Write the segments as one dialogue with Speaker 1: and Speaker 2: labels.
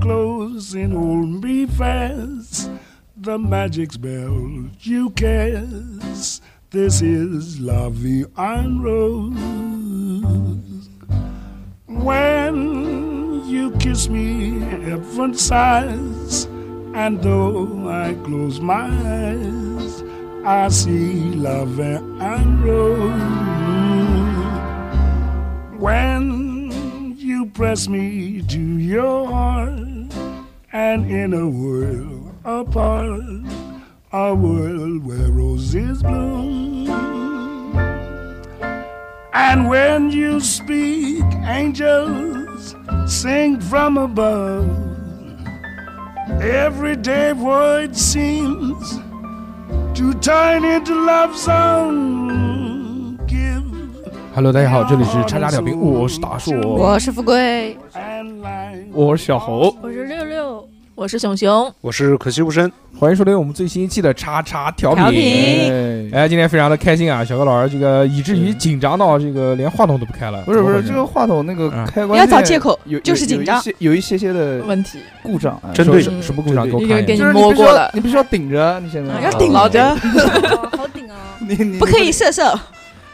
Speaker 1: close and hold me fast. The magic spell you cast. This is love and rose. When you kiss me, heaven sighs, and though I close my eyes, I see love and rose. When you press me to your heart, and in a world apart, a world where roses bloom. And when you speak, angels sing from above. Everyday void seems to turn into love song. Give
Speaker 2: Hello，大家好，这里是叉叉调频，我是大硕，
Speaker 3: 我是富贵，
Speaker 1: and light.
Speaker 2: 我是小侯，
Speaker 4: 我是六六，
Speaker 3: 我是熊熊，
Speaker 5: 我是可惜无声，
Speaker 2: 欢迎收听我们最新一期的叉叉调
Speaker 3: 调
Speaker 2: 频。
Speaker 3: 频
Speaker 6: 哎，
Speaker 2: 哎，今天非常的开心啊，小高老师这个以至于紧张到这个连话筒都啊不开了。
Speaker 6: 不是不是，这
Speaker 2: 怎么
Speaker 6: 个话筒那个
Speaker 2: 嗯
Speaker 6: 开
Speaker 3: 不
Speaker 6: 关
Speaker 3: 要找借口
Speaker 6: 有有
Speaker 3: 就是紧张
Speaker 6: 有一些有一些些的
Speaker 3: 问题，
Speaker 6: 故障，哎
Speaker 5: 针
Speaker 2: 回
Speaker 5: 对
Speaker 2: 事
Speaker 3: 嗯
Speaker 2: 什什么故障？
Speaker 6: 对
Speaker 2: 给我
Speaker 3: 一个
Speaker 2: 看
Speaker 3: 人给
Speaker 2: 一眼。
Speaker 6: 就是
Speaker 3: 摸
Speaker 6: 你必须
Speaker 3: 过
Speaker 6: 要
Speaker 3: 了
Speaker 6: 你必须要顶着，你现在
Speaker 7: 啊
Speaker 3: 要顶牢着，
Speaker 4: 好顶啊！
Speaker 6: 你你
Speaker 3: 不可以射手，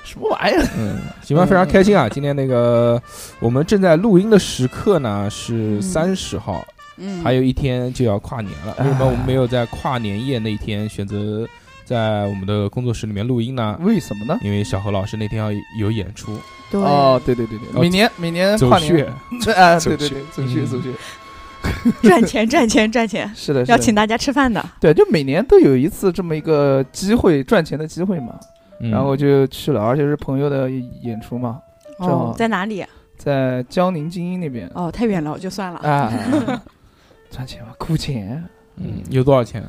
Speaker 6: 什么玩意儿？
Speaker 2: 嗯，行吧，非常开心啊！今天那个我们正在录音的时刻呢是
Speaker 3: 嗯
Speaker 2: 三十号，
Speaker 3: 嗯
Speaker 2: 还有一天就要跨年了，为什么我们没有在跨年夜那一天选择在我们的工作室里面录音呢？
Speaker 6: 为什么呢？
Speaker 2: 因为小何老师那天要有演出，
Speaker 3: 对
Speaker 6: 哦，对对对对，
Speaker 2: 哦
Speaker 6: 每年每年
Speaker 2: 走
Speaker 6: 跨
Speaker 2: 穴
Speaker 6: 年，，这 哎，对对
Speaker 5: 走
Speaker 6: 对，走穴
Speaker 2: 嗯
Speaker 6: 走穴，
Speaker 3: 赚钱赚钱赚钱，
Speaker 6: 是的，是的
Speaker 3: 要请大家吃饭的，
Speaker 6: 对，就每年都有一次这么一个机会赚钱的机会嘛，
Speaker 2: 嗯
Speaker 6: 然后我就去了，而且是朋友的演出嘛，正好
Speaker 3: 哦，在哪里？
Speaker 6: 在江宁精英那边
Speaker 3: 哦，太远了，我就算了，
Speaker 6: 啊， 赚钱嘛，哭钱，
Speaker 2: 嗯有多少钱？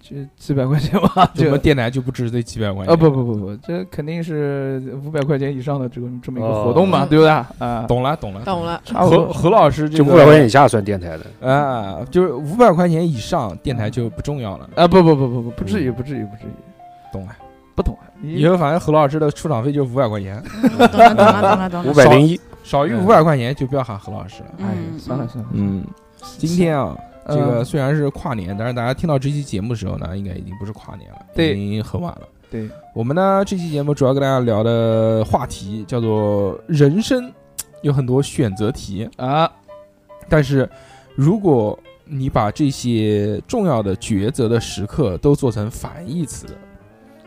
Speaker 6: 就几百块钱 吧，
Speaker 2: 我
Speaker 6: 就
Speaker 2: 们电台就不值这几百块钱
Speaker 6: 啊啊不不不不，这肯定是五百块钱以上的这个这么一个活动嘛，
Speaker 3: 哦
Speaker 6: 对不对啊？
Speaker 2: 懂了懂了
Speaker 3: 懂。 了，
Speaker 6: 差不
Speaker 2: 何
Speaker 6: 多。
Speaker 2: 何老师这
Speaker 5: 就
Speaker 2: 个
Speaker 5: 五百块钱以下算电台的，
Speaker 2: 啊，就是五百块钱以上，电台就不重要了，
Speaker 6: 嗯啊不不不不不不至于不至于不至于
Speaker 2: 嗯懂了。
Speaker 6: 不懂啊，
Speaker 2: 以后反正何老师的出场费就五百块钱，
Speaker 3: 懂了懂了懂了懂了
Speaker 5: 五，百零一，
Speaker 2: 少于
Speaker 6: 嗯
Speaker 2: 五百块钱就不要喊何老师了。
Speaker 6: 哎
Speaker 3: 嗯
Speaker 6: 算了算了，
Speaker 2: 嗯，今天啊，这
Speaker 6: 嗯
Speaker 2: 个虽然是跨年，但是大家听到这期节目的时候呢，应该已经不是跨年了，
Speaker 6: 对
Speaker 2: 已经很晚了。
Speaker 6: 对
Speaker 2: 我们呢，这期节目主要跟大家聊的话题叫做人生，有很多选择题，
Speaker 6: 啊
Speaker 2: 但是如果你把这些重要的抉择的时刻都做成反义词，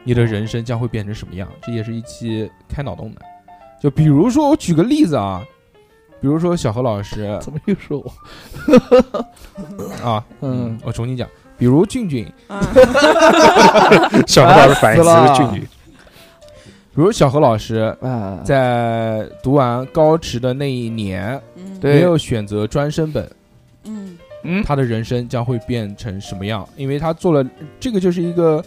Speaker 2: 你的人生将会变成什么样？这也是一期开脑洞的。就比如说，我举个例子啊，比如说小何老师
Speaker 6: 怎么又说我？
Speaker 2: 啊，
Speaker 6: 嗯，
Speaker 2: 我重新讲，比如俊俊，
Speaker 3: 嗯
Speaker 5: 小何老师反义词是俊女，
Speaker 2: 比如小何老师
Speaker 6: 啊，
Speaker 2: 嗯在读完高职的那一年，
Speaker 3: 嗯
Speaker 6: 对
Speaker 2: 没有选择专升本，
Speaker 3: 嗯
Speaker 6: 嗯
Speaker 2: 他的人生将会变成什么样？因为他做了这个就是一个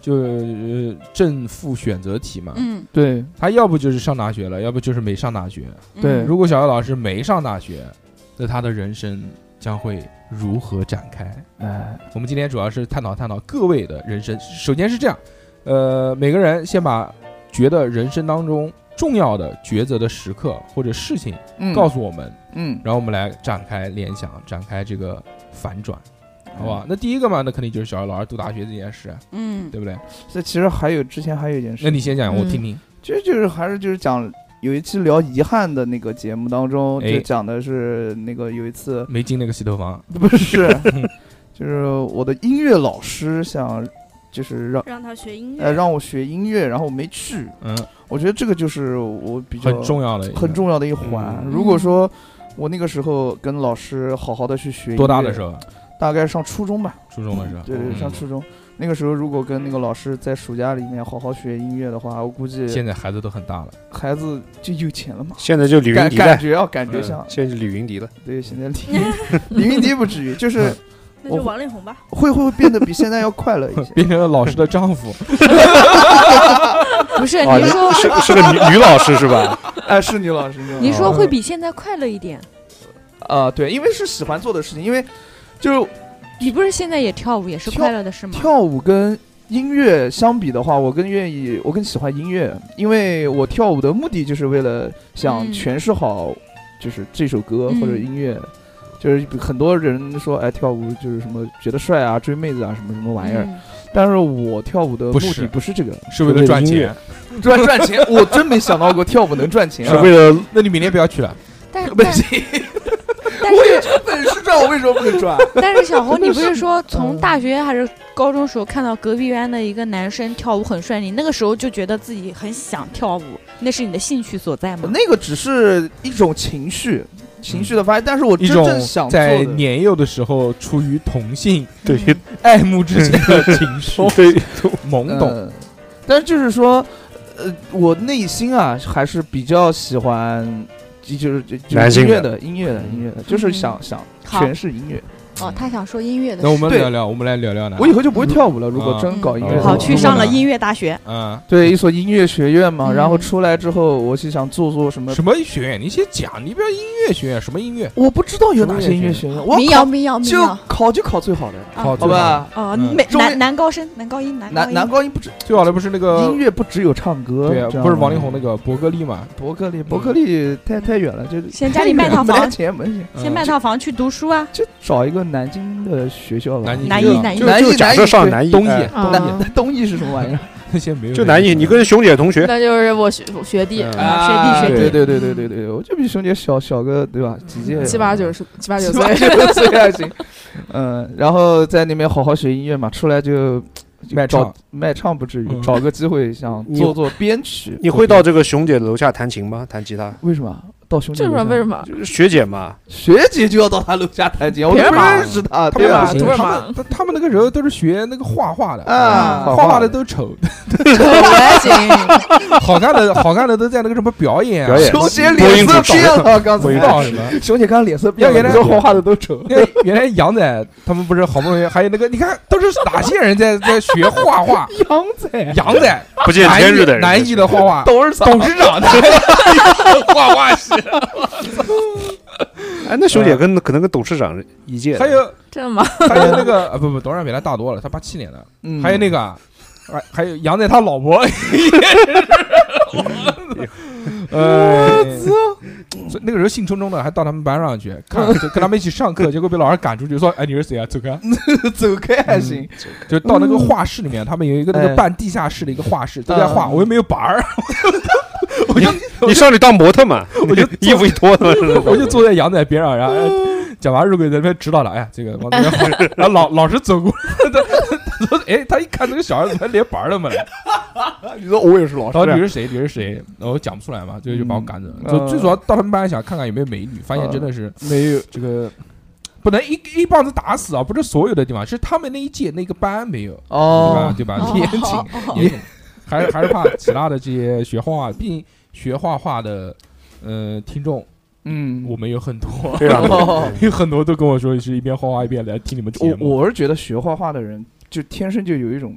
Speaker 2: 就、呃正负选择题嘛，
Speaker 3: 嗯
Speaker 6: 对
Speaker 2: 他要不就是上大学了，要不就是没上大学。
Speaker 3: 嗯
Speaker 6: 对
Speaker 2: 如果小姚老师没上大学，那他的人生将会如何展开？
Speaker 6: 哎
Speaker 2: 我们今天主要是探讨探讨各位的人生。首先是这样，呃，每个人先把觉得人生当中重要的抉择的时刻或者事情
Speaker 6: 嗯
Speaker 2: 告诉我们，
Speaker 6: 嗯
Speaker 2: 然后我们来展开联想，展开这个反转，
Speaker 6: 嗯
Speaker 2: 好吧？那第一个嘛，那肯定就是小姚老师读大学这件事，
Speaker 3: 嗯
Speaker 2: 对不对？
Speaker 6: 这其实还有之前还有一件事，
Speaker 2: 那你先讲，我
Speaker 3: 嗯
Speaker 2: 听听。
Speaker 6: 其实就是还是就是讲有一期聊遗憾的那个节目当中，
Speaker 2: 哎
Speaker 6: 就讲的是那个有一次
Speaker 2: 没进那个洗头房，
Speaker 6: 不是，就是我的音乐老师想就是让
Speaker 4: 让他学音乐，
Speaker 6: 呃让我学音乐，然后我没去，
Speaker 2: 嗯，
Speaker 6: 我觉得这个就是我比较
Speaker 2: 很重要的一个，
Speaker 6: 很重要的一环。
Speaker 2: 嗯
Speaker 6: 如果说我那个时候跟老师好好的去学，
Speaker 2: 多大的时
Speaker 6: 候？
Speaker 2: 候啊？
Speaker 6: 大概上初中吧，
Speaker 2: 初中的时候，
Speaker 6: 对对，
Speaker 2: 嗯
Speaker 6: 上初中。那个时候，如果跟那个老师在暑假里面好好学音乐的话，我估计
Speaker 2: 现在孩子都很大了，。
Speaker 6: 孩子就有钱了嘛。
Speaker 5: 现在就李云
Speaker 6: 感
Speaker 5: 迪
Speaker 6: 感
Speaker 5: 了，嗯
Speaker 6: 觉啊，感觉像
Speaker 5: 现在就李云迪了，
Speaker 6: 对，现在李 李云迪不至于，就是
Speaker 4: 那就王力宏吧。
Speaker 6: 会会变得比现在要快乐一些
Speaker 2: 变成了老师的丈 夫。
Speaker 3: 不是
Speaker 5: 啊，
Speaker 3: 你说
Speaker 5: 是是个女女老师是吧？
Speaker 6: 哎，是你老师，你老师
Speaker 3: 你说会比现在快乐一点，
Speaker 6: 啊，对，因为是喜欢做的事情，因为就是
Speaker 3: 你不是现在也跳舞也是
Speaker 6: 跳
Speaker 3: 快乐的是吗？
Speaker 6: 跳舞跟音乐相比的话，我更愿意，我更喜欢音乐，因为我跳舞的目的就是为了想
Speaker 3: 嗯
Speaker 6: 诠释好，就是这首歌
Speaker 3: 嗯
Speaker 6: 或者音乐就是很多人说，哎，跳舞就是什么觉得帅啊，追妹子啊，什么什么玩意儿。
Speaker 3: 嗯
Speaker 6: 但是我跳舞的
Speaker 2: 不
Speaker 6: 目
Speaker 2: 是
Speaker 6: 的不是这个，
Speaker 2: 是为了赚
Speaker 5: 音
Speaker 2: 钱
Speaker 5: 乐。
Speaker 6: 赚赚钱。 我真没想到过跳舞能赚钱、
Speaker 5: 是
Speaker 6: 啊，
Speaker 5: 为了
Speaker 2: 那你明天不要去了，
Speaker 3: 但是
Speaker 6: 本
Speaker 3: 但
Speaker 6: 事
Speaker 3: 是，但
Speaker 6: 我也
Speaker 3: 是
Speaker 6: 这本事赚，我为什么不能赚？
Speaker 3: 但是小红，你不是说从大学还是高中时候看到隔壁班的一个男生跳舞很帅，你那个时候就觉得自己很想跳舞，那是你的兴趣所在吗？
Speaker 6: 那个只是一种情绪，情绪的发泄。但是我
Speaker 2: 嗯一
Speaker 6: 真
Speaker 2: 种
Speaker 6: 正想做
Speaker 2: 在
Speaker 6: 的，呃
Speaker 2: 年幼的时候出于同性
Speaker 5: 对于
Speaker 3: 嗯
Speaker 2: 爱慕之情的情 绪，
Speaker 5: 对
Speaker 2: 懵懂。
Speaker 6: 呃但是就是说，呃，我内心啊还是比较喜欢，就就是就
Speaker 5: 男
Speaker 6: 就是
Speaker 5: 性的
Speaker 6: 音乐的音乐
Speaker 2: 嗯
Speaker 6: 的音乐的，就是想想
Speaker 3: 好
Speaker 6: 全是音乐。
Speaker 3: 哦，他想说音乐的
Speaker 2: 那我们
Speaker 6: 对
Speaker 2: 聊聊，我们来聊聊呢。
Speaker 6: 我以后就不会跳舞了，如果
Speaker 2: 啊
Speaker 6: 真搞音乐
Speaker 5: 嗯
Speaker 6: 的
Speaker 3: 好
Speaker 6: 话。
Speaker 3: 去
Speaker 2: 嗯
Speaker 3: 上了音乐大学，
Speaker 2: 嗯，
Speaker 6: 对一所音乐学院嘛，
Speaker 3: 嗯
Speaker 6: 然后出来之后，我就想做做什么。
Speaker 2: 什么学院？你先讲，你不要音乐学院，什么音乐？
Speaker 6: 我不知道有哪些音乐学院，我
Speaker 3: 民谣民谣民
Speaker 6: 就
Speaker 3: 谣，
Speaker 6: 考就考最好的，
Speaker 3: 啊
Speaker 2: 好
Speaker 6: 好吧？
Speaker 3: 哦，
Speaker 2: 嗯
Speaker 3: 美
Speaker 6: 中
Speaker 3: 男男高声，男高音，男高
Speaker 6: 男
Speaker 3: 音，
Speaker 6: 男高音不止，
Speaker 2: 最好的不是那个
Speaker 6: 音乐不只有唱歌，
Speaker 2: 对啊，
Speaker 6: 知道
Speaker 2: 不是
Speaker 6: 吗
Speaker 2: 王力宏那个伯格利嘛？
Speaker 6: 伯克利，伯克利太太远了，就是
Speaker 3: 先家里卖套
Speaker 6: 没
Speaker 3: 房
Speaker 6: 得钱，没得钱，
Speaker 2: 嗯
Speaker 3: 先卖套房去读书啊，
Speaker 6: 就找一个南京的学校吧。
Speaker 2: 南京
Speaker 3: 男
Speaker 2: 就
Speaker 3: 一
Speaker 2: 是
Speaker 7: 哎
Speaker 3: 男一
Speaker 5: 就
Speaker 6: 男
Speaker 5: 就
Speaker 6: 艺
Speaker 5: 假设
Speaker 6: 男
Speaker 5: 上南艺，
Speaker 6: 艺对
Speaker 2: 东艺
Speaker 5: 哎
Speaker 3: 啊
Speaker 6: 南东艺是什么玩意儿？
Speaker 2: 那些没有
Speaker 5: 就
Speaker 2: 那个
Speaker 5: 南艺，你跟熊姐同
Speaker 7: 嗯
Speaker 5: 学，
Speaker 8: 那就是我学我学弟，
Speaker 2: 嗯
Speaker 8: 啊学弟
Speaker 6: 对
Speaker 8: 学弟，
Speaker 6: 对对对对对，我就比熊姐小小个，对吧？几届？
Speaker 8: 七八九十七八九
Speaker 6: 七八
Speaker 8: 岁，
Speaker 6: 九岁还行。嗯，然后在那边好好学音乐嘛，出来就就
Speaker 2: 卖
Speaker 6: 找
Speaker 2: 唱
Speaker 6: 卖唱不至
Speaker 2: 嗯
Speaker 6: 于，找个机会想
Speaker 5: 你
Speaker 6: 做做编曲。
Speaker 5: 你会到这个熊姐楼下弹琴吗？弹吉他？
Speaker 6: 为什么到熊姐
Speaker 8: 这
Speaker 6: 楼
Speaker 8: 是
Speaker 6: 下？
Speaker 8: 为什么？
Speaker 5: 就是学姐嘛，
Speaker 6: 学姐就要到她楼下弹琴？我都
Speaker 8: 别
Speaker 6: 不
Speaker 8: 忙
Speaker 6: 认识她，
Speaker 2: 他
Speaker 6: 对
Speaker 2: 们
Speaker 6: 吧
Speaker 8: 啊？
Speaker 2: 不
Speaker 8: 图
Speaker 2: 是
Speaker 8: 尔
Speaker 2: 他
Speaker 8: 马
Speaker 2: 们他他们那个时候都是学那个画画的
Speaker 6: 啊
Speaker 2: 画
Speaker 6: 画
Speaker 2: 画
Speaker 6: 画
Speaker 2: 的
Speaker 6: 的
Speaker 2: 都丑，
Speaker 8: 还行，
Speaker 2: 好看的好看的都在那个什么表演啊
Speaker 5: 表演
Speaker 6: 熊姐
Speaker 5: 播
Speaker 6: 脸
Speaker 5: 音
Speaker 6: 色
Speaker 5: 主持
Speaker 6: 变了，刚
Speaker 2: 舞
Speaker 6: 才
Speaker 2: 蹈什么。
Speaker 6: 熊姐刚刚脸色变
Speaker 2: 要给
Speaker 6: 了，
Speaker 2: 她
Speaker 6: 你说画画的都丑。
Speaker 2: 那原来杨仔他们不是好不容易，还有那个你看都是哪些人在在学画画？
Speaker 6: 杨仔
Speaker 2: 杨仔
Speaker 5: 不见
Speaker 2: 南
Speaker 5: 天
Speaker 2: 艺
Speaker 5: 日的人，
Speaker 2: 南艺的画画，
Speaker 6: 董事长，
Speaker 2: 董事长的 画画系，
Speaker 5: 哎，那熊姐跟可能跟董事长一届的，
Speaker 2: 还有
Speaker 8: 真的吗？
Speaker 2: 还有那个啊不不，董事长比他大多了，他八七年的，
Speaker 6: 嗯
Speaker 2: 还有那个啊，还还有杨仔他老婆， 呃，所以那个时候兴冲冲的，还到他们班上去看，就跟他们一起上课，结果被老师赶出去，说：“哎，你是谁啊？走 开
Speaker 6: 个走开还行，！”
Speaker 2: 就到那个画室里面，他们有一个那个
Speaker 6: 哎
Speaker 2: 半地下室的一个画室，都在画，
Speaker 6: 嗯
Speaker 2: 我又没有板儿，
Speaker 5: 你上去当模特嘛？
Speaker 2: 我就
Speaker 5: 衣服一脱了，
Speaker 2: 我就坐在杨仔边上，然后哎蒋华如果在那边指导了，哎，这个往那边 晃，然后老老师走过， 他他说，哎，他一看这个小孩子，他连板儿都没了。
Speaker 6: 你说我也是老
Speaker 2: 然后你
Speaker 6: 师啊，
Speaker 2: 是谁？你是谁？然后讲不出来嘛，就就把我赶走了。
Speaker 6: 嗯
Speaker 2: 就最主要到他们班想看看有没有美女，发现真的是
Speaker 6: 没有这个
Speaker 2: 不能一一棒子打死啊！不是所有的地方，是他们那一届那个班没有，对吧
Speaker 6: 哦？，
Speaker 2: 对吧？
Speaker 3: 哦
Speaker 2: 也挺也挺还是还是怕其他的这些学画画，毕竟学画画的呃听众
Speaker 6: 嗯，
Speaker 2: 我们有很多，
Speaker 5: 非常多。
Speaker 6: 哦
Speaker 2: 有很多都跟我说是一边画画一边来听你们节
Speaker 6: 我
Speaker 2: 目。
Speaker 6: 我是觉得学画画的人就天生就有一种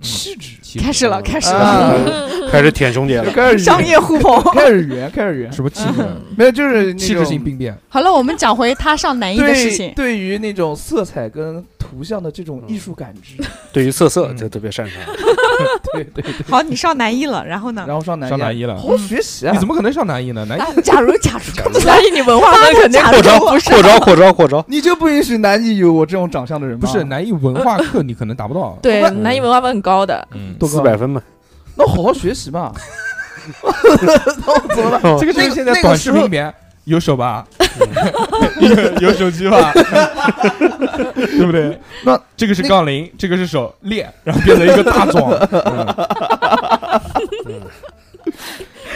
Speaker 6: 气质，
Speaker 2: 其实
Speaker 3: 开始了，开始了，
Speaker 6: 啊，嗯
Speaker 5: 开始舔熊姐
Speaker 6: 就
Speaker 5: 了，
Speaker 6: 开始
Speaker 3: 商业互捧。
Speaker 6: 开始 圆，开始圆，
Speaker 2: 什么气质？
Speaker 6: 没有就是那
Speaker 2: 气质
Speaker 6: 种
Speaker 2: 性病变，
Speaker 3: 好了，我们讲回他上南一的事
Speaker 6: 对
Speaker 3: 情。
Speaker 6: 对于那种色彩跟图像的这种艺术感知，
Speaker 5: 对于色色
Speaker 2: 嗯
Speaker 5: 这特别擅长。
Speaker 6: 对对对，
Speaker 3: 好，你上南一了，然后呢？
Speaker 6: 然后上南
Speaker 2: 上南
Speaker 6: 艺，
Speaker 2: 一了
Speaker 6: 好。好学习啊
Speaker 2: 你！怎么可能上南一呢？南一
Speaker 3: 啊，假如假如，
Speaker 8: 所以你文化课肯定
Speaker 5: 扩招，扩招，扩招，扩招。
Speaker 6: 你就不允许南艺有我这种长相的人
Speaker 2: 不
Speaker 6: 吗？
Speaker 2: 是南一文化课，你可能达不到。
Speaker 8: 对，南艺文化分很高的，
Speaker 2: 嗯，
Speaker 6: 多
Speaker 5: 四
Speaker 6: 高
Speaker 5: 百，分嘛，
Speaker 6: 那好好学习 吧。那我怎么办？
Speaker 2: 这个就是现在短视频里面有手吧， 有有手机吧，对不对？
Speaker 6: 那
Speaker 2: 这个是杠铃，这个是手练，然后变成一个大壮。嗯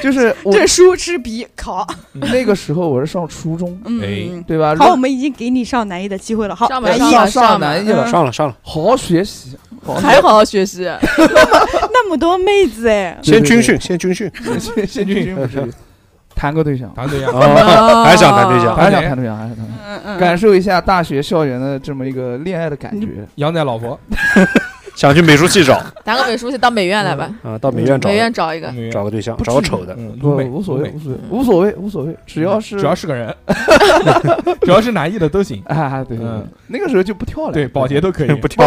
Speaker 6: 就是我
Speaker 3: 这书吃笔考，
Speaker 6: 那个时候我是上初中，
Speaker 2: 哎
Speaker 3: 嗯，
Speaker 6: 对吧？
Speaker 3: 好，我们已经给你上南一的机会了。好，
Speaker 8: 上吧
Speaker 3: 南
Speaker 8: 上
Speaker 3: 一
Speaker 8: 吧
Speaker 6: 上上南艺了，
Speaker 5: 上嗯了上了，
Speaker 6: 好好学习，好好学习
Speaker 8: 还好好学习，
Speaker 3: 那么多妹子哎，
Speaker 5: 先军训，先军训。
Speaker 6: 先先军训不至于，谈个对象，
Speaker 2: 答对呀，
Speaker 5: 哦还想谈对象，
Speaker 6: 还想谈对象，还想谈对象，
Speaker 3: 嗯嗯，
Speaker 6: 感受一下大学校园的这么一个恋爱的感觉。
Speaker 2: 杨仔老婆
Speaker 5: 想去美术系找
Speaker 1: 拿个美术去当美院来吧，
Speaker 5: 啊，到美院找
Speaker 1: 美院找一个，
Speaker 2: 美
Speaker 5: 找个对象，
Speaker 2: 不
Speaker 5: 找个
Speaker 2: 至于
Speaker 5: 丑的。
Speaker 2: 嗯
Speaker 6: 不
Speaker 2: 鲁美
Speaker 6: 无所
Speaker 2: 鲁
Speaker 6: 谓，
Speaker 2: 美
Speaker 6: 无所谓，无所谓，无所谓，只要是
Speaker 2: 嗯只要是个人， 只要是男艺的都行，
Speaker 6: 啊，对对对
Speaker 2: 嗯，
Speaker 6: 那个时候就不跳了，
Speaker 2: 对，保 洁都可以。
Speaker 5: 不跳，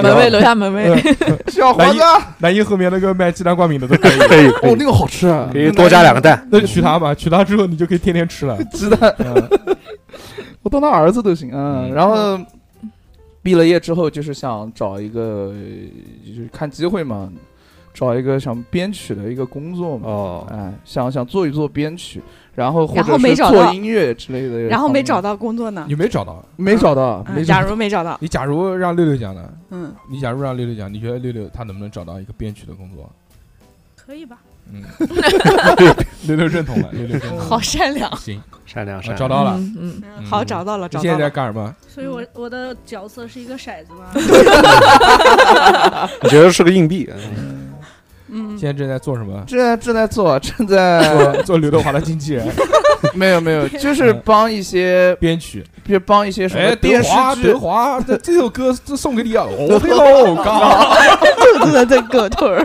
Speaker 1: 门卫楼下门卫，
Speaker 6: 小
Speaker 2: 来
Speaker 6: 黄
Speaker 2: 一哎
Speaker 6: 瓜，
Speaker 2: 男艺后面那个卖鸡蛋灌饼的都 可以，
Speaker 5: 可以
Speaker 6: 啊哦，那个好吃啊，
Speaker 5: 可以多加两个蛋，
Speaker 2: 那就娶她吧，娶她之后你就可以天天吃了。
Speaker 6: 鸡蛋，
Speaker 2: 嗯
Speaker 6: 我当他儿子都行，嗯，
Speaker 2: 嗯
Speaker 6: 然后毕了业之后就是想找一个，就是看机会嘛，找一个想编曲的一个工作嘛，
Speaker 5: 哦，
Speaker 6: 哎，想想做一做编曲，然后或
Speaker 7: 然
Speaker 6: 者
Speaker 7: 后没
Speaker 6: 是
Speaker 7: 找
Speaker 6: 做
Speaker 7: 到
Speaker 6: 音乐之类的，
Speaker 7: 然后没找
Speaker 6: 到，
Speaker 7: 到工作呢
Speaker 2: 你。没找到，
Speaker 6: 没找到，
Speaker 7: 嗯
Speaker 6: 没
Speaker 7: 假
Speaker 6: 找到，
Speaker 7: 如没找到，
Speaker 2: 你假如让六六讲呢？
Speaker 7: 嗯，
Speaker 2: 你假如让六六讲，你觉得六六他能不能找到一个编曲的工作？
Speaker 4: 可以吧？
Speaker 2: 嗯， 六六认同了，六六认
Speaker 3: 嗯
Speaker 2: 同了。
Speaker 7: 好善良，
Speaker 2: 行，
Speaker 5: 善良
Speaker 2: 啊
Speaker 5: 善
Speaker 2: 找
Speaker 5: 良，
Speaker 2: 到了。
Speaker 1: 嗯嗯，
Speaker 2: 嗯
Speaker 7: 好找到了，
Speaker 2: 你
Speaker 7: 找
Speaker 2: 现
Speaker 7: 到
Speaker 2: 在在
Speaker 7: 了。
Speaker 2: 干什么？
Speaker 4: 所以我我的角色是一个骰子吗？
Speaker 5: 你觉得是个硬币？嗯
Speaker 7: 嗯，
Speaker 2: 现在正在做什么？
Speaker 6: 正在正在做，正在
Speaker 2: 做 做刘德华的经纪人，
Speaker 6: 没有 没有，就是帮一些，
Speaker 2: 编曲。
Speaker 6: 别帮一些什么
Speaker 2: 哎，
Speaker 6: 电
Speaker 2: 德
Speaker 6: 视
Speaker 2: 华，
Speaker 6: 剧
Speaker 2: 德，华，这这首歌这送给你 啊！哦嘿喽，刚
Speaker 7: 兔子的狗头儿，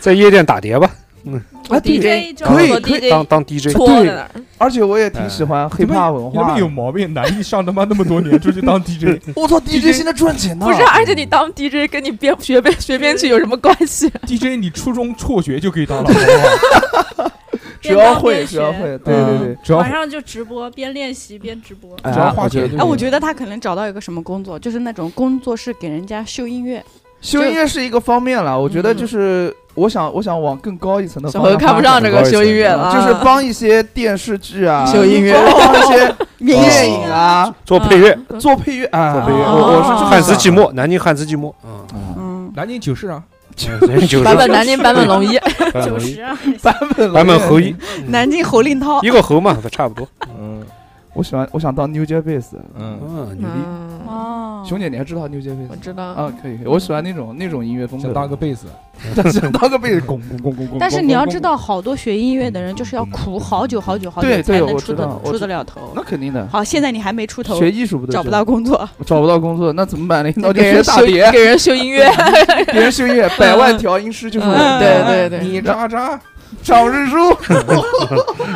Speaker 5: 在夜店打碟吧，
Speaker 3: 哦
Speaker 6: 啊对
Speaker 4: DJ 找
Speaker 6: 可以
Speaker 1: 做
Speaker 4: 我
Speaker 6: 可以
Speaker 1: DJ
Speaker 5: 当当 DJ，
Speaker 1: 搓在那儿，
Speaker 6: 而且我也挺喜欢黑怕文
Speaker 2: 你
Speaker 6: 化
Speaker 2: 们有
Speaker 6: 的。
Speaker 2: 毛病，男艺上他妈那么多年，出去当 DJ，
Speaker 6: 我操
Speaker 2: DJ
Speaker 6: ，DJ 现在赚钱呢！
Speaker 1: 不
Speaker 7: 哦啊
Speaker 1: 是，而且你当 DJ 跟你编学编学编曲有什么关系？
Speaker 2: DJ 你初中辍学就可以 当了，好不
Speaker 6: 只要会，只要会，对
Speaker 2: 好？
Speaker 6: 对对
Speaker 2: 嗯，，只要
Speaker 4: 晚上就直播，边练习边直播。
Speaker 2: 只要花钱
Speaker 6: 觉得
Speaker 2: 就
Speaker 7: 哎，
Speaker 2: 行
Speaker 7: 我觉得他可能找到一个什么工作，就是那种工作室给人家秀音乐，
Speaker 6: 修音乐是一个方面
Speaker 5: 嗯
Speaker 6: 了，我觉得就是我想我想往更高一层的
Speaker 1: 小何
Speaker 6: 方向
Speaker 1: 看不上这个修音乐
Speaker 6: 发展
Speaker 7: 啊
Speaker 1: 了，
Speaker 6: 就是帮一些电视剧 啊，
Speaker 1: 修音乐
Speaker 6: 帮一些电影啊，
Speaker 5: 做配乐，
Speaker 6: 做配乐
Speaker 5: 哦
Speaker 6: 啊，
Speaker 5: 做配乐哦
Speaker 6: 我我是这么
Speaker 5: 汉斯
Speaker 6: 想
Speaker 5: 季默，南京汉斯季默，嗯，
Speaker 7: 嗯，
Speaker 2: 南京九市啊，
Speaker 5: 九十
Speaker 1: 版本南京版本龙一，
Speaker 5: 版
Speaker 4: 九
Speaker 5: 本
Speaker 4: 十啊，
Speaker 1: 哦
Speaker 6: 版本
Speaker 5: 版本
Speaker 6: 合
Speaker 5: 合一，，
Speaker 7: 南京侯令涛
Speaker 5: 一个猴嘛，差不多。
Speaker 2: 嗯
Speaker 6: 我喜欢我想当 New Jack Bass，
Speaker 1: 哦
Speaker 2: 嗯，
Speaker 5: 嗯，牛逼，
Speaker 1: 嗯，
Speaker 7: 哦，
Speaker 6: 熊姐你还知道 New Jack
Speaker 1: 我
Speaker 6: Bass
Speaker 1: 知道，
Speaker 6: 啊？可以可以，我喜欢那种那种音乐风
Speaker 2: 嗯
Speaker 6: 格
Speaker 2: 想
Speaker 6: 的，
Speaker 2: 当个贝斯，
Speaker 6: 想当个贝 斯，咣咣咣咣咣。
Speaker 7: 但是你要知道，好多学音乐的人就是要苦好久好久好久
Speaker 6: 对
Speaker 7: 才
Speaker 6: 对
Speaker 7: 能
Speaker 6: 我
Speaker 7: 出
Speaker 6: 知道
Speaker 7: 得出
Speaker 6: 我知
Speaker 7: 得了头。
Speaker 6: 那肯定的，
Speaker 7: 好，现在你还没出头，
Speaker 6: 学艺术不得
Speaker 7: 找不
Speaker 6: 行
Speaker 7: 到 工作，
Speaker 6: 找不到工作，那怎么办呢？那我就
Speaker 1: 给
Speaker 6: 学
Speaker 1: 人
Speaker 6: 大
Speaker 1: 修
Speaker 6: 碟，
Speaker 1: 给人修音乐，
Speaker 6: 别人修 音乐，百万调音师就是我。
Speaker 1: 嗯对对对
Speaker 6: 你
Speaker 2: 渣渣，
Speaker 6: 长日书。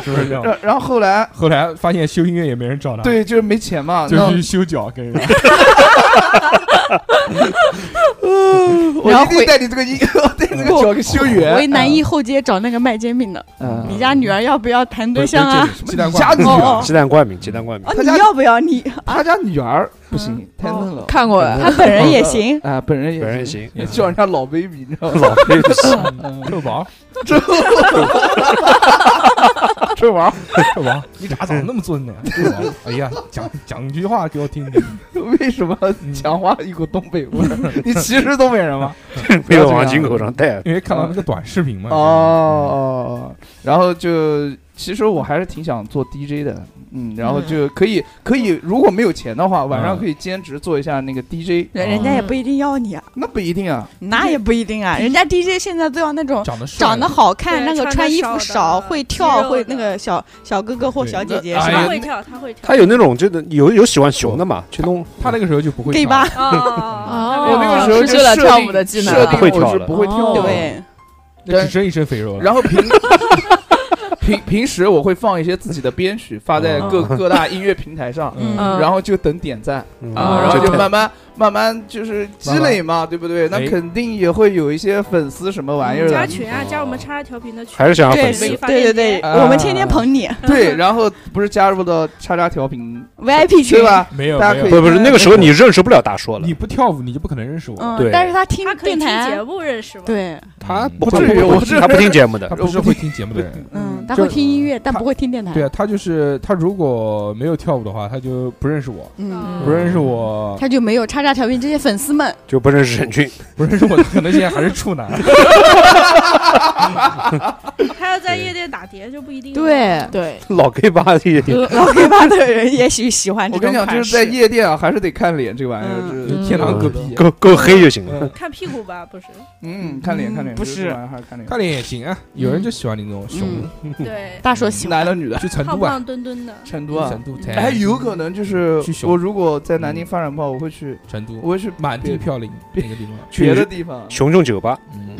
Speaker 2: 是不是
Speaker 5: 嗯
Speaker 2: 这样？
Speaker 6: 然然后后来，
Speaker 2: 后来发现修音乐也没人找他，，
Speaker 6: 对，就是没钱嘛。
Speaker 2: 啊就
Speaker 6: 那
Speaker 2: 去修脚跟 人家。
Speaker 6: 我
Speaker 1: 然后
Speaker 6: 一定
Speaker 1: 回
Speaker 6: 带你这个音， 带你这个找个修
Speaker 7: 为
Speaker 6: 员。
Speaker 7: 南艺后街找那个卖煎饼的，
Speaker 6: 嗯
Speaker 7: 你家女儿要不要谈对象啊？
Speaker 2: 不是，这鸡蛋
Speaker 6: 你家
Speaker 2: 灌
Speaker 6: 女
Speaker 2: 饼
Speaker 7: 哦
Speaker 6: 儿，
Speaker 5: 鸡蛋灌饼，鸡蛋灌饼
Speaker 7: 啊，
Speaker 6: 他
Speaker 7: 你
Speaker 6: 家
Speaker 7: 要不要你？啊
Speaker 6: 他家女儿不
Speaker 7: 嗯
Speaker 6: 行，太嫩
Speaker 7: 哦
Speaker 6: 了。，
Speaker 1: 哦看过，
Speaker 7: 他本人也行
Speaker 6: 啊，本人也
Speaker 5: 本人也行，
Speaker 6: 也叫人家老 baby，你知 道吗？
Speaker 5: 老配 戏，
Speaker 6: 嗯
Speaker 2: 臭宝，
Speaker 6: 这玩意
Speaker 2: 臭宝，你咋长那么尊呢？臭宝，哎呀，讲讲句话给我听听。
Speaker 6: 儿为什么讲话一股东北味儿？你歧视东北人吗？
Speaker 5: 没有往井口上带。
Speaker 2: 因为看到那个短视频嘛。
Speaker 6: 哦哦，哦然后就其实我还是挺想做 DJ 的，嗯，然后就可以可以，如果没有钱的话，晚上
Speaker 2: 嗯
Speaker 6: 可以兼职做一下那个 DJ，
Speaker 7: 人人家也不一定要你啊，
Speaker 6: 那不一定啊，
Speaker 7: 那也不一定
Speaker 6: 嗯
Speaker 7: 啊，人家 DJ 现在都要那种
Speaker 2: 长得帅，
Speaker 7: 长得好看，
Speaker 4: 对
Speaker 7: 那个
Speaker 4: 穿
Speaker 7: 穿
Speaker 4: 得
Speaker 7: 衣
Speaker 4: 少
Speaker 7: 服
Speaker 4: 的嗯
Speaker 7: 少，会
Speaker 4: 肌
Speaker 7: 跳，
Speaker 4: 肉
Speaker 7: 会
Speaker 4: 的
Speaker 7: 那个小小哥哥或
Speaker 2: 对
Speaker 7: 小姐姐
Speaker 2: 那
Speaker 7: 是
Speaker 2: 哎呀
Speaker 4: 他
Speaker 7: 吧？
Speaker 4: 会跳，他 会跳。
Speaker 5: 他有那种就有有喜欢熊的嘛，去弄
Speaker 2: 他那个时候就不会
Speaker 7: gay
Speaker 2: 跳
Speaker 7: 吧，
Speaker 4: 啊啊
Speaker 1: 哦
Speaker 6: 我那个时候
Speaker 1: 失
Speaker 6: 就
Speaker 1: 去了
Speaker 6: 设
Speaker 1: 跳
Speaker 6: 定
Speaker 1: 舞的技能
Speaker 6: 设
Speaker 5: 不
Speaker 6: 定
Speaker 5: 会
Speaker 6: 我
Speaker 5: 跳
Speaker 6: 是
Speaker 5: 了
Speaker 6: 不会跳的。
Speaker 7: 啊哦对，
Speaker 2: 那只剩一身肥肉了。
Speaker 6: 然后平平平时我会放一些自己的编曲发在各各大音乐平台上，
Speaker 2: 嗯，
Speaker 1: 嗯，
Speaker 6: 然后就等点赞
Speaker 5: 嗯
Speaker 1: 啊
Speaker 6: 然后哦就
Speaker 5: 太
Speaker 6: 慢慢慢慢就是积累嘛，对不对？那
Speaker 2: 哎
Speaker 6: 肯定也会有一些粉丝什么玩意儿
Speaker 4: 加
Speaker 6: 的，
Speaker 4: 群啊，加我们叉叉调频的群。
Speaker 5: 还是想要
Speaker 7: 对
Speaker 5: 粉
Speaker 4: 那
Speaker 5: 丝
Speaker 4: 个
Speaker 7: 对，对对，
Speaker 6: 啊
Speaker 7: 我们天天捧你
Speaker 6: 对，然后不是加入到叉叉调频
Speaker 7: VIP 群
Speaker 6: 对，吧？
Speaker 2: 没有
Speaker 6: 大家
Speaker 2: 没
Speaker 6: 可以
Speaker 2: 有，
Speaker 5: 不不是那个时候你认识不了大硕了
Speaker 2: 你，不跳舞你就不可能认识我。
Speaker 7: 嗯
Speaker 5: 对，
Speaker 7: 但是他听
Speaker 4: 他可以
Speaker 7: 电
Speaker 4: 听节
Speaker 7: 台，
Speaker 4: 目认识吗？
Speaker 7: 对，
Speaker 5: 他
Speaker 2: 嗯
Speaker 5: 不
Speaker 6: 不
Speaker 5: 他
Speaker 6: 至于我
Speaker 5: 不
Speaker 6: 是
Speaker 5: 他不听节目
Speaker 2: 他
Speaker 5: 的，
Speaker 2: 不是会听节目的人。
Speaker 7: 嗯，他
Speaker 2: 就
Speaker 7: 会听音乐，但不会听电台
Speaker 2: 对，啊，他就是他如果没有跳舞的话，他就不认识我，
Speaker 7: 嗯，
Speaker 2: 不认识我，
Speaker 7: 他就没有叉叉调频这些粉丝们，
Speaker 5: 就不认识沈俊，
Speaker 2: 不认识我，可能现在还是处男。
Speaker 4: 他要在夜店打碟就不一定。
Speaker 7: 对，
Speaker 8: 对，
Speaker 5: 老 gay 吧也
Speaker 7: 呃老黑吧的人也许喜欢这
Speaker 6: 我跟
Speaker 7: 种
Speaker 6: 你讲，就是在夜店啊，还是得看脸这玩意儿，
Speaker 8: 嗯
Speaker 6: 这
Speaker 2: 就天堂隔壁，啊
Speaker 5: 够够黑就行了。
Speaker 6: 嗯
Speaker 4: 看屁股吧，不是？
Speaker 6: 嗯，看脸看脸，
Speaker 8: 不
Speaker 6: 这
Speaker 8: 是
Speaker 6: 玩意儿还是看脸，
Speaker 2: 看脸也行啊，有人就喜欢你这种熊的，
Speaker 4: 对，
Speaker 7: 大硕喜欢
Speaker 6: 男的女的，
Speaker 2: 去成
Speaker 4: 胖
Speaker 2: 都啊，
Speaker 4: 胖墩墩的，
Speaker 6: 成都啊，
Speaker 2: 成都
Speaker 6: 哎，
Speaker 2: 才
Speaker 6: 有可能就是
Speaker 2: 去熊嗯
Speaker 6: 我如果在南京发展不好，我会去，
Speaker 2: 成都
Speaker 6: 我会去
Speaker 2: 满地
Speaker 6: 别
Speaker 2: 飘零那个地方，
Speaker 5: 去
Speaker 6: 别的地方，
Speaker 5: 熊熊酒吧，
Speaker 2: 嗯，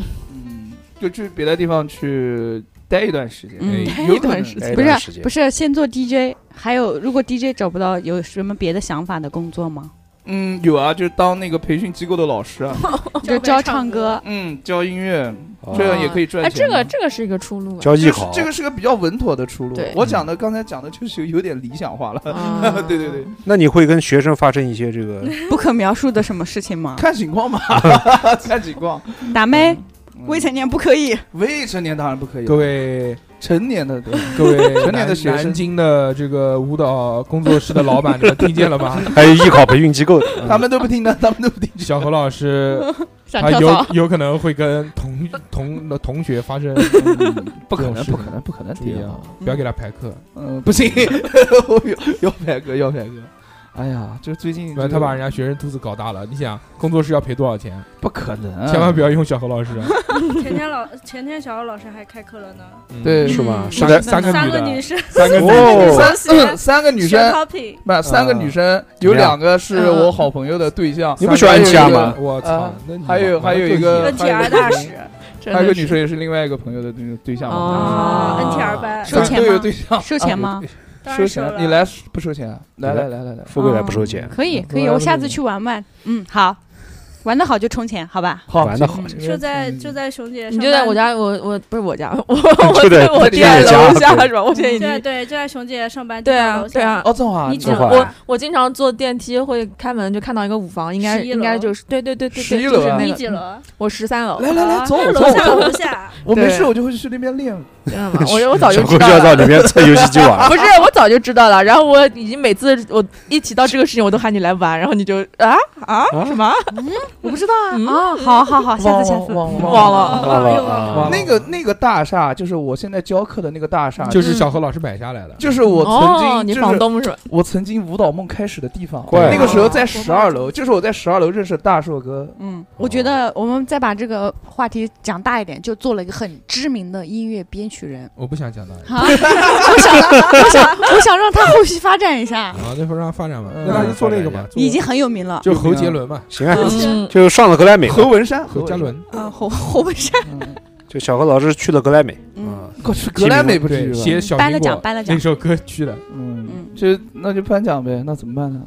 Speaker 6: 嗯，就去别的地方去待一段时间，
Speaker 7: 嗯
Speaker 2: 哎，
Speaker 6: 有
Speaker 8: 一
Speaker 6: 可
Speaker 8: 段
Speaker 6: 能
Speaker 8: 时
Speaker 5: 哎
Speaker 8: 间
Speaker 7: 不
Speaker 5: 一段时
Speaker 7: 是
Speaker 5: 间
Speaker 7: 不是，先做 DJ，还有如果 DJ 找不到，有什么别的想法的工作吗？
Speaker 6: 嗯，有啊，就是当那个培训机构的老师啊，
Speaker 8: 哦
Speaker 7: 就教唱歌，
Speaker 6: 嗯，教音乐，
Speaker 2: 哦
Speaker 5: 啊
Speaker 6: 这样也可以赚
Speaker 8: 哎，
Speaker 6: 钱
Speaker 8: 这
Speaker 6: 的。
Speaker 8: 个这个是一个出路啊。
Speaker 5: 交
Speaker 6: 这
Speaker 5: 艺
Speaker 6: 是
Speaker 5: 考，
Speaker 6: 这个是个比较稳妥的出路
Speaker 8: 对。
Speaker 6: 我讲的刚才讲的就是有点理想 化了，
Speaker 8: 啊
Speaker 7: 嗯
Speaker 6: 对对对，
Speaker 5: 那你会跟学生发生一些这个
Speaker 7: 不可描述的什么事情吗？
Speaker 6: 看 情况吧，看情况。
Speaker 7: 打妹，
Speaker 6: 嗯
Speaker 7: 未成年不可以。
Speaker 6: 未成年当然不可以，
Speaker 2: 各位
Speaker 6: 成年的对，
Speaker 2: 各位
Speaker 6: 成年的
Speaker 2: 南
Speaker 6: 学生
Speaker 2: 南京的这个舞蹈工作室的老板，你们听见了吗？
Speaker 5: 还有艺考培训机构的，
Speaker 6: 他们都不听的，他们都不听。
Speaker 2: 小何老师
Speaker 8: 想
Speaker 2: 他
Speaker 8: 跳
Speaker 2: 有
Speaker 8: 槽，
Speaker 2: 啊有可能会跟 同同同学发生
Speaker 7: 嗯
Speaker 6: 不
Speaker 2: 嗯这
Speaker 6: 可
Speaker 2: 种
Speaker 6: 能，
Speaker 2: 事
Speaker 6: 不可能，不可能
Speaker 2: 注意啊，
Speaker 6: 嗯
Speaker 2: 不要给他排课，
Speaker 6: 嗯，不行， 我要要拍哥，要拍哥。哎呀，就最近
Speaker 2: 不然他把人家学生肚子搞大了。你想，工作室要赔多少钱？
Speaker 6: 不可
Speaker 7: 嗯
Speaker 6: 能，啊
Speaker 2: 千万不要用小何老师啊，
Speaker 4: 前天老前天小姚老师还开课了呢，
Speaker 2: 嗯
Speaker 6: 对
Speaker 5: 是吗？
Speaker 2: 三
Speaker 5: 是的
Speaker 2: 三
Speaker 4: 三
Speaker 2: 个
Speaker 4: 个
Speaker 2: 女
Speaker 4: 女
Speaker 2: 的，
Speaker 4: 生
Speaker 2: 三个女
Speaker 5: 哦，
Speaker 6: 三嗯三个女
Speaker 4: 学
Speaker 6: 生，
Speaker 4: popping，
Speaker 5: 啊
Speaker 6: 不，三个女生有两个是我好朋友的对象，
Speaker 5: 你不喜欢加吗？
Speaker 2: 我操
Speaker 6: 啊，
Speaker 2: 那你
Speaker 6: 还有
Speaker 2: 玩得
Speaker 6: 还有一
Speaker 4: 一
Speaker 6: 个
Speaker 4: 个
Speaker 2: 更
Speaker 4: GR 大使
Speaker 8: 真
Speaker 6: 还有
Speaker 8: 的
Speaker 6: 一个女
Speaker 8: 是
Speaker 6: 生也是另外一个朋友的对对象嘛，
Speaker 8: 啊
Speaker 4: ，NTR 班
Speaker 7: 收钱
Speaker 6: 都有
Speaker 7: 吗？
Speaker 6: 对象，啊
Speaker 7: 收钱吗？
Speaker 4: 当
Speaker 6: 收
Speaker 4: 然
Speaker 6: 钱
Speaker 4: 收
Speaker 6: 了，
Speaker 4: 了。
Speaker 6: 你来不收钱啊？来来来来来，
Speaker 5: 富贵来不收 钱，
Speaker 7: 可以
Speaker 6: 嗯
Speaker 7: 可以，
Speaker 6: 我
Speaker 7: 我下次去玩玩。嗯，好，玩的好就充钱，好吧？嗯
Speaker 6: 好
Speaker 5: 玩得好
Speaker 4: 就在就在熊姐，
Speaker 8: 你就在我，家，我我不是我家，我
Speaker 5: 就在
Speaker 8: 我在我
Speaker 5: 就
Speaker 8: 家
Speaker 5: 在家
Speaker 8: 楼下
Speaker 5: 对
Speaker 8: 是吧？我现在已
Speaker 4: 就
Speaker 7: 嗯
Speaker 4: 在
Speaker 8: 经
Speaker 4: 对就在熊姐上班
Speaker 8: 对
Speaker 4: 地方
Speaker 8: 啊
Speaker 4: 楼下
Speaker 8: 对啊，
Speaker 6: 哦，正好啊
Speaker 4: 你，
Speaker 5: 这
Speaker 4: 只
Speaker 5: 会
Speaker 4: 能
Speaker 5: 儿
Speaker 8: 我我经常坐电梯会开门就看到一个舞房，应该
Speaker 4: 11
Speaker 8: 应该
Speaker 4: 楼
Speaker 8: 就是对对对对，
Speaker 6: 11
Speaker 8: 对
Speaker 6: 楼
Speaker 8: 就是
Speaker 6: 啊
Speaker 8: 那
Speaker 4: 你
Speaker 8: 个
Speaker 4: 几楼？
Speaker 8: 我十三楼，
Speaker 6: 来来来，走
Speaker 4: 在
Speaker 6: 走
Speaker 4: 楼下
Speaker 6: 走，
Speaker 4: 楼下，
Speaker 6: 我没事，
Speaker 8: 对
Speaker 6: 我就会去那边练。
Speaker 8: 真的吗？我就我早就
Speaker 5: 小
Speaker 8: 知
Speaker 5: 郭
Speaker 8: 道
Speaker 5: 就要
Speaker 8: 了
Speaker 5: 到。里面测游戏机玩了。
Speaker 8: 不是，我早就知道了。然后我已经每次我一提到这个事情，我都喊你来玩，然后你就啊啊
Speaker 5: 啊
Speaker 8: 什么？
Speaker 7: 我不知道啊
Speaker 8: 嗯
Speaker 7: 啊，好好好，下次嗯下次。
Speaker 6: 忘
Speaker 8: 忘了
Speaker 4: 哦
Speaker 5: 忘了
Speaker 4: 又忘了
Speaker 5: 啊，
Speaker 6: 那个那个大厦，就是我现在教课的那个大厦，
Speaker 2: 就是小何老师买下来的，
Speaker 6: 就是我曾经、
Speaker 8: 哦、你
Speaker 6: 就是
Speaker 8: 房东是吧？
Speaker 6: 我曾经舞蹈梦开始的地方。
Speaker 5: 怪
Speaker 6: 那个时候在
Speaker 8: 哦
Speaker 6: 十二楼，就是我在十二楼认识的大硕哥。
Speaker 7: 嗯，我觉得我们再把这个话题讲大一点，就做了一个很知名的音乐编曲 人。
Speaker 2: 我不想讲到。
Speaker 7: 啊！我想，我想，我想让他后续发展一下，
Speaker 2: 啊，那会儿让他发展吧，
Speaker 6: 嗯
Speaker 2: 那他就做那个嘛，做
Speaker 7: 已经很有名了。
Speaker 2: 就侯杰伦嘛，
Speaker 5: 行啊，
Speaker 8: 嗯，
Speaker 5: 就上了格莱美嘛，
Speaker 6: 何文山，
Speaker 2: 侯嘉伦，
Speaker 7: 啊，侯侯文山，
Speaker 6: 嗯，
Speaker 5: 就小何老师去了格莱美，
Speaker 7: 嗯，
Speaker 5: 嗯，
Speaker 6: 我去格莱美不至于
Speaker 2: 对，
Speaker 6: 吧？
Speaker 2: 写小
Speaker 7: 颁
Speaker 2: 苹
Speaker 7: 了奖
Speaker 2: 果
Speaker 7: 颁了奖
Speaker 2: 那首歌去的，
Speaker 6: 嗯
Speaker 7: 嗯，
Speaker 6: 就那就颁奖呗，那怎么办呢？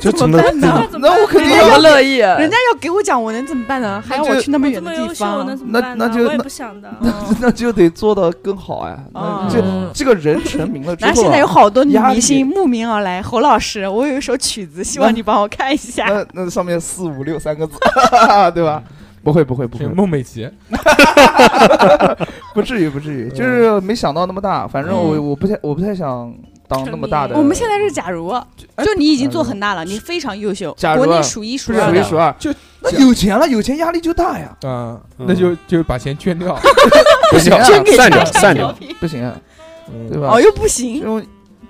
Speaker 5: 就怎么
Speaker 7: 呢？
Speaker 6: 那我肯定
Speaker 8: 我
Speaker 6: 要。
Speaker 8: 乐意。
Speaker 7: 人家要给我讲，我能怎么办呢？还要
Speaker 6: 那
Speaker 7: 我
Speaker 6: 就
Speaker 7: 去那么
Speaker 4: 我
Speaker 7: 远
Speaker 4: 这
Speaker 7: 的
Speaker 4: 么
Speaker 7: 地
Speaker 4: 优秀，我能
Speaker 7: 方？
Speaker 4: 怎么办呢
Speaker 6: 那那就
Speaker 4: 我也不想的。
Speaker 6: 那就得做到更好呀、那
Speaker 7: 嗯
Speaker 6: 这、
Speaker 8: 嗯
Speaker 6: 这个人成名了之
Speaker 7: 然
Speaker 6: 后、啊，
Speaker 7: 后现在有好多女
Speaker 6: 压
Speaker 7: 明
Speaker 6: 力
Speaker 7: 星慕名而来，侯老师，我有一首曲子，希望你帮我看一下。
Speaker 6: 那那上面四五六三个字， 对吧？不会不会不
Speaker 2: 是
Speaker 6: 会，
Speaker 2: 孟美岐，
Speaker 6: 不至于，不至于，
Speaker 2: 嗯
Speaker 6: 就是没想到那么大。反正我我不太我不太想当那么大的。
Speaker 7: 我们现在是假如，
Speaker 6: 哎
Speaker 7: 就你已经做很大了，
Speaker 6: 假如
Speaker 7: 你非常优秀，
Speaker 6: 假如
Speaker 7: 国
Speaker 6: 呃啊
Speaker 7: 内数一数
Speaker 6: 不是
Speaker 7: 二
Speaker 6: 数一
Speaker 7: 的。
Speaker 6: 数
Speaker 5: 啊
Speaker 6: 二，
Speaker 2: 就
Speaker 6: 那有钱了，有钱压力就大呀。
Speaker 2: 啊，
Speaker 5: 嗯
Speaker 2: 那就就把钱捐掉，
Speaker 5: 不行啊，
Speaker 6: 捐
Speaker 7: 给
Speaker 5: 散
Speaker 7: 他
Speaker 5: 掉，
Speaker 7: 上
Speaker 5: 散
Speaker 7: 条
Speaker 5: 掉，
Speaker 7: 评
Speaker 6: 不行啊，对
Speaker 2: 嗯
Speaker 6: 吧？
Speaker 7: 哦，又不
Speaker 6: 这
Speaker 7: 行。
Speaker 6: 种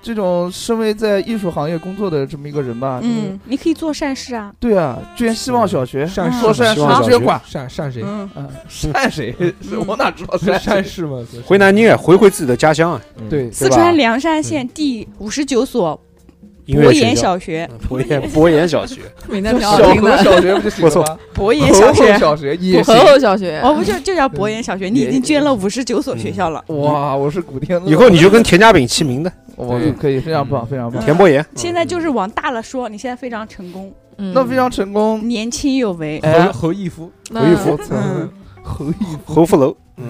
Speaker 6: 这种身为在艺术行业工作的这么一个人吧，就是，
Speaker 7: 嗯，你可以做善事啊。
Speaker 6: 对啊，捐希望小学，
Speaker 2: 善
Speaker 7: 嗯
Speaker 2: 事
Speaker 6: 说善
Speaker 5: 希
Speaker 6: 事
Speaker 5: 望小学
Speaker 6: 捐款，
Speaker 2: 善善谁？
Speaker 7: 嗯，
Speaker 6: 嗯，善谁？是我哪知道
Speaker 2: 是 善
Speaker 6: 善谁？
Speaker 2: 事吗？
Speaker 5: 回南京啊，回回自己的家乡啊，
Speaker 2: 嗯，
Speaker 6: 对，
Speaker 7: 四
Speaker 6: 对吧
Speaker 7: 川凉山县第五十九所
Speaker 5: 嗯音
Speaker 7: 博
Speaker 5: 乐学
Speaker 7: 研
Speaker 5: 校，
Speaker 7: 小学，
Speaker 5: 嗯博研博研小学，
Speaker 8: 名字
Speaker 6: 就
Speaker 8: 挺好
Speaker 6: 小
Speaker 8: 听
Speaker 6: 河
Speaker 8: 的，
Speaker 6: 小学不就行了吗？
Speaker 7: 博研
Speaker 6: 河
Speaker 7: 小
Speaker 6: 口
Speaker 7: 学，
Speaker 6: 小学也行
Speaker 8: 和。后小学。
Speaker 7: 哦，不就就叫博研小学？你已经捐了五十九所学校了。
Speaker 6: 哇，我是古天 乐，
Speaker 5: 以后你就跟田家炳齐名的
Speaker 6: 我
Speaker 2: 对
Speaker 6: 可以非常棒，非常棒。
Speaker 5: 田博研，
Speaker 7: 现在就是往大了说，你现在非常成功，
Speaker 8: 嗯
Speaker 6: 那非常成功，
Speaker 7: 年轻有为。
Speaker 6: 哎
Speaker 2: 侯侯逸夫，
Speaker 8: 那
Speaker 5: 回一幅
Speaker 6: 我操
Speaker 7: 嗯
Speaker 6: 侯毅，
Speaker 5: 侯福楼，嗯，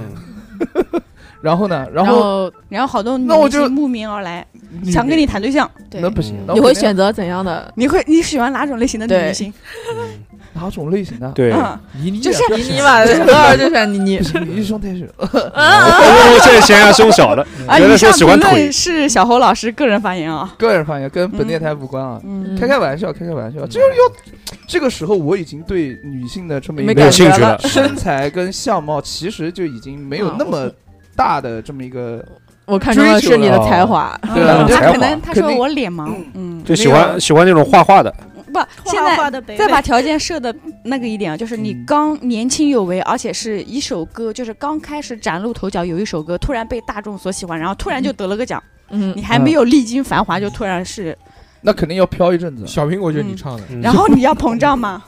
Speaker 6: 然后呢，然
Speaker 7: 然
Speaker 6: 后
Speaker 7: 后然后好多女
Speaker 6: 那我
Speaker 7: 明
Speaker 6: 就
Speaker 7: 星慕名而来，
Speaker 6: 女
Speaker 7: 想跟你谈对象，
Speaker 8: 对
Speaker 6: 那不行
Speaker 2: 嗯，
Speaker 6: 那
Speaker 8: 你
Speaker 6: 我
Speaker 8: 会
Speaker 6: 肯定
Speaker 8: 选择怎样的？
Speaker 7: 你会你喜欢哪种类型的女
Speaker 8: 对
Speaker 7: 明星？
Speaker 2: 嗯
Speaker 6: 哪种类型的？
Speaker 5: 对，
Speaker 7: 嗯，
Speaker 2: 倪妮
Speaker 7: 就
Speaker 2: 也
Speaker 7: 是
Speaker 2: 啊不要
Speaker 8: 你
Speaker 2: 选
Speaker 8: 尼玛的，
Speaker 2: 择
Speaker 8: 多少就 选你啊
Speaker 6: 不
Speaker 8: 你。
Speaker 6: 行，你一胸太小，
Speaker 5: 我现在嫌他胸小 了，
Speaker 7: 啊，
Speaker 5: 原
Speaker 7: 以
Speaker 5: 来说
Speaker 7: 上
Speaker 5: 喜欢
Speaker 7: 评论
Speaker 5: 腿
Speaker 7: 是小侯老师个人发言啊。
Speaker 6: 个人发言跟本电台无关啊，
Speaker 7: 嗯，
Speaker 8: 嗯
Speaker 6: 开开玩笑，开开玩笑，就是要这个时候我已经对女性的这么一
Speaker 5: 没
Speaker 8: 没
Speaker 6: 个
Speaker 5: 有
Speaker 8: 感觉
Speaker 5: 兴趣
Speaker 8: 了
Speaker 5: 了。
Speaker 6: 身材跟相貌，其实就已经没
Speaker 7: 嗯
Speaker 6: 有那么大的这么一个
Speaker 8: 我看中的是你的才华，
Speaker 6: 对
Speaker 5: 才
Speaker 6: 啊
Speaker 7: 嗯他
Speaker 5: 华
Speaker 7: 可能他
Speaker 6: 肯
Speaker 7: 说
Speaker 6: 定
Speaker 7: 我脸盲，嗯，
Speaker 5: 就喜
Speaker 6: 那个
Speaker 5: 欢喜欢那种画画的，
Speaker 7: 不，现在
Speaker 4: 的北
Speaker 7: 再把条件设的那个一点啊，就是你
Speaker 6: 嗯
Speaker 7: 刚年轻有为，而且是一首歌，就是刚开始崭露头角，有一首歌突然被大众所喜欢，然后突然就得了个奖，
Speaker 8: 嗯
Speaker 7: 你，还没有历经繁华就突然是，
Speaker 6: 那肯定要飘一阵子。
Speaker 2: 小苹果就是你唱的，
Speaker 5: 嗯
Speaker 7: 然后你要膨胀吗？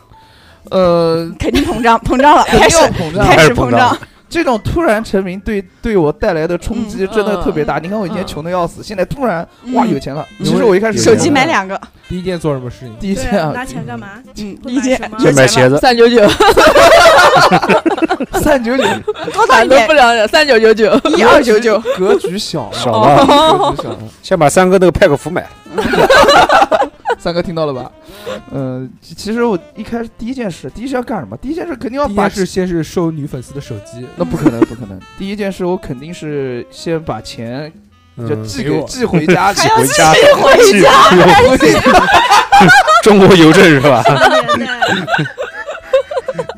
Speaker 6: 呃，
Speaker 7: 肯定膨胀，膨胀了，
Speaker 6: 肯
Speaker 7: 开
Speaker 6: 定
Speaker 7: 始
Speaker 6: 要膨胀
Speaker 7: 开。
Speaker 5: 开
Speaker 7: 始
Speaker 5: 始
Speaker 7: 膨
Speaker 5: 膨
Speaker 7: 胀
Speaker 5: 胀，
Speaker 6: 这种突然成名对对我带来的冲击真的特别大。你看我以前穷的要死，现在突然哇有钱了。
Speaker 7: 嗯嗯
Speaker 6: 其实我一开始
Speaker 5: 有
Speaker 7: 手机
Speaker 5: 钱
Speaker 7: 买，两个，
Speaker 2: 第一件做什么事情？
Speaker 6: 第一
Speaker 4: 对
Speaker 6: 件
Speaker 4: 啊，拿
Speaker 6: 啊
Speaker 4: 钱干嘛？
Speaker 7: 嗯，
Speaker 4: 不
Speaker 7: 理
Speaker 4: 买
Speaker 7: 解
Speaker 4: 什么。
Speaker 5: 先买鞋子，
Speaker 8: 三九九，
Speaker 7: 啊
Speaker 6: 三九九
Speaker 7: 高档
Speaker 8: 懒
Speaker 7: 一
Speaker 8: 得
Speaker 7: 点
Speaker 8: 不，了了，三九九九，
Speaker 7: 一二九九，
Speaker 6: 格局小啊哦了，
Speaker 5: 小了
Speaker 6: 格局小了。
Speaker 5: 先把三哥那个派克服买了。
Speaker 6: 三哥听到了吧？嗯，其其实我一开始第一件事，第一件要干什么？第一件事肯定要
Speaker 2: 第一
Speaker 6: 把
Speaker 2: 件事先是收女粉丝的手机，
Speaker 6: 那不可能，不可能。第一件事，我肯定是先把钱就
Speaker 5: 嗯
Speaker 6: 寄
Speaker 2: 给
Speaker 6: 给
Speaker 2: 我
Speaker 6: 寄回家里
Speaker 5: 寄。回家，
Speaker 8: 回
Speaker 5: 寄回家。中国邮政是吧？
Speaker 4: 年代，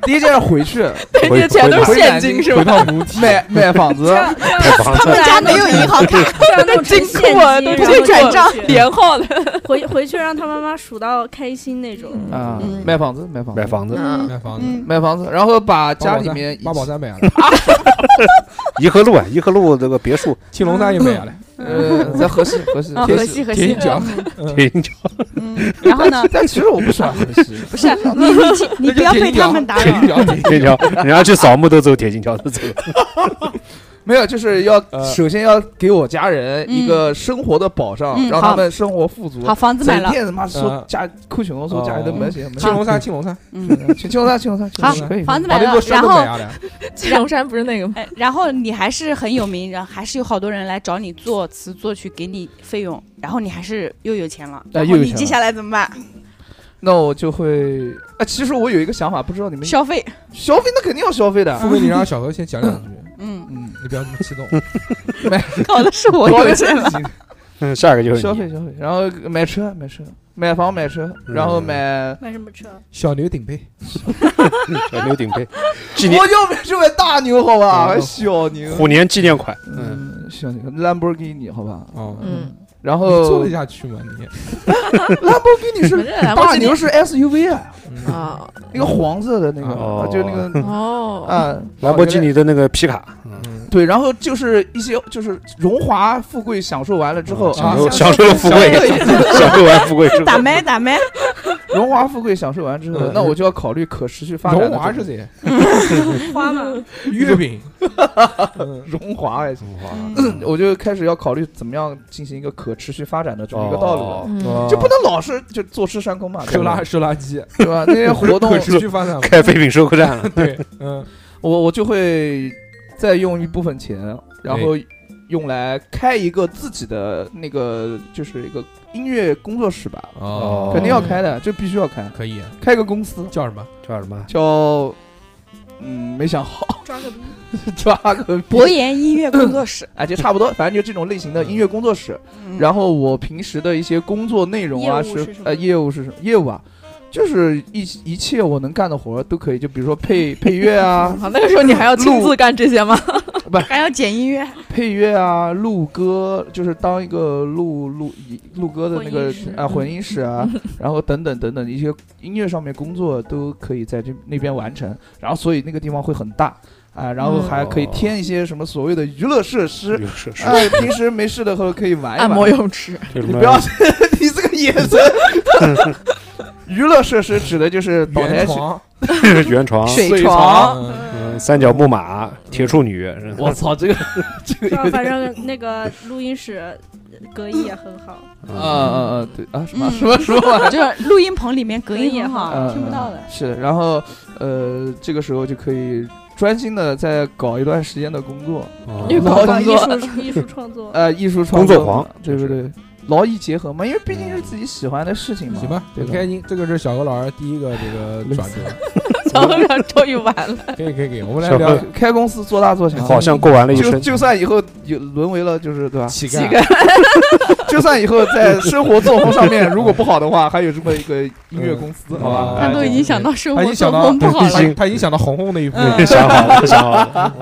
Speaker 6: 第一件事回去，
Speaker 5: 回
Speaker 8: 这全都是
Speaker 6: 回
Speaker 8: 现
Speaker 6: 南
Speaker 8: 京
Speaker 6: 京
Speaker 8: 是
Speaker 2: 回
Speaker 8: 吧？
Speaker 2: 到母体，
Speaker 6: 卖卖房 子，
Speaker 5: 太棒
Speaker 7: 他
Speaker 5: 了！
Speaker 7: 们家没有银行卡，
Speaker 8: 都金库啊，都
Speaker 4: 不
Speaker 7: 会转账
Speaker 8: 连号的，
Speaker 4: 回回去让他妈妈数到开心那种。
Speaker 6: 啊
Speaker 7: 嗯，
Speaker 6: 卖房子，卖房子，
Speaker 5: 买房子，
Speaker 7: 嗯
Speaker 2: 买房子，
Speaker 7: 嗯，
Speaker 6: 卖房子，然后把家里面
Speaker 2: 八宝山买了，
Speaker 5: 颐和路啊，颐和路这个别墅，
Speaker 2: 青龙山也买了，
Speaker 6: 呃，在河西，河西，
Speaker 7: 啊，
Speaker 6: 天
Speaker 7: 河
Speaker 6: 西
Speaker 7: 西河
Speaker 2: 铁
Speaker 7: 西
Speaker 2: 心，角，
Speaker 5: 铁心桥，
Speaker 7: 嗯，然后呢，
Speaker 6: 但其实我不喜欢河西，
Speaker 7: 不是你你你不要被他们打
Speaker 2: 铁
Speaker 7: 扰
Speaker 2: 心，角，铁心
Speaker 5: 铁心桥，人家去扫墓都走铁心桥的走。
Speaker 6: 没有，就是要
Speaker 2: 呃
Speaker 6: 首先要给我家人一
Speaker 7: 嗯
Speaker 6: 个生活的保障，
Speaker 7: 嗯
Speaker 6: 让
Speaker 7: 好
Speaker 6: 他们生活富足。
Speaker 7: 好，房子买
Speaker 6: 整
Speaker 7: 了，
Speaker 6: 天他妈说
Speaker 2: 嗯
Speaker 6: 家抠穷，说家里的
Speaker 2: 哦
Speaker 6: 门鞋， 门
Speaker 2: 青
Speaker 6: 鞋
Speaker 2: 龙山，青龙山，
Speaker 7: 嗯。
Speaker 6: 青青龙山，青龙山，青
Speaker 7: 好
Speaker 6: 龙山可以，
Speaker 7: 房子
Speaker 8: 啊
Speaker 2: 把
Speaker 7: 买
Speaker 2: 那座，
Speaker 7: 了
Speaker 2: 山
Speaker 7: 然
Speaker 2: 都
Speaker 7: 后
Speaker 2: 买下来，
Speaker 8: 金龙山不是那个吗？
Speaker 7: 哎， 然后你还是很有名，然后还是有好多人来找你作词作曲，给你费用，然后你还是又有钱了，
Speaker 6: 哎
Speaker 7: 然
Speaker 6: 又
Speaker 7: 后
Speaker 6: 有
Speaker 7: 你
Speaker 6: 钱
Speaker 7: 接
Speaker 6: 了
Speaker 7: 下来怎么办？
Speaker 6: 那我就会啊。其实我有一个想法，不知道你们
Speaker 7: 消费，
Speaker 6: 消费，那肯定要消费的。
Speaker 2: 富贵，你让小何先讲两句，
Speaker 7: 嗯，
Speaker 6: 嗯，
Speaker 2: 你不要这么激动。
Speaker 7: 搞的是 我
Speaker 6: 高
Speaker 7: 有
Speaker 6: 的
Speaker 7: 钱了，
Speaker 6: 行
Speaker 5: 嗯，下一个就是
Speaker 6: 消
Speaker 5: 你，
Speaker 6: 费消费，然后买车买车，买房买车，
Speaker 2: 嗯
Speaker 6: 然后买
Speaker 4: 买什么车？
Speaker 2: 小牛顶配，
Speaker 5: 小牛顶配，纪念
Speaker 6: 我要买是买大牛好吧，
Speaker 2: 嗯
Speaker 6: 还小牛，
Speaker 5: 虎年纪念款。嗯，
Speaker 6: 嗯，小牛兰博基尼好吧，
Speaker 2: 哦，
Speaker 8: 嗯，
Speaker 6: 然
Speaker 2: 你
Speaker 6: 后
Speaker 2: 做得下去吗？你
Speaker 6: 兰博 基尼是大牛是 SUV 啊，
Speaker 2: 嗯
Speaker 8: 啊，
Speaker 6: 那个黄色的那个，
Speaker 5: 哦
Speaker 6: 啊就那个
Speaker 8: 哦，
Speaker 6: 啊，
Speaker 5: 兰博基尼的那个皮卡，嗯
Speaker 2: 嗯
Speaker 6: 对，然后就是一些就是荣华富贵享受完了之后
Speaker 5: 哦享
Speaker 6: 啊，
Speaker 5: 受
Speaker 4: 享
Speaker 5: 享
Speaker 4: 受
Speaker 5: 受了富贵，享受完富贵之后，
Speaker 7: 打麦打麦，
Speaker 6: 荣华富贵享受完之后
Speaker 2: 嗯，
Speaker 6: 那我就要考虑可持续发展
Speaker 2: 荣
Speaker 6: 的这种。
Speaker 2: 华是谁？
Speaker 4: 花嘛，
Speaker 2: 月饼，嗯
Speaker 6: 荣华也行。
Speaker 5: 哇
Speaker 6: 我就开始要考虑怎么样进行一个可持续发展的这么一个道路了，
Speaker 5: 哦
Speaker 8: 嗯，
Speaker 6: 就不能老是就坐吃山空嘛，对
Speaker 2: 收
Speaker 6: 吧
Speaker 2: 垃？收垃圾，
Speaker 6: 对吧？那些哎活动
Speaker 2: 可，持续发展嘛。
Speaker 5: 开废品收购站了，
Speaker 2: 对，嗯，
Speaker 6: 我我就会再用一部分钱，然后用来开一个自己的那个就是一个音乐工作室吧，
Speaker 5: 哦
Speaker 6: 肯定要开的，这必须要开，
Speaker 2: 可以，
Speaker 6: 开个公司
Speaker 2: 叫什么？
Speaker 5: 叫什么？
Speaker 6: 叫。嗯，没想好，
Speaker 4: 抓个逼。
Speaker 6: 抓个
Speaker 7: 博
Speaker 6: 博，
Speaker 7: 研音乐工作室，
Speaker 6: 哎，就差不多，反正就这种类型的音乐工作室。
Speaker 7: 嗯
Speaker 6: 然后我平时的一些工作内容啊，
Speaker 4: 业务是什么
Speaker 6: 呃业务是什么业务啊？就是一一切我能干的活儿都可以，就比如说配配乐啊
Speaker 8: 好，那个时候你还要亲自干这些吗？
Speaker 7: 还要剪音乐，
Speaker 6: 配乐啊，录歌，就是当一个录录录歌的那
Speaker 4: 混
Speaker 6: 个
Speaker 4: 音师
Speaker 6: 啊混音师 啊，然后等等等等一些音乐上面工作都可以在这那边完成，然后所以那个地方会很大啊，然后
Speaker 8: 嗯
Speaker 6: 还可以添一些什么所谓的娱乐设施
Speaker 5: 有设施
Speaker 6: 啊，平时没事的时候可以玩一玩。
Speaker 8: 按摩泳池，
Speaker 5: 有什
Speaker 6: 你
Speaker 5: 么
Speaker 6: 不要， 你这个眼神。娱乐设施指的就是岛台
Speaker 2: 圆
Speaker 6: 区
Speaker 2: 床，
Speaker 5: 圆床、
Speaker 6: 水
Speaker 8: 床，
Speaker 2: 嗯
Speaker 5: 嗯三角木马、铁处女，
Speaker 6: 我操，这个这个有
Speaker 4: 反
Speaker 6: 点……
Speaker 4: 正那个录音室隔音也很好，
Speaker 5: 嗯
Speaker 6: 啊啊啊！对啊，什么
Speaker 7: 嗯
Speaker 6: 什么什么玩意 儿？
Speaker 7: 就是录音棚里面隔音也好
Speaker 6: 嗯，
Speaker 7: 啊听不到的。
Speaker 6: 是的，然后呃，这个时候就可以专心的在搞一段时间的工作，
Speaker 5: 哦
Speaker 8: 因为
Speaker 6: 劳
Speaker 8: 搞
Speaker 6: 动
Speaker 8: 工
Speaker 4: 艺
Speaker 8: 作
Speaker 4: 术艺术创作，
Speaker 6: 呃，艺术创
Speaker 5: 工作狂
Speaker 6: 对不
Speaker 5: 就
Speaker 6: 对？劳逸结合嘛，因为毕竟是自己喜欢的事情
Speaker 5: 嗯
Speaker 6: 嘛。
Speaker 2: 行吧，
Speaker 6: 对
Speaker 2: 很开心，嗯这个是小何老师第一个这个转折，
Speaker 8: 然后让终于完 了，
Speaker 2: 可以可以可以，我们来
Speaker 5: 小何
Speaker 2: 聊
Speaker 6: 吧？开公司做大做强，
Speaker 5: 好像过完了一
Speaker 6: 就
Speaker 5: 生，
Speaker 6: 就算以后有沦为了就是对吧？
Speaker 2: 乞
Speaker 8: 乞
Speaker 2: 丐。
Speaker 8: 丐
Speaker 6: 就算以后在生活作风上面如果不好的话，还有这么一个音乐公司，
Speaker 2: 嗯
Speaker 6: 好吧？
Speaker 2: 嗯
Speaker 7: 他
Speaker 6: 哎
Speaker 7: 都已经想到生
Speaker 2: 他已
Speaker 7: 活
Speaker 2: 经想
Speaker 7: 作
Speaker 2: 到，
Speaker 7: 风不
Speaker 2: 他
Speaker 7: 好
Speaker 2: 已
Speaker 7: 了，
Speaker 2: 经他已经想到红红那一步，嗯
Speaker 8: 嗯
Speaker 5: 想好了，想好了，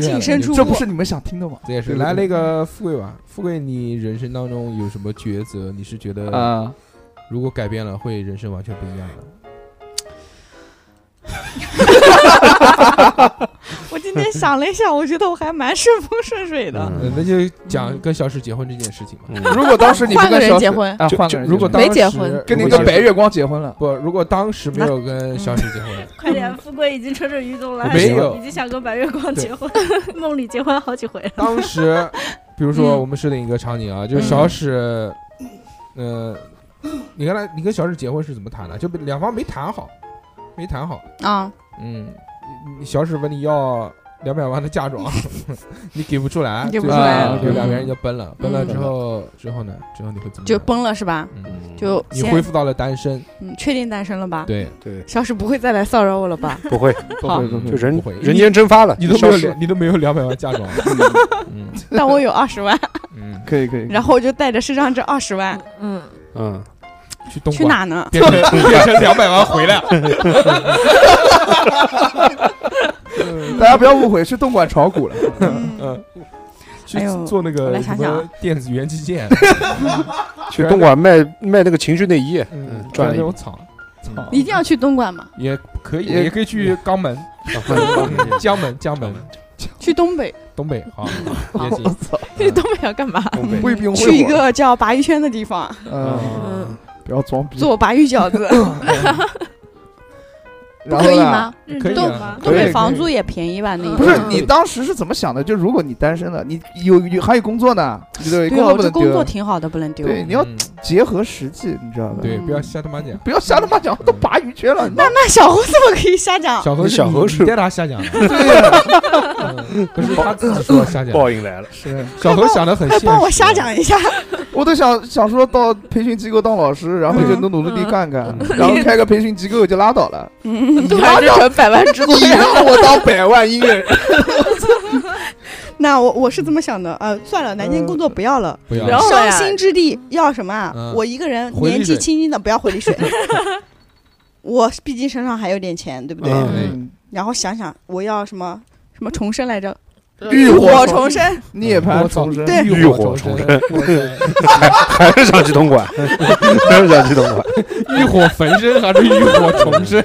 Speaker 7: 净身出
Speaker 6: 这
Speaker 7: 户
Speaker 6: 不。是你们想听的吗？
Speaker 2: 这也是
Speaker 6: 对
Speaker 2: 来
Speaker 6: 对
Speaker 2: 那个富贵吧，富贵，你人生当中有什么抉择？你是觉
Speaker 5: 嗯
Speaker 2: 得
Speaker 6: 啊，
Speaker 2: 如果改变了，会人生完全不一样的？
Speaker 7: 我今天想了一下，我觉得我还蛮顺风顺水的。
Speaker 2: 呃那
Speaker 5: 嗯
Speaker 2: 就讲跟小史结婚这件事情嘛。
Speaker 5: 嗯
Speaker 6: 如果当时你不
Speaker 8: 换个
Speaker 6: 跟小
Speaker 8: 人结
Speaker 6: 史
Speaker 8: 婚
Speaker 6: 哎，
Speaker 5: 就
Speaker 6: 换个
Speaker 5: 就
Speaker 6: 人结
Speaker 2: 如果
Speaker 6: 婚
Speaker 2: 当时
Speaker 8: 没结婚
Speaker 6: 跟
Speaker 2: 如
Speaker 6: 那
Speaker 2: 果
Speaker 6: 个白月光结婚了，
Speaker 2: 不，如果当时没有跟小史结婚，
Speaker 4: 快点，富贵已经蠢蠢欲动了，
Speaker 2: 我
Speaker 4: 还是
Speaker 2: 没有
Speaker 4: 已经想跟白月光
Speaker 2: 嗯对
Speaker 4: 结婚，梦里结婚好几回 了。
Speaker 2: 当时，比如说
Speaker 8: 嗯
Speaker 2: 我们设定一个场景啊，就是小史，呃，你跟他，你跟小史结婚是怎么谈的？就两方没谈好，没谈好。
Speaker 7: 啊，
Speaker 2: 嗯，你小史问你要两百万的嫁妆，你给不出来，
Speaker 7: 给不
Speaker 2: 最
Speaker 6: 出来
Speaker 2: 后
Speaker 6: 嗯
Speaker 2: 就两个人就崩了。崩了
Speaker 7: 嗯
Speaker 2: 之后，之后呢？之后你会怎么办？
Speaker 7: 就崩了是吧？
Speaker 2: 嗯。
Speaker 7: 就
Speaker 2: 你
Speaker 7: 先
Speaker 2: 恢复到了单身，
Speaker 7: 嗯，确定单身了吧？
Speaker 2: 对，嗯
Speaker 5: 对，
Speaker 7: 小史不会再来骚扰我了 吧？
Speaker 5: 不会，
Speaker 6: 不
Speaker 7: 好
Speaker 6: 会不会
Speaker 5: 就人
Speaker 2: 不会
Speaker 5: 人间蒸发了，
Speaker 2: 你都没
Speaker 5: 消
Speaker 2: 有
Speaker 5: 失
Speaker 2: 两，你都没有两百万嫁妆，嗯
Speaker 7: 但我有二十万，
Speaker 2: 嗯，
Speaker 6: 可以可以，
Speaker 7: 然后我就带着身上这二十万
Speaker 8: 嗯，
Speaker 5: 嗯，
Speaker 2: 去东
Speaker 7: 去
Speaker 2: 莞
Speaker 7: 哪呢？
Speaker 2: 变成变成两百万回来，
Speaker 6: 大家不要误会，去东莞炒股了。
Speaker 2: 嗯， 去
Speaker 7: 哎呦
Speaker 2: 做那
Speaker 7: 我
Speaker 2: 个
Speaker 7: 来
Speaker 2: 什
Speaker 7: 想想啊
Speaker 2: 么电子元器 件，
Speaker 5: 去
Speaker 2: 啊
Speaker 5: 东莞卖卖那个情趣内衣，
Speaker 2: 嗯
Speaker 5: 嗯，
Speaker 2: 转
Speaker 5: 赚
Speaker 2: 那
Speaker 5: 了一
Speaker 2: 种
Speaker 5: 笔，
Speaker 2: 厂，
Speaker 6: 操
Speaker 7: 一定要去东莞吗？
Speaker 2: 也可以，
Speaker 6: 也
Speaker 2: 也可以去江门、嗯 江门、江门、
Speaker 7: 去东北？
Speaker 2: 东北啊，
Speaker 6: 我
Speaker 2: 也行。 嗯
Speaker 6: 操，
Speaker 8: 去东北要干嘛？
Speaker 5: 东北
Speaker 6: 不一定会
Speaker 7: 去一个叫鲅鱼圈的地方
Speaker 6: 嗯，
Speaker 8: 嗯，
Speaker 6: 不要装逼，
Speaker 7: 做鲅鱼饺子，不
Speaker 6: 然后
Speaker 7: 可以
Speaker 6: 呢？
Speaker 7: 吗？
Speaker 4: 认
Speaker 2: 可
Speaker 4: 真
Speaker 2: 以
Speaker 4: 的
Speaker 2: 啊
Speaker 4: 吗？
Speaker 7: 东
Speaker 6: 可
Speaker 7: 北
Speaker 6: 以
Speaker 7: 房租也便宜吧？那一
Speaker 6: 不是
Speaker 7: 边
Speaker 6: 你当时是怎么想的？就如果你单身了，你有有还有工作呢，对不对？
Speaker 7: 对
Speaker 6: 工
Speaker 7: 啊，
Speaker 6: 作
Speaker 7: 我
Speaker 6: 不
Speaker 7: 这
Speaker 6: 能
Speaker 7: 工作
Speaker 6: 丢，
Speaker 7: 挺好的，不能丢。
Speaker 6: 对，你要
Speaker 2: 嗯
Speaker 6: 结合实际，你知道吧？
Speaker 2: 对，不要瞎他妈讲。
Speaker 6: 不要瞎他妈讲，都鲅鱼圈了，那
Speaker 7: 那小猴怎么可以瞎讲？
Speaker 2: 小何，
Speaker 5: 小何
Speaker 2: 是
Speaker 5: 是
Speaker 2: 你你带他 瞎讲的，嗯可是他自己说瞎讲的。
Speaker 5: 报应来了，
Speaker 6: 是，
Speaker 2: 小何想的很
Speaker 7: 快
Speaker 2: 现实，
Speaker 7: 哎帮我瞎讲一下，
Speaker 6: 我都想想说到培训机构当老师，然后
Speaker 7: 嗯
Speaker 6: 就能努努力干干，
Speaker 2: 嗯
Speaker 6: 然后开个培训机构就拉倒了。
Speaker 8: 突然就成百万 之
Speaker 6: 你让我当百万音乐人，
Speaker 7: 那我我是这么想的，呃，算了，南京工作不要了，
Speaker 2: 不要。
Speaker 8: 然后
Speaker 7: 伤
Speaker 8: 呀
Speaker 7: 心之地要什么啊
Speaker 2: 嗯？
Speaker 7: 我一个人
Speaker 2: 回
Speaker 7: 年
Speaker 2: 丽
Speaker 7: 纪
Speaker 2: 水
Speaker 7: 轻轻的，不要回丽水。我毕竟身上还有点钱，对不对？
Speaker 5: 嗯
Speaker 6: 嗯
Speaker 7: 然后想想我要什么什么重生来着？
Speaker 6: 浴
Speaker 7: 火
Speaker 6: 火
Speaker 7: 重生，
Speaker 6: 涅槃重生，
Speaker 7: 对
Speaker 2: 浴
Speaker 5: 浴
Speaker 2: 火
Speaker 5: 火
Speaker 2: 重
Speaker 5: 重
Speaker 2: 生
Speaker 5: 生，
Speaker 2: 哇塞
Speaker 5: 还是想去东莞，还是想去东莞，
Speaker 2: 浴火焚身还是浴火重生？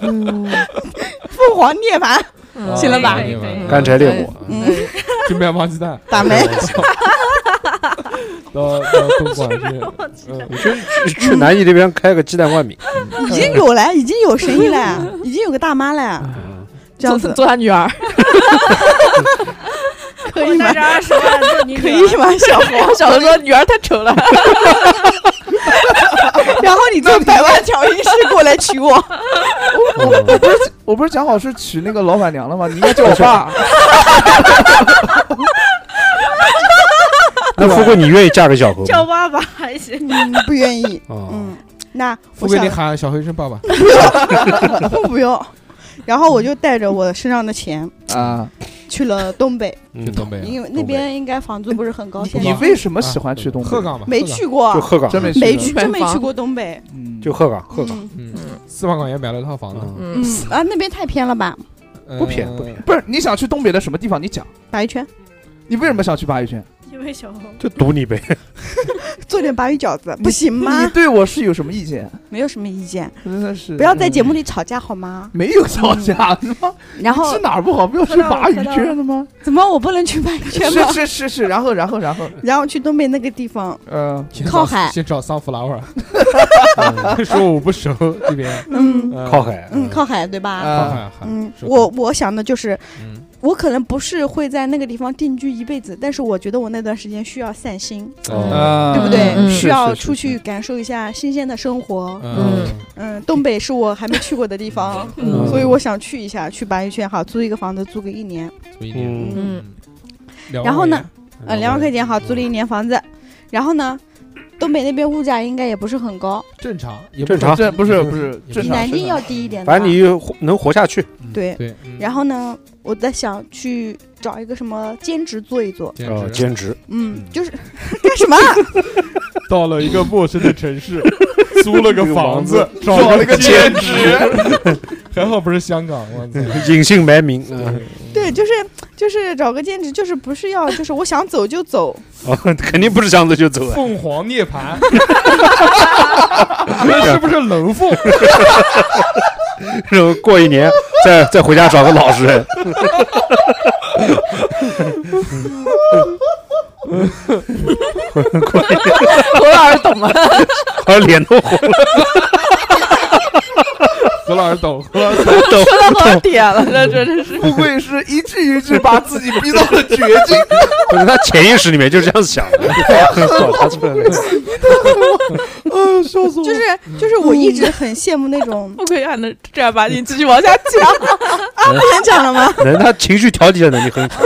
Speaker 7: 凤凰涅槃，
Speaker 2: 哦
Speaker 8: 嗯
Speaker 7: 行了吧
Speaker 4: 可以可以
Speaker 5: 干柴烈火，
Speaker 7: 嗯，
Speaker 2: 去卖王鸡蛋，
Speaker 7: 打没？
Speaker 2: 到到东莞去。嗯
Speaker 5: 我觉得去去南艺这边开个鸡蛋灌饼，
Speaker 7: 已经有了，已经有生意 了，已经有个大妈了，
Speaker 5: 嗯
Speaker 7: 这样
Speaker 8: 做
Speaker 7: 子
Speaker 8: 做他女 儿，
Speaker 7: 可以吗
Speaker 4: 带？着二十万做你女儿
Speaker 7: 可以吗？小 猴，
Speaker 8: 小何说女儿太丑了，
Speaker 7: 然后你做百万调音师过来娶我，
Speaker 6: 我我不是我不是讲好是娶那个老板娘了吗？你应该叫我爸。
Speaker 5: 那富贵，你愿意嫁给小何
Speaker 4: 叫
Speaker 5: 吗？
Speaker 4: 爸爸还行，
Speaker 7: 嗯，不愿意，
Speaker 5: 啊，
Speaker 7: 嗯，那
Speaker 2: 富
Speaker 7: 我
Speaker 2: 贵，
Speaker 7: 想
Speaker 2: 你喊小何一声爸爸。
Speaker 7: 不用。然后我就带着我身上的钱
Speaker 6: 啊，
Speaker 7: 去了东北，
Speaker 5: 嗯
Speaker 2: 去东北啊，
Speaker 7: 因为
Speaker 2: 东
Speaker 7: 那
Speaker 2: 北
Speaker 7: 边应该房租不是很高，
Speaker 2: 你
Speaker 7: 现
Speaker 6: 你
Speaker 7: 在
Speaker 2: 不
Speaker 6: 为什么喜欢去东北？
Speaker 2: 啊鹤岗吧，
Speaker 7: 没
Speaker 2: 鹤岗。
Speaker 7: 去
Speaker 5: 就
Speaker 7: 过，
Speaker 5: 鹤岗，啊
Speaker 6: 真没
Speaker 7: 没
Speaker 6: 去
Speaker 7: 去，
Speaker 8: 过
Speaker 7: 真没
Speaker 8: 远
Speaker 7: 去
Speaker 8: 房
Speaker 7: 过东北。
Speaker 6: 过，嗯
Speaker 5: 就鹤岗，鹤岗，
Speaker 7: 嗯
Speaker 2: 嗯
Speaker 8: 嗯，
Speaker 2: 四万块钱买了套房子，呃
Speaker 5: 嗯，
Speaker 8: 嗯，
Speaker 7: 嗯啊，那边太偏了吧？
Speaker 5: 不便宜不便宜，
Speaker 6: 不是你想去东北的什么地方？你讲，
Speaker 7: 鲅鱼圈
Speaker 6: 你为什么想去鲅鱼圈？
Speaker 4: 因为小红
Speaker 5: 就赌你呗，
Speaker 7: 做点鲅鱼饺子不行
Speaker 6: 你
Speaker 7: 吗？
Speaker 6: 对我是有什么意见？
Speaker 7: 没有什么意见，
Speaker 6: 真的是嗯
Speaker 7: 不要在节目里哦吵架好吗？
Speaker 6: 没有吵架，是吗？
Speaker 7: 嗯 然后
Speaker 6: 去哪儿不好？不要去鲅鱼圈了吗？
Speaker 7: 怎么我不能去鲅鱼圈
Speaker 6: 是
Speaker 7: 吗？
Speaker 6: 是是是，然后然后然后，
Speaker 7: 然后去东北那个地方，
Speaker 6: 嗯，
Speaker 2: 先找
Speaker 7: 靠海
Speaker 2: 先找桑弗拉尔。 说我不熟这边，
Speaker 7: 嗯
Speaker 2: 嗯
Speaker 5: 靠，海，啊
Speaker 7: 嗯，靠海对吧？
Speaker 2: 靠
Speaker 6: 啊，
Speaker 2: 海，海
Speaker 7: 嗯，
Speaker 2: 是
Speaker 7: 我我想的就是，
Speaker 2: 嗯
Speaker 7: 我可能不是会在那个地方定居一辈子，但是我觉得我那段时间需要散心，
Speaker 5: 哦
Speaker 2: 嗯
Speaker 6: 呃
Speaker 7: 对不对？
Speaker 8: 嗯
Speaker 7: 需
Speaker 5: 是
Speaker 7: 要
Speaker 5: 是是
Speaker 7: 出去感受一下新鲜的生活，
Speaker 2: 嗯
Speaker 7: 嗯，东北是我还没去过的地方，
Speaker 2: 嗯
Speaker 7: 所以我想去一下，去白云县哈，租一个房子租个一年，
Speaker 2: 所以你
Speaker 5: 嗯，
Speaker 7: 嗯，
Speaker 2: 两万
Speaker 7: 然后呢
Speaker 2: 块钱，
Speaker 7: 呃，两万块钱哈，租了一年房子，然后呢，东北那边物价应该也不是很高，
Speaker 2: 正常，也
Speaker 5: 正常
Speaker 6: 这不是不是，
Speaker 2: 也
Speaker 6: 正
Speaker 7: 比
Speaker 6: 常
Speaker 7: 南京
Speaker 6: 正
Speaker 7: 要
Speaker 6: 常
Speaker 7: 低一点的哈，
Speaker 5: 反正你活能活下去，
Speaker 7: 对。
Speaker 2: 对。嗯
Speaker 7: 然后呢，我在想去找一个什么兼职做一做，
Speaker 2: 兼
Speaker 5: 哦，
Speaker 2: 职
Speaker 5: 兼职，
Speaker 7: 嗯，就是 干什么？啊
Speaker 2: 到了一个陌生的城市，租了个房子，找
Speaker 6: 找了个
Speaker 2: 兼
Speaker 6: 兼职，
Speaker 2: 还好不是香港，我操！
Speaker 5: 隐姓埋名，嗯
Speaker 7: 对，就是就是找个兼职，就是不是要，就是我想走就走，
Speaker 5: 哦，肯定不是这样子就走了，啊
Speaker 2: 凤凰涅槃，那是不是龙凤？
Speaker 5: 然后过一年再再回家找个老实人，
Speaker 8: 何老师 懂吗？
Speaker 5: 啊，脸都红了，
Speaker 2: 何老师懂，何老师
Speaker 5: 都
Speaker 8: 说到我点了，这真的是
Speaker 6: 不愧是一句一句把自己逼到了绝境，
Speaker 5: 不是他潜意识里面就是这样想的，搞他出来了，
Speaker 6: 啊，笑死我！
Speaker 7: 就是就是我一直很羡慕那种，
Speaker 8: 不愧还能正儿八经继续往下讲。
Speaker 7: 不能讲了吗？
Speaker 5: 能他情绪调节的能力很强，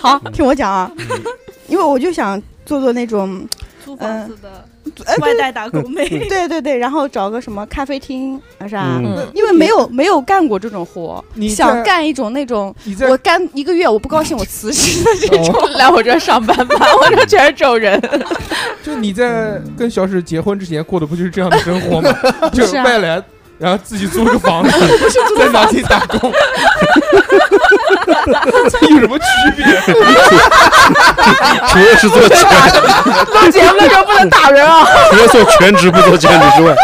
Speaker 7: 好，听我讲啊，因为我就想做做那种，
Speaker 4: 租
Speaker 7: 嗯
Speaker 4: 房子的
Speaker 7: 哎，嗯
Speaker 4: 外带打工妹，
Speaker 7: 对对对，然后找个什么咖啡厅啊啥，
Speaker 5: 嗯
Speaker 7: 因为没有没有干过这种活，
Speaker 2: 你
Speaker 7: 想
Speaker 2: 在
Speaker 7: 干一种那种
Speaker 2: 你在
Speaker 7: 我干一个月我不高兴我辞职的这种，
Speaker 2: 哦
Speaker 8: 来我这儿上班吧，我这全是这种人。
Speaker 2: 就你在跟小史结婚之前过的不就是这样的生活吗？就是
Speaker 7: 啊
Speaker 2: 外来，然后自己租个房子，在哪里打工，这 有什么区别？
Speaker 5: 除了是做全，
Speaker 8: 录节目的时候不能打人啊！
Speaker 5: 除了做全职不做兼职之外，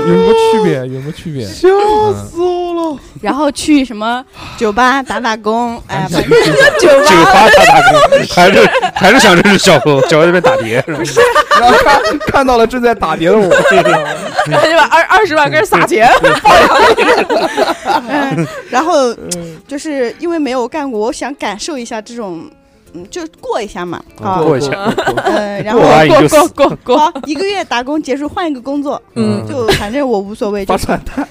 Speaker 2: 有什么区别？有什么区别？
Speaker 6: 笑死我了！
Speaker 7: 然后去什么酒吧打打工，哎，
Speaker 2: 还
Speaker 7: 反
Speaker 2: 是
Speaker 7: 正酒
Speaker 5: 这个发大打工，还是还是想认识小何，小何这边打碟是吧？
Speaker 6: 然后看看到了正在打碟的我，
Speaker 8: 然后就把二二十万跟人撒钱，
Speaker 7: 嗯，然后就是因为没有干过，我想感受一下这种，嗯，就过一下嘛，啊，
Speaker 5: 嗯过一下，
Speaker 7: 嗯，然
Speaker 5: 过
Speaker 7: 后
Speaker 5: 完也就
Speaker 8: 过
Speaker 5: 死
Speaker 8: 过过过，
Speaker 7: 好一个月打工结束，换一个工作，
Speaker 2: 嗯
Speaker 7: 就反正我无所谓，就
Speaker 6: 发传单，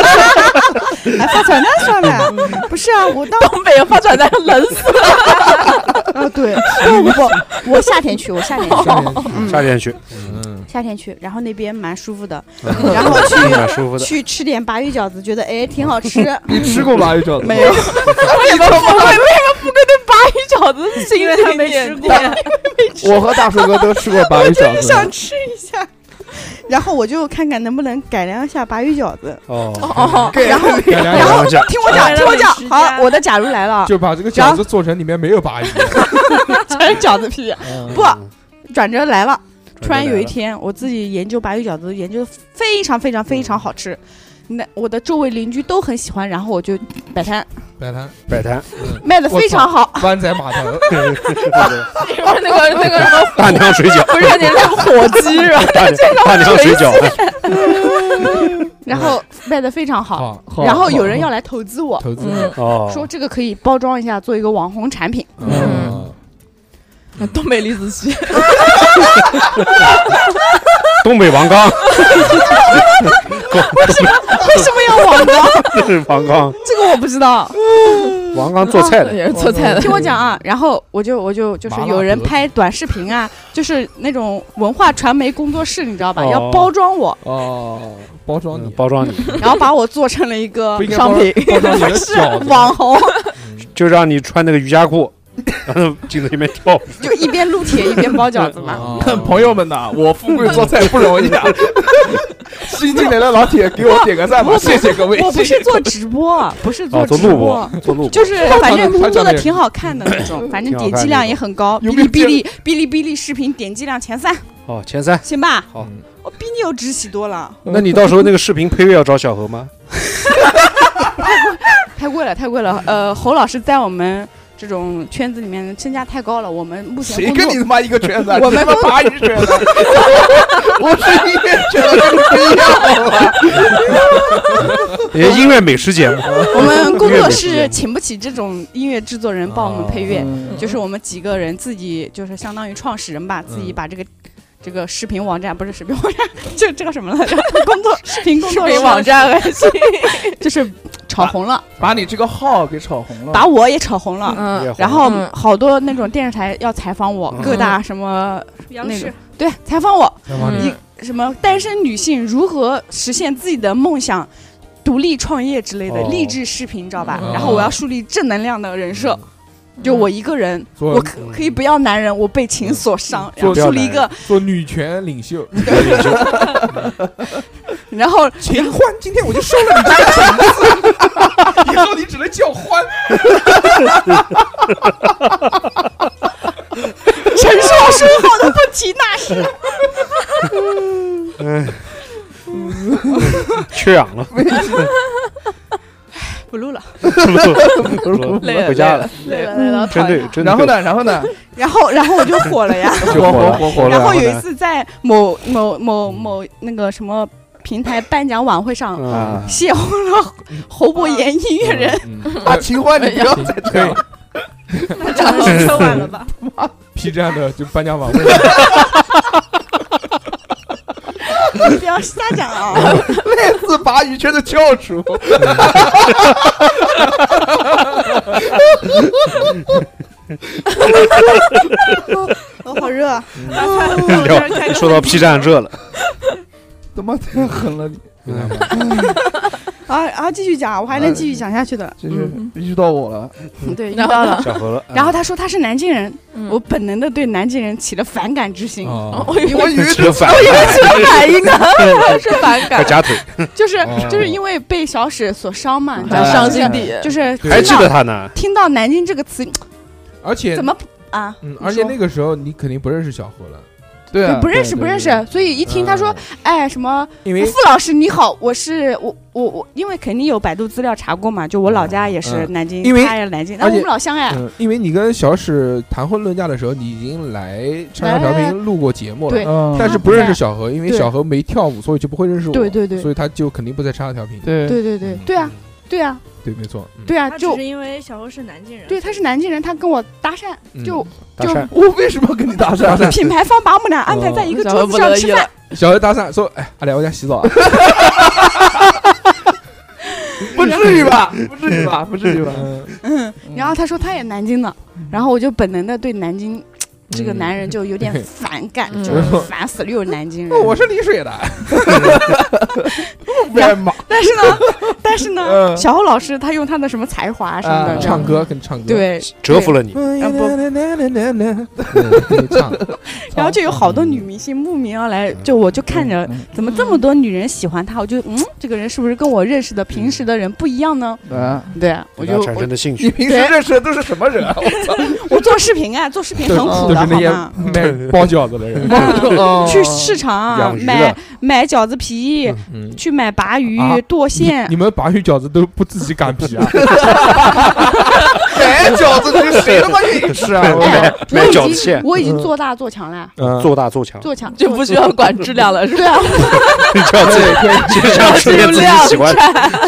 Speaker 7: 哎发传单算了，不是啊，我 当
Speaker 8: 东北人发传单冷死。
Speaker 7: 啊对，不不，我夏天去，我夏天去，
Speaker 5: 夏天去，
Speaker 2: 嗯，
Speaker 7: 夏天去，然后那边蛮舒服的，
Speaker 2: 嗯
Speaker 7: 然 后
Speaker 5: 蛮舒服
Speaker 7: 去
Speaker 5: 的。
Speaker 7: 去吃点鲅鱼饺子，觉得哎挺好吃，
Speaker 6: 你吃过鲅鱼饺子
Speaker 7: 没 有，
Speaker 8: 为什么富贵？为什么富贵对鲅鱼饺子心
Speaker 4: 因为他没吃过，
Speaker 6: 我和大叔哥都吃过鲅鱼 饺子，
Speaker 7: 想吃一下， 然后我就看看能不能改良一下鲅鱼饺子，
Speaker 5: 哦，
Speaker 8: 哦，
Speaker 7: 然后
Speaker 2: 改良
Speaker 7: 然
Speaker 2: 一
Speaker 7: 后
Speaker 2: 下，
Speaker 5: 讲
Speaker 7: 听我讲，听我讲，
Speaker 4: 美食家
Speaker 7: 好，我的假如来了啊，
Speaker 2: 就把这个
Speaker 7: 然
Speaker 2: 饺
Speaker 7: 后
Speaker 2: 子做成里面没有鲅鱼。
Speaker 7: 全是饺子皮。不
Speaker 5: 嗯
Speaker 7: 转折来了，突然有一，天，我自己研究鲅鱼饺子，研究得非常非常非常好吃。那我的周围邻居都很喜欢，然后我就摆摊
Speaker 2: 摆摊，
Speaker 5: 摆摊，
Speaker 7: 卖的非常好，
Speaker 2: 湾仔码头，
Speaker 8: 不是那个那个什么，
Speaker 5: 大娘水饺，
Speaker 8: 不是你那个火鸡是吧？
Speaker 5: 大娘大娘水饺，
Speaker 7: 然后卖的非常 好，
Speaker 2: 好，
Speaker 6: 好
Speaker 7: 然后有人要来投资我，
Speaker 2: 投资，
Speaker 8: 嗯
Speaker 5: 哦，
Speaker 7: 说这个可以包装一下，做一个网红产品。
Speaker 2: 嗯，
Speaker 8: 东北李子柒，
Speaker 5: 东北王刚， 为什么
Speaker 7: 为什么要网红？
Speaker 5: 这是王刚？
Speaker 7: 这个我不知道，
Speaker 5: 王刚做菜的，
Speaker 8: 也是做菜 的。
Speaker 7: 听我讲啊。然后我就我就就是有人拍短视频 啊，就是那种文化传媒工作室，你知道吧？
Speaker 5: 哦
Speaker 7: 要包装我，
Speaker 2: 哦，包装你，
Speaker 5: 嗯包装你，
Speaker 7: 然后把我做成了一个
Speaker 2: 不应该
Speaker 7: 商品，
Speaker 2: 包装你 的饺子，
Speaker 7: 网红，
Speaker 5: 就让你穿那个瑜伽裤，然后镜子里面跳舞，
Speaker 7: 就一边撸铁一边包饺子 嘛。
Speaker 2: 哦
Speaker 6: 看 朋友们呐，我富贵做菜不容 易啊！新进来的老铁，给我点个赞吧，谢谢各位。
Speaker 7: 我不是做直播，不是
Speaker 5: 哦，做
Speaker 7: 直
Speaker 5: 录
Speaker 7: 播
Speaker 5: 播。，做录播，
Speaker 7: 就是反正
Speaker 2: 他
Speaker 7: 做
Speaker 2: 讲的
Speaker 7: 的挺好看的那种，反正
Speaker 5: 挺好
Speaker 7: 点
Speaker 5: 看
Speaker 7: 击量也很高。
Speaker 6: 有
Speaker 7: 哔
Speaker 6: 没
Speaker 7: 哩哔哩
Speaker 6: 有
Speaker 7: 哔哩哔哩视频点击量前三，
Speaker 5: 哦，前三。
Speaker 7: 行吧？
Speaker 5: 好，
Speaker 7: 我比你有志气多了，
Speaker 5: 那你到时候那个视频配乐要找小何吗？
Speaker 7: 太贵了，太贵了。呃，侯老师在我们这种圈子里面身价太高了，我们目前
Speaker 6: 谁
Speaker 7: 工
Speaker 6: 跟
Speaker 7: 作
Speaker 6: 你他妈一个圈子啊？
Speaker 7: 我
Speaker 6: 你
Speaker 7: 们
Speaker 6: 他妈鲅鱼圈子， 我是音乐圈的，跟你不一样啊！
Speaker 5: 也音乐美食节目，
Speaker 7: 我们工作
Speaker 5: 音乐
Speaker 7: 室
Speaker 5: 美食
Speaker 7: 请不起这种音乐制作人
Speaker 6: 哦
Speaker 7: 帮我们配乐，
Speaker 2: 嗯
Speaker 7: 就是我们几个人自己，就是相当于创始人吧，自己把这个这个视频网站不是视频网站， 就这个什么来着？工作视频工作
Speaker 8: 被
Speaker 7: 室
Speaker 8: 网站 微信，
Speaker 7: 就是炒红了，
Speaker 6: 把你这个号给炒红了，
Speaker 7: 把我也炒红了。
Speaker 8: 嗯
Speaker 5: 也
Speaker 7: 然后
Speaker 8: 嗯
Speaker 7: 好多那种电视台要采访我，
Speaker 5: 嗯
Speaker 7: 各大什么
Speaker 4: 央
Speaker 7: 那
Speaker 4: 视
Speaker 7: 个对采访我
Speaker 2: 采访你
Speaker 7: 你什么单身女性如何实现自己的梦想、独立创业之类的
Speaker 2: 哦
Speaker 7: 励志视频，你知道吧？
Speaker 2: 嗯
Speaker 7: 然后我要树立正能量的人设，就我一个人，
Speaker 6: 嗯
Speaker 2: 做
Speaker 7: 我可可以不要男人，我被情所伤，然后
Speaker 5: 做
Speaker 7: 树立一个，
Speaker 2: 做女权领 袖，
Speaker 7: 然后
Speaker 6: 秦欢，今天我就收了你这个名字，以后你只能叫 欢。
Speaker 7: 陈少书后的不提那是
Speaker 5: 缺氧了，
Speaker 7: 不 录了，
Speaker 8: 累了
Speaker 5: 回家
Speaker 8: 累了，累了。
Speaker 5: 了，真对，真
Speaker 6: 然后？呢，然后 呢，
Speaker 7: 然后然后我就火了呀。
Speaker 5: 就火了，火火了。
Speaker 7: 然后有一次在某某某某那个什么平台颁奖晚会上，
Speaker 5: 啊，
Speaker 7: 邂逅了侯伯言音乐人，
Speaker 2: 嗯，
Speaker 6: 啊，秦欢，你不 要再这
Speaker 2: 对
Speaker 6: 样了，
Speaker 4: 那真的是啊说晚了吧？
Speaker 2: ，P 站的就颁奖晚 会，
Speaker 7: 你不要瞎讲啊！
Speaker 6: 类似鲅鱼圈的教 主。
Speaker 8: 哦
Speaker 7: 我好热啊，
Speaker 5: 聊嗯说到 P 站热了，
Speaker 6: 他妈太狠了，你
Speaker 7: 嗯啊啊！继续讲，我还能继续讲下去的。
Speaker 6: 就是遇到我了。
Speaker 7: 对，遇
Speaker 8: 然后
Speaker 7: 到了。
Speaker 5: 小何了。
Speaker 7: 然后他说他是南京人，
Speaker 8: 嗯
Speaker 7: 我本能的对南京人起了反感之心，
Speaker 2: 哦，
Speaker 8: 我以
Speaker 6: 我
Speaker 8: 为
Speaker 6: 以为
Speaker 5: 吃饭，
Speaker 8: 反应呢，是反
Speaker 5: 快
Speaker 8: 感，
Speaker 5: 夹腿，
Speaker 7: 就是
Speaker 2: 哦
Speaker 7: 就是因为被小史所伤嘛，你知道
Speaker 6: 哎
Speaker 7: 吧
Speaker 8: 啊伤心底。
Speaker 7: 就是听
Speaker 5: 还记得
Speaker 7: 到
Speaker 5: 他呢？
Speaker 7: 听到南京这个词
Speaker 2: 而且
Speaker 7: 怎么啊？
Speaker 2: 嗯，
Speaker 7: 你
Speaker 2: 而且
Speaker 7: 说
Speaker 2: 那个时候你肯定不认识小何了，
Speaker 6: 对啊
Speaker 7: 对，不认识
Speaker 6: 对
Speaker 7: 不认识
Speaker 6: 对，
Speaker 7: 所以一听他说
Speaker 2: 嗯，
Speaker 7: 哎什么
Speaker 2: 因为
Speaker 7: 傅老师你好，我是我我我，因为肯定有百度资料查过嘛，就我老家也是
Speaker 2: 嗯
Speaker 7: 南京，
Speaker 2: 因为
Speaker 7: 他也是南京，那
Speaker 2: 而
Speaker 7: 我
Speaker 2: 且
Speaker 7: 们老乡哎，
Speaker 2: 嗯，因为你跟小史谈婚论嫁的时候，你已经来上山调频录过节目了，
Speaker 7: 对
Speaker 6: 嗯
Speaker 2: 但是不认识小何，因为
Speaker 7: 对
Speaker 2: 小何没跳舞，所以就不会认识我，
Speaker 7: 对对对
Speaker 2: 所以他就肯定不在上海调频，
Speaker 6: 对
Speaker 7: 对对对
Speaker 2: 嗯
Speaker 7: 对啊，对啊
Speaker 2: 对，没错，嗯
Speaker 7: 对啊，
Speaker 4: 他只
Speaker 7: 就是
Speaker 4: 因为小侯是南京人，
Speaker 7: 对他是南京人，他跟我搭讪，
Speaker 2: 嗯
Speaker 7: 就
Speaker 5: 搭讪，
Speaker 6: 我为什么要跟你搭讪？
Speaker 7: 品牌方把我们俩安排在一个
Speaker 8: 小
Speaker 7: 桌
Speaker 8: 何
Speaker 7: 子
Speaker 8: 哦不
Speaker 7: 上
Speaker 8: 乐
Speaker 7: 吃
Speaker 8: 意
Speaker 7: 饭
Speaker 8: 了，，
Speaker 2: 小何搭讪说，哎，阿来我家洗澡啊，
Speaker 6: 不至于吧？不至于吧？不至于吧？
Speaker 7: 嗯，然后他说他也南京的，
Speaker 2: 嗯
Speaker 7: 然后我就本能的对南京这个男人就有点反感，
Speaker 8: 嗯
Speaker 7: 就是 烦死了，又是南京
Speaker 6: 哦
Speaker 7: 人。
Speaker 2: 我是丽 水的，
Speaker 6: 外 嘛，
Speaker 7: 但是呢，但是呢，
Speaker 6: 嗯
Speaker 7: 小侯老师他用他的什么才华什么的
Speaker 6: 嗯，
Speaker 7: 这样
Speaker 2: 啊唱歌跟唱歌，
Speaker 7: 对，
Speaker 5: 折服了你。
Speaker 2: 嗯，
Speaker 7: 啊不
Speaker 2: 对唱，
Speaker 7: 然后就有好多女明星慕名而来，就我就看着
Speaker 6: 嗯
Speaker 7: 怎么这么多女人喜欢他，我就嗯，这个人是不是跟我认识的平时的人不一样呢？
Speaker 6: 啊，
Speaker 7: 对啊，我
Speaker 5: 对
Speaker 7: 就
Speaker 5: 他产
Speaker 7: 我
Speaker 5: 生的兴
Speaker 6: 你
Speaker 5: 趣，
Speaker 6: 平时认识的都是什么 人啊？
Speaker 7: 我做视频啊，做视频很苦
Speaker 2: 都
Speaker 7: 的，
Speaker 2: 是那
Speaker 7: 好
Speaker 2: 些
Speaker 7: 吗？嗯
Speaker 2: 卖包饺子的人，
Speaker 6: 哦
Speaker 7: 去市场啊
Speaker 5: 养鱼的
Speaker 7: 买买饺子皮，
Speaker 2: 嗯，
Speaker 7: 去买鲅鱼
Speaker 2: 啊、
Speaker 7: 剁
Speaker 2: 你
Speaker 7: 馅
Speaker 2: 你，们鲅鱼饺子都不自己擀皮啊？
Speaker 6: 买哎饺子，这谁他妈 愿意吃啊？
Speaker 7: 哎
Speaker 6: 我，
Speaker 7: 我
Speaker 5: 买
Speaker 7: 已
Speaker 5: 饺子
Speaker 7: 经
Speaker 5: 馅
Speaker 7: 我已经做大做强了，
Speaker 2: 嗯，
Speaker 5: 做大做强，
Speaker 7: 做强
Speaker 8: 就不需要管质量了，是
Speaker 7: 对
Speaker 8: 吧？
Speaker 7: 啊，
Speaker 5: 就要自己就想吃点自己喜欢，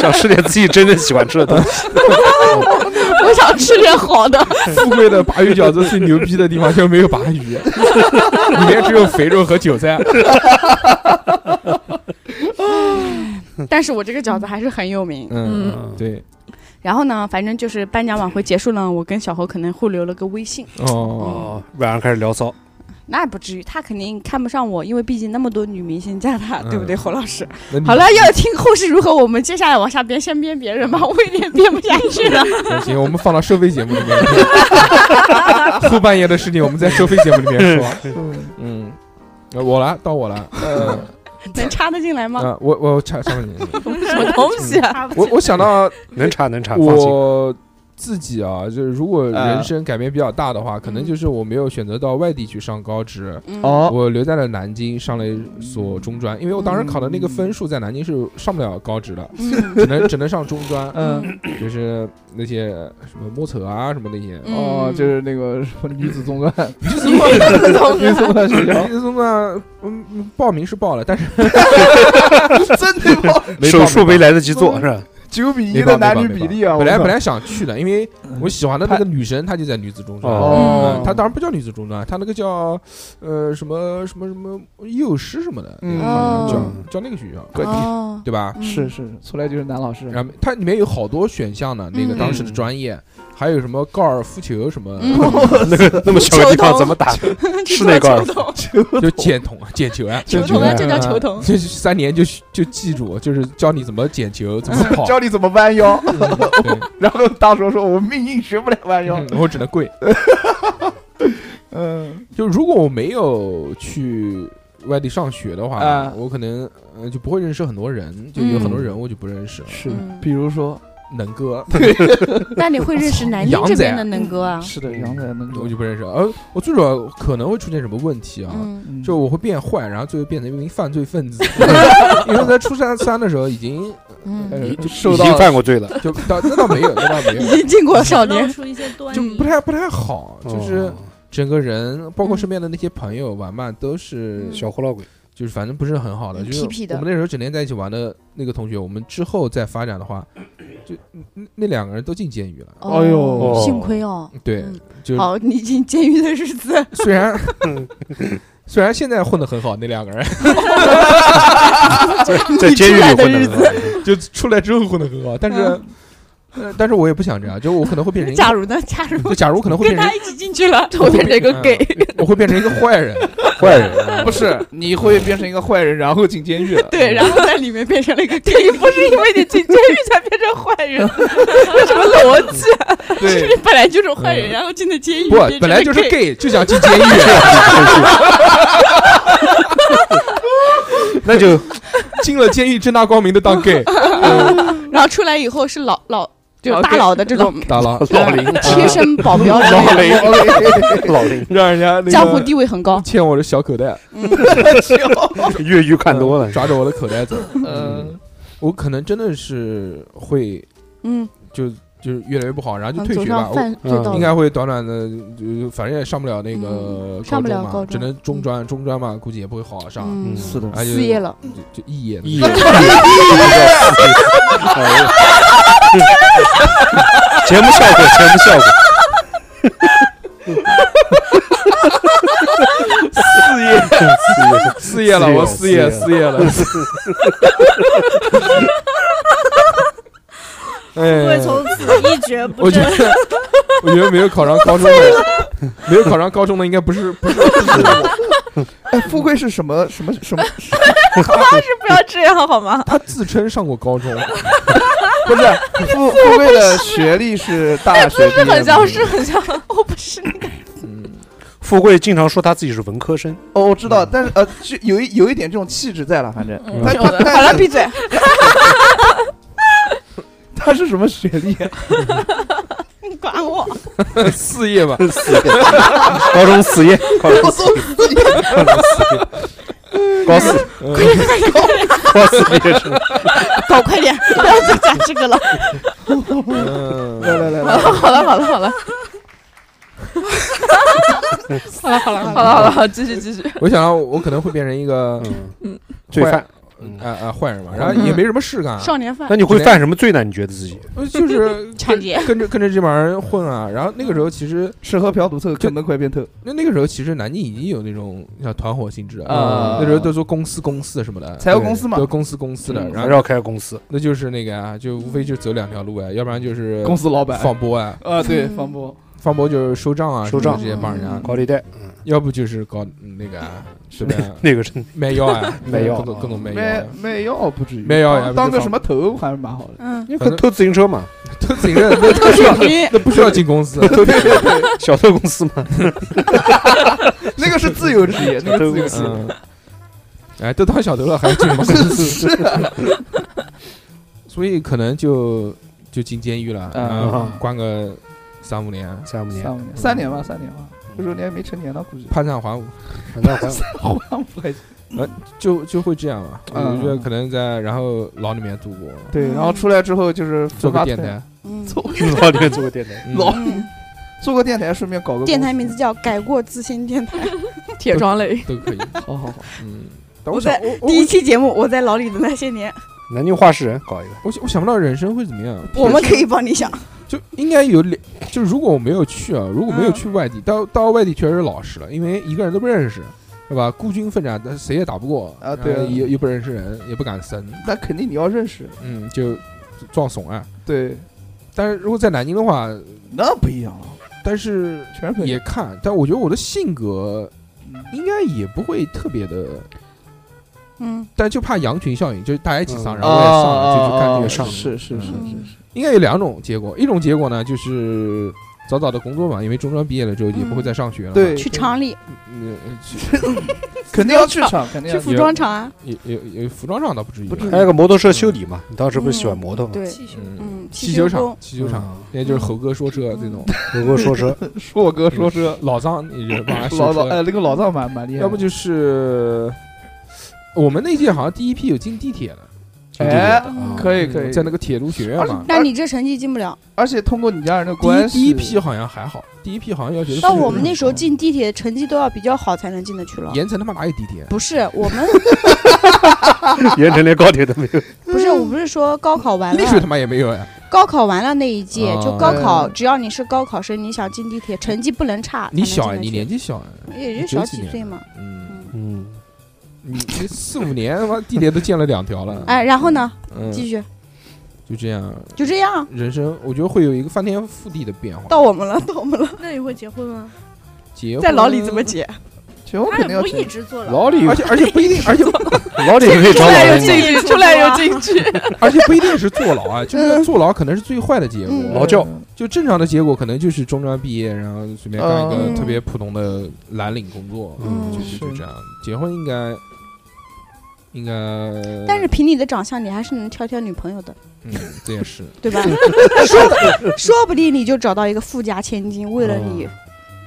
Speaker 5: 想吃点自己真正喜欢吃的东西。
Speaker 7: 我想吃点好的，
Speaker 2: 富贵的鲅鱼饺子最牛逼的地方就是没有鲅鱼，里面只有肥肉和韭菜。
Speaker 7: 但是我这个饺子还是很有名。
Speaker 2: 嗯，
Speaker 8: 嗯
Speaker 2: 对，
Speaker 7: 然后呢，反正就是颁奖晚会结束了，我跟小侯可能互留了个微信，
Speaker 2: 哦，
Speaker 5: 哦，晚上开始聊骚，
Speaker 7: 那不至于，他肯定看不上我，因为毕竟那么多女明星加他，对不对，侯老师？
Speaker 2: 那你
Speaker 7: 好了，，要听后事如何，我们接下来往下编，先编别人吧，我有点编不下去 了。
Speaker 2: 行，我们放到收费节目里面。后半夜的事情我们在收费节目里面说。嗯，呃我了，到我了。嗯，
Speaker 7: 能插得进来吗？
Speaker 2: 啊，我我插插问你，
Speaker 8: 什么东西啊？
Speaker 2: 我我想 到
Speaker 5: 能查能查，放心。
Speaker 2: 我自己啊，就是如果人生改变比较大的话，可能就是我没有选择到外地去上高职，
Speaker 7: 嗯，
Speaker 6: 哦，
Speaker 2: 我留在了南京上了一所中专，因为我当时考的那个分数在南京是上不了高职的，
Speaker 7: 嗯
Speaker 2: 只能只能上中专，
Speaker 6: 嗯，
Speaker 2: 就是那些什么摸扯啊什么那些。
Speaker 6: 哦，就是那个什么女子综合， 女
Speaker 8: 女
Speaker 6: 子综合学 校，
Speaker 2: 那算，嗯，嗯报名是报了，但是
Speaker 6: 真的吗？
Speaker 2: 没报
Speaker 5: 手术
Speaker 2: 没
Speaker 5: 没来得及做是吧？
Speaker 6: 九比一
Speaker 2: 没
Speaker 6: 的
Speaker 2: 办法
Speaker 6: 男女
Speaker 2: 没办
Speaker 6: 比
Speaker 2: 法
Speaker 6: 例啊！
Speaker 2: 本来
Speaker 6: 我
Speaker 2: 本
Speaker 6: 操嗯
Speaker 2: 来想去的，因为我喜欢的那个女生她就在女子中专，
Speaker 6: 哦
Speaker 2: 嗯，她当然不叫女子中专，她那个叫呃什么什么什么幼师什么的，
Speaker 6: 嗯
Speaker 2: 好像
Speaker 7: 哦
Speaker 2: 叫叫那个学校，
Speaker 6: 怪地
Speaker 7: 哦，
Speaker 2: 对吧？
Speaker 7: 嗯
Speaker 6: 是是，出来就是男老师。
Speaker 2: 然后它里面有好多选项呢，那个
Speaker 7: 嗯
Speaker 2: 当时的专业，还有什么高尔夫球什么，
Speaker 7: 嗯
Speaker 5: 那 个那么小个地 方怎么打？室内高尔夫，
Speaker 2: 就捡桶啊，捡球啊，
Speaker 6: 球
Speaker 2: 球
Speaker 6: 童
Speaker 2: 啊
Speaker 6: 啊，
Speaker 2: 就
Speaker 6: 这
Speaker 2: 叫球童，就三年就就记住，就是教你怎么捡球，怎么跑，
Speaker 6: 教你怎么弯腰，
Speaker 2: 对，
Speaker 6: 然后当时说我命硬学不了弯腰
Speaker 2: 嗯。我只能跪。
Speaker 6: 嗯，
Speaker 2: 就如果我没有去外地上学的话
Speaker 6: 啊，
Speaker 2: 我可能呃就不会认识很多人，就有很多人我就不认识。
Speaker 6: 是
Speaker 7: 嗯
Speaker 6: 比如说，
Speaker 2: 能哥
Speaker 6: 嗯
Speaker 7: 那你会认识南京
Speaker 2: 羊
Speaker 7: 这
Speaker 2: 仔
Speaker 7: 边的能哥啊？
Speaker 6: 是的，杨仔能
Speaker 2: 我就不认识，而我最主要可能会出现什么问题啊？
Speaker 7: 嗯，
Speaker 2: 就我会变坏，然后最后变成一名犯罪分子，因为在初三三的时候已经
Speaker 7: 嗯，
Speaker 2: 呃就
Speaker 6: 受
Speaker 5: 已
Speaker 6: 到
Speaker 5: 经犯过罪了，
Speaker 2: 就倒那倒没有，那倒没有，
Speaker 6: 呃
Speaker 7: 经经过少
Speaker 4: 露
Speaker 7: 年，
Speaker 4: 出一些端
Speaker 2: 就
Speaker 4: 倪
Speaker 2: 不。太不太好，
Speaker 5: 哦
Speaker 2: 就是整个人，包括身边的那些朋友玩伴都是，
Speaker 5: 小胡老鬼，
Speaker 2: 就是反正不是很好的，
Speaker 7: 嗯
Speaker 2: 就是
Speaker 7: 痞痞的
Speaker 2: 我们那时候整天在一起玩的那个同学，我们之后再发展的 话，就那那两个人都进监狱了。
Speaker 7: 哦
Speaker 6: 哎呦
Speaker 7: 幸亏哦，
Speaker 2: 对
Speaker 7: 嗯，
Speaker 2: 就是
Speaker 7: 好，你进监狱的日子，
Speaker 2: 虽 然 虽然现在混得很好，那两个人
Speaker 5: 在 在监狱里混的人
Speaker 2: 就出来之后混得很好，但是
Speaker 7: 嗯
Speaker 2: 呃，但是我也不想这样，就我可能会变成一
Speaker 7: 假
Speaker 2: 个，
Speaker 7: 如呢？ 假如
Speaker 2: 就假如可能会变成
Speaker 8: 一起进去了，我变成一个 gay，
Speaker 7: 嗯
Speaker 2: 我会变成一个坏 人，
Speaker 5: 坏人，
Speaker 6: 不是你会变成一个坏人，然后进监狱了。
Speaker 7: 嗯
Speaker 6: 嗯
Speaker 8: 对，然 后
Speaker 7: 在里面变成了一个
Speaker 8: 对你不是因为你进监狱才变成坏人，这什么逻辑？
Speaker 6: 对，
Speaker 8: 你本来就是坏人，
Speaker 2: 嗯
Speaker 8: 然后进了监狱，
Speaker 2: 不
Speaker 8: 变成，
Speaker 2: 本来
Speaker 8: 了
Speaker 2: 就是
Speaker 8: gay
Speaker 2: gay，就想进监 狱。
Speaker 5: 那就
Speaker 2: 进了监狱，正大光明的当 gay，
Speaker 7: 然后出来以后是老老就
Speaker 8: 老
Speaker 7: 大佬的这种呃
Speaker 2: 打 了，
Speaker 5: 老林，
Speaker 7: 贴身保镖之类
Speaker 5: 老
Speaker 7: 的，
Speaker 5: 林， 老林，
Speaker 2: 让人家
Speaker 7: 江湖地位很高。
Speaker 2: 欠我的小口袋，
Speaker 5: 越狱看多了，
Speaker 2: 抓着我的口袋走。
Speaker 6: 嗯，
Speaker 2: 我可能真的是会
Speaker 7: 嗯，
Speaker 2: 就就是越来越不好，然后就退
Speaker 7: 走
Speaker 2: 学吧
Speaker 7: 上。犯罪
Speaker 5: 嗯
Speaker 7: 道
Speaker 2: 我应
Speaker 7: 路。
Speaker 2: 该会短短的，就反正也上不了那个
Speaker 7: 嗯上不了
Speaker 2: 嘛，
Speaker 7: 高中
Speaker 2: 只能中专，中专嘛，估计也不会好好上，
Speaker 7: 嗯，
Speaker 5: 是
Speaker 6: 的
Speaker 2: 而且
Speaker 7: 失业了，
Speaker 2: 就就肄业了，
Speaker 5: 一眼，节目效果，节目效果，
Speaker 6: 四爷
Speaker 5: 四
Speaker 2: 失业了，我失业，
Speaker 5: 四
Speaker 2: 失业 了。
Speaker 4: 不
Speaker 2: 哎
Speaker 4: 会，从此一 蹶不
Speaker 2: 我觉
Speaker 4: 振
Speaker 2: 得。，我觉得没有考上高中的，没有考上高中的应该不是不是不是我。
Speaker 6: 哎，富贵是什么什么 什么？
Speaker 8: 不要这样好吗？
Speaker 2: 他自称上过高 中，
Speaker 6: 不是富富贵的学历是大学毕业吗，
Speaker 8: 很像是很像，我不是那个
Speaker 2: 嗯，
Speaker 5: 富贵经常说他自己是文科生，
Speaker 6: 哦，我知道，但是呃，就有一有一点这种气质在了，反正
Speaker 8: 嗯
Speaker 6: 他
Speaker 8: 这种的
Speaker 6: 他
Speaker 7: 好了，闭 嘴。
Speaker 6: 他是什么学历 啊？
Speaker 2: 四业吧，
Speaker 5: 四业，高中四业，高中四业，高中四业，高四，高四毕业生，
Speaker 7: 搞快点，不要再讲这个了。
Speaker 6: 来
Speaker 2: 嗯，
Speaker 6: 来来来，
Speaker 8: 好了好了好了。好了好了好了好了好了，继续继续。
Speaker 2: 我想到我可能会变成一个
Speaker 5: 嗯，罪犯。嗯
Speaker 2: 啊啊坏人嘛，
Speaker 7: 嗯
Speaker 2: 然后也没什么事干，
Speaker 7: 少年犯
Speaker 5: 那你会犯什么罪呢？你觉得自己
Speaker 2: 呃就是
Speaker 7: 抢劫嗯
Speaker 2: 跟跟着跟着这帮人混啊。然后那个时候其实
Speaker 6: 吃喝嫖赌抽，坑蒙拐骗偷
Speaker 2: 那那个时候其实南京已经有那种像团伙性
Speaker 5: 嗯
Speaker 2: 质
Speaker 6: 啊
Speaker 2: 那时候都说公司公司什么的，
Speaker 6: 财务公司嘛
Speaker 2: 都公司公司的，
Speaker 6: 嗯
Speaker 2: 然
Speaker 5: 还
Speaker 2: 后
Speaker 5: 是要开公司？
Speaker 2: 那就是那个啊，就无非就走两条路啊，要不然就是
Speaker 6: 公司老板
Speaker 2: 放波啊，
Speaker 6: 啊，对，
Speaker 7: 嗯
Speaker 6: 方波
Speaker 2: 放波就是收账啊，
Speaker 5: 收账
Speaker 2: 什么的这些帮人家，
Speaker 5: 高利贷，嗯，
Speaker 2: 要不就是搞嗯那个啊，是不是
Speaker 5: 那个是
Speaker 2: 卖药啊，
Speaker 5: 卖药嗯
Speaker 2: 各种各种卖
Speaker 6: 卖
Speaker 2: 药啊，
Speaker 6: 卖药不至于，
Speaker 2: 卖药呀
Speaker 6: 当
Speaker 2: 不
Speaker 6: 当
Speaker 2: 就
Speaker 6: 个
Speaker 2: 放
Speaker 6: 什么头还是蛮好的。
Speaker 7: 嗯，
Speaker 5: 你
Speaker 2: 反
Speaker 5: 可
Speaker 2: 正
Speaker 5: 偷自行车 嘛，
Speaker 2: 偷自行车那不需要，那不需要进公司，
Speaker 5: 小偷公司嘛，
Speaker 6: 那个是自由职业， 那个自由职业。
Speaker 2: 嗯，哎，都当小偷了还进什么公司？ 所以可能就就进监狱了，
Speaker 6: 嗯
Speaker 2: 然后关个三五年，
Speaker 5: 三五年，嗯
Speaker 6: 三五年，三年吧，三年吧，这时候你还没成年呢，估计。
Speaker 2: 判上还武，
Speaker 5: 反正 还
Speaker 6: 好像不还行
Speaker 2: 就就会这样嘛。我
Speaker 6: 嗯
Speaker 2: 觉得可能在然后牢里面度过，
Speaker 6: 对，然后出来之后就是
Speaker 2: 做个
Speaker 6: 发
Speaker 2: 电
Speaker 6: 财，
Speaker 2: 台，
Speaker 7: 嗯，
Speaker 6: 做
Speaker 5: 老年做个电台，
Speaker 2: 嗯
Speaker 6: 牢
Speaker 7: 嗯
Speaker 6: 做个电台，顺便搞个
Speaker 7: 电
Speaker 6: 公
Speaker 7: 台
Speaker 6: 司
Speaker 7: 名字叫“改过自新电 台
Speaker 8: 铁桩泪，
Speaker 2: 都可以，
Speaker 6: 哦好好好，
Speaker 2: 嗯。但我想，我我
Speaker 7: 第一期节目，我在牢里的那些年，
Speaker 5: 南京话事人搞一个，
Speaker 2: 我想我想不到人生会怎么样，
Speaker 7: 我们可以帮 你想。
Speaker 2: 就应该有两，就如果我没有去啊，如果没有去外
Speaker 6: 嗯
Speaker 2: 地，到到外地确实是老实了，因为一个人都不认识，对吧？孤军奋战，但谁也打不过
Speaker 6: 啊对啊
Speaker 2: 然后也又不认识人，也不敢生，
Speaker 6: 那肯定你要认识。
Speaker 2: 嗯，就撞怂啊。
Speaker 6: 对，
Speaker 2: 但是如果在南京的话，
Speaker 6: 那不一样了，啊
Speaker 2: 但是
Speaker 6: 全是
Speaker 2: 也看，但我觉得我的性格
Speaker 6: 嗯
Speaker 2: 应该也不会特别的，
Speaker 7: 嗯，
Speaker 2: 但就怕羊群效应，就是大家一起上，
Speaker 5: 嗯
Speaker 2: 然后我也上了，就去干这
Speaker 5: 啊
Speaker 2: 个
Speaker 5: 上
Speaker 2: 事情
Speaker 6: 哦是是是
Speaker 2: 嗯
Speaker 6: 是是，
Speaker 2: 应该有两种结果，一种结果呢就是早早的工作嘛，因为中专毕业了之后也不会再上学了嘛，
Speaker 6: 嗯对
Speaker 7: 去厂里，
Speaker 2: 嗯，呃去
Speaker 6: 肯定要去场，肯定
Speaker 7: 去
Speaker 6: 要
Speaker 7: 服装厂啊。
Speaker 2: 有有有服装厂倒不至于，
Speaker 6: 不至于
Speaker 5: 还有个摩托车修理嘛，你当时不是喜欢摩托吗？
Speaker 7: 对，
Speaker 4: 气球
Speaker 2: 嗯，
Speaker 7: 嗯，
Speaker 2: 汽修厂
Speaker 7: 工，嗯
Speaker 2: 汽修
Speaker 6: 嗯
Speaker 2: 厂，那就是猴哥说车这种，
Speaker 5: 我跟我说车，
Speaker 6: 说我哥说车，
Speaker 2: 老张你人帮 他
Speaker 6: 老
Speaker 2: 修
Speaker 6: 老
Speaker 2: 车，
Speaker 6: 哎，那个老藏蛮蛮厉害的，
Speaker 2: 嗯要不就是我们那届好像第一批有进地铁的，
Speaker 6: 哎，
Speaker 7: 嗯
Speaker 5: 啊
Speaker 6: 可以可以，
Speaker 2: 在那个铁路学院嘛，
Speaker 7: 但你这成绩进不了。
Speaker 6: 而且通过你家人的
Speaker 2: 第一
Speaker 6: 关系，
Speaker 2: 第一
Speaker 7: 哦
Speaker 2: 批好像还好，第一批好像要求是
Speaker 7: 到我们那时候进地铁成绩都要比较好才能进得去了。
Speaker 2: 盐城他妈哪有地铁？
Speaker 7: 不是我们，
Speaker 5: 盐城连高铁都没有，
Speaker 7: 不是我不是说高考完
Speaker 2: 丽水
Speaker 7: 了，
Speaker 2: 他妈也没有呀，
Speaker 7: 高考完了那一届
Speaker 2: 啊
Speaker 7: 就高考，
Speaker 6: 嗯
Speaker 7: 只要你是高考生，你想进地铁，成绩不能差。
Speaker 2: 你小呀，
Speaker 7: 才能
Speaker 2: 你
Speaker 7: 进
Speaker 2: 年
Speaker 7: 得去
Speaker 2: 纪小呀，
Speaker 7: 也就
Speaker 2: 九
Speaker 7: 小
Speaker 2: 几
Speaker 7: 几
Speaker 2: 年
Speaker 7: 岁嘛。
Speaker 2: 嗯，
Speaker 7: 嗯，
Speaker 5: 嗯，
Speaker 2: 你你四五年他妈地铁都建了两条了，
Speaker 7: 哎，然后呢，
Speaker 2: 嗯，
Speaker 7: 继续
Speaker 2: 就这样，
Speaker 7: 就这样，
Speaker 2: 人生我觉得会有一个翻天覆地的变化。
Speaker 7: 到我们了，到我们了，
Speaker 4: 那你会结婚吗？
Speaker 2: 结婚
Speaker 7: 在牢里怎么解？
Speaker 2: 嗯
Speaker 6: 其实我
Speaker 4: 他
Speaker 6: 肯定
Speaker 4: 也
Speaker 6: 要
Speaker 4: 不一
Speaker 6: 去。
Speaker 4: 直坐牢，
Speaker 5: 老李
Speaker 2: 而且而且不一定，而且
Speaker 5: 老李可以找
Speaker 8: 出
Speaker 5: 老
Speaker 8: 来
Speaker 2: 嗯
Speaker 8: 有
Speaker 5: 人
Speaker 8: 进
Speaker 5: 嘛，
Speaker 8: 去，出来有进去，
Speaker 2: 而且不一定是坐牢啊， 就是坐牢可能是最坏的结果。
Speaker 7: 嗯
Speaker 5: 劳教
Speaker 2: 就正常的结果可能就是中专毕业，然后随便干一个
Speaker 7: 嗯
Speaker 2: 特别普通的蓝领工作，
Speaker 5: 嗯
Speaker 2: 就就就这样。结婚应该应该，
Speaker 7: 但是凭你的长相，你还是能挑挑女朋 友的，
Speaker 2: 嗯，这也是
Speaker 7: 对吧？说不说不定你就找到一个富家千金，为了
Speaker 2: 哦
Speaker 7: 你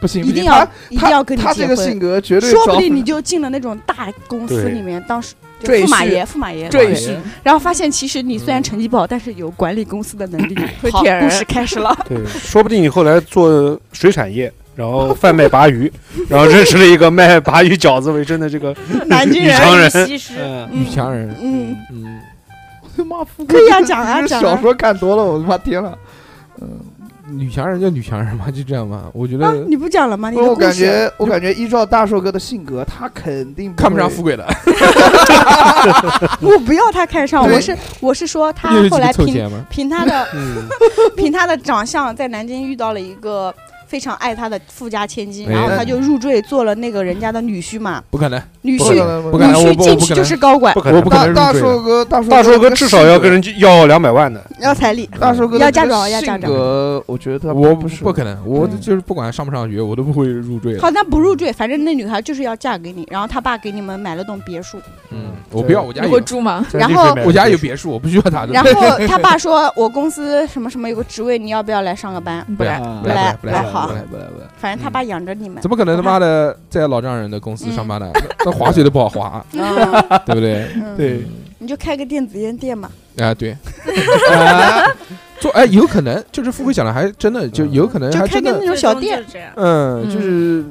Speaker 6: 不行，
Speaker 7: 一
Speaker 6: 不
Speaker 7: 定
Speaker 6: 行
Speaker 7: 要
Speaker 6: 他
Speaker 7: 一定要跟你
Speaker 6: 他
Speaker 7: 结
Speaker 6: 这个
Speaker 7: 婚
Speaker 6: 性。格绝对
Speaker 7: 说
Speaker 6: 找
Speaker 7: 不定你就进了那种大公司
Speaker 5: 对
Speaker 7: 里面当时就
Speaker 6: 赘
Speaker 7: 驸马
Speaker 6: 婿
Speaker 7: 爷，驸马爷，
Speaker 6: 赘
Speaker 7: 对
Speaker 6: 婿
Speaker 7: 然后发现其实你虽然成绩不好，但是有管理公司的能力。
Speaker 6: 嗯
Speaker 8: 会
Speaker 7: 好，
Speaker 8: 舔人
Speaker 7: 故事开始 了。
Speaker 5: 对，说不定你后来做水产业。然后贩卖鲅鱼，然后认识了一个卖鲅鱼饺子为生的这个
Speaker 7: 南京
Speaker 5: 女强
Speaker 7: 人，
Speaker 5: 人，
Speaker 4: 西施，
Speaker 5: 嗯
Speaker 2: 女强人，
Speaker 7: 嗯，
Speaker 2: 嗯，
Speaker 6: 他妈富
Speaker 7: 可以啊讲啊
Speaker 6: 这
Speaker 7: 讲啊
Speaker 6: 小说看多了，我他妈天了。嗯，
Speaker 2: 女强人就女强人嘛，就这样嘛。我觉
Speaker 7: 啊
Speaker 2: 得，
Speaker 7: 你不讲了吗？你
Speaker 6: 不是
Speaker 7: 的
Speaker 6: 我
Speaker 7: 故
Speaker 6: 感
Speaker 7: 事，
Speaker 6: 觉，我感觉依照大寿哥的性格，他肯定
Speaker 2: 看不上
Speaker 6: 会
Speaker 2: 富贵的，
Speaker 7: 啊我不要他看上，
Speaker 6: 对
Speaker 7: 我是我是说 他
Speaker 2: 不就是
Speaker 7: 后
Speaker 2: 几
Speaker 7: 来
Speaker 2: 个臭
Speaker 7: 凭
Speaker 2: 钱吗？
Speaker 7: 凭他的
Speaker 5: 嗯，
Speaker 7: 凭他的长相，在南京遇到了一个。非常爱他的富家千金，
Speaker 2: 哎
Speaker 7: 然后他就入赘做了那个人家的女婿嘛，
Speaker 2: 不可能，
Speaker 7: 女
Speaker 6: 不
Speaker 7: 婿
Speaker 6: 可
Speaker 7: 女
Speaker 6: 能
Speaker 2: 不
Speaker 6: 不可
Speaker 2: 敢，我
Speaker 7: 婿
Speaker 2: 不
Speaker 7: 进
Speaker 2: 我不
Speaker 7: 去
Speaker 2: 可
Speaker 7: 就
Speaker 2: 能
Speaker 7: 是，高管，
Speaker 5: 不可
Speaker 2: 我不
Speaker 5: 能。
Speaker 2: 可能
Speaker 6: 能。
Speaker 2: 入
Speaker 6: 大大
Speaker 2: 赘的
Speaker 6: 寿哥，大寿
Speaker 5: 大
Speaker 6: 大
Speaker 5: 寿哥至少要跟人家要两百万的，
Speaker 7: 要彩礼，
Speaker 6: 大寿哥
Speaker 7: 要
Speaker 6: 的
Speaker 7: 嫁
Speaker 6: 这个
Speaker 7: 妆要嫁
Speaker 6: 性
Speaker 7: 妆
Speaker 6: 格，我觉得他
Speaker 2: 我
Speaker 6: 不
Speaker 2: 不
Speaker 6: 是
Speaker 2: 不可能，我
Speaker 7: 嗯
Speaker 2: 就是不管上不上学，我都不会入赘的。
Speaker 7: 好，那不入赘，反正那女孩就是要嫁给你。然后他爸给你们买了栋别墅，
Speaker 2: 嗯，我不要，我家
Speaker 8: 你
Speaker 2: 有
Speaker 8: 会，住吗？
Speaker 5: 在
Speaker 7: 然
Speaker 5: 丽水
Speaker 7: 后
Speaker 5: 买
Speaker 2: 我家有
Speaker 5: 的
Speaker 2: 别墅，我不需要他的。
Speaker 7: 然后他爸说：“我公司什么什么有个职位，你要不要来上个班
Speaker 8: 不来，
Speaker 6: 啊
Speaker 2: 不来
Speaker 7: 不
Speaker 2: 不
Speaker 7: 来
Speaker 2: 来
Speaker 7: 不来好
Speaker 2: 不来
Speaker 6: 不来不嗯来，？”
Speaker 7: 反正他爸养着你们
Speaker 2: 怎。么可能他妈的在老丈人的公司上班
Speaker 6: 嗯
Speaker 2: 呢？那那滑雪都不好滑，
Speaker 7: 嗯
Speaker 2: 对不对？
Speaker 7: 嗯
Speaker 6: 对，
Speaker 7: 你就开个电子烟店嘛。
Speaker 2: 啊，对。做哎，有可能就是富贵想的还真的
Speaker 6: 嗯
Speaker 2: 就有可能
Speaker 7: 就
Speaker 2: 还
Speaker 7: 开
Speaker 2: 真
Speaker 7: 个
Speaker 2: 的
Speaker 7: 那，种小店，
Speaker 4: 最终就是这样。
Speaker 2: 嗯，就是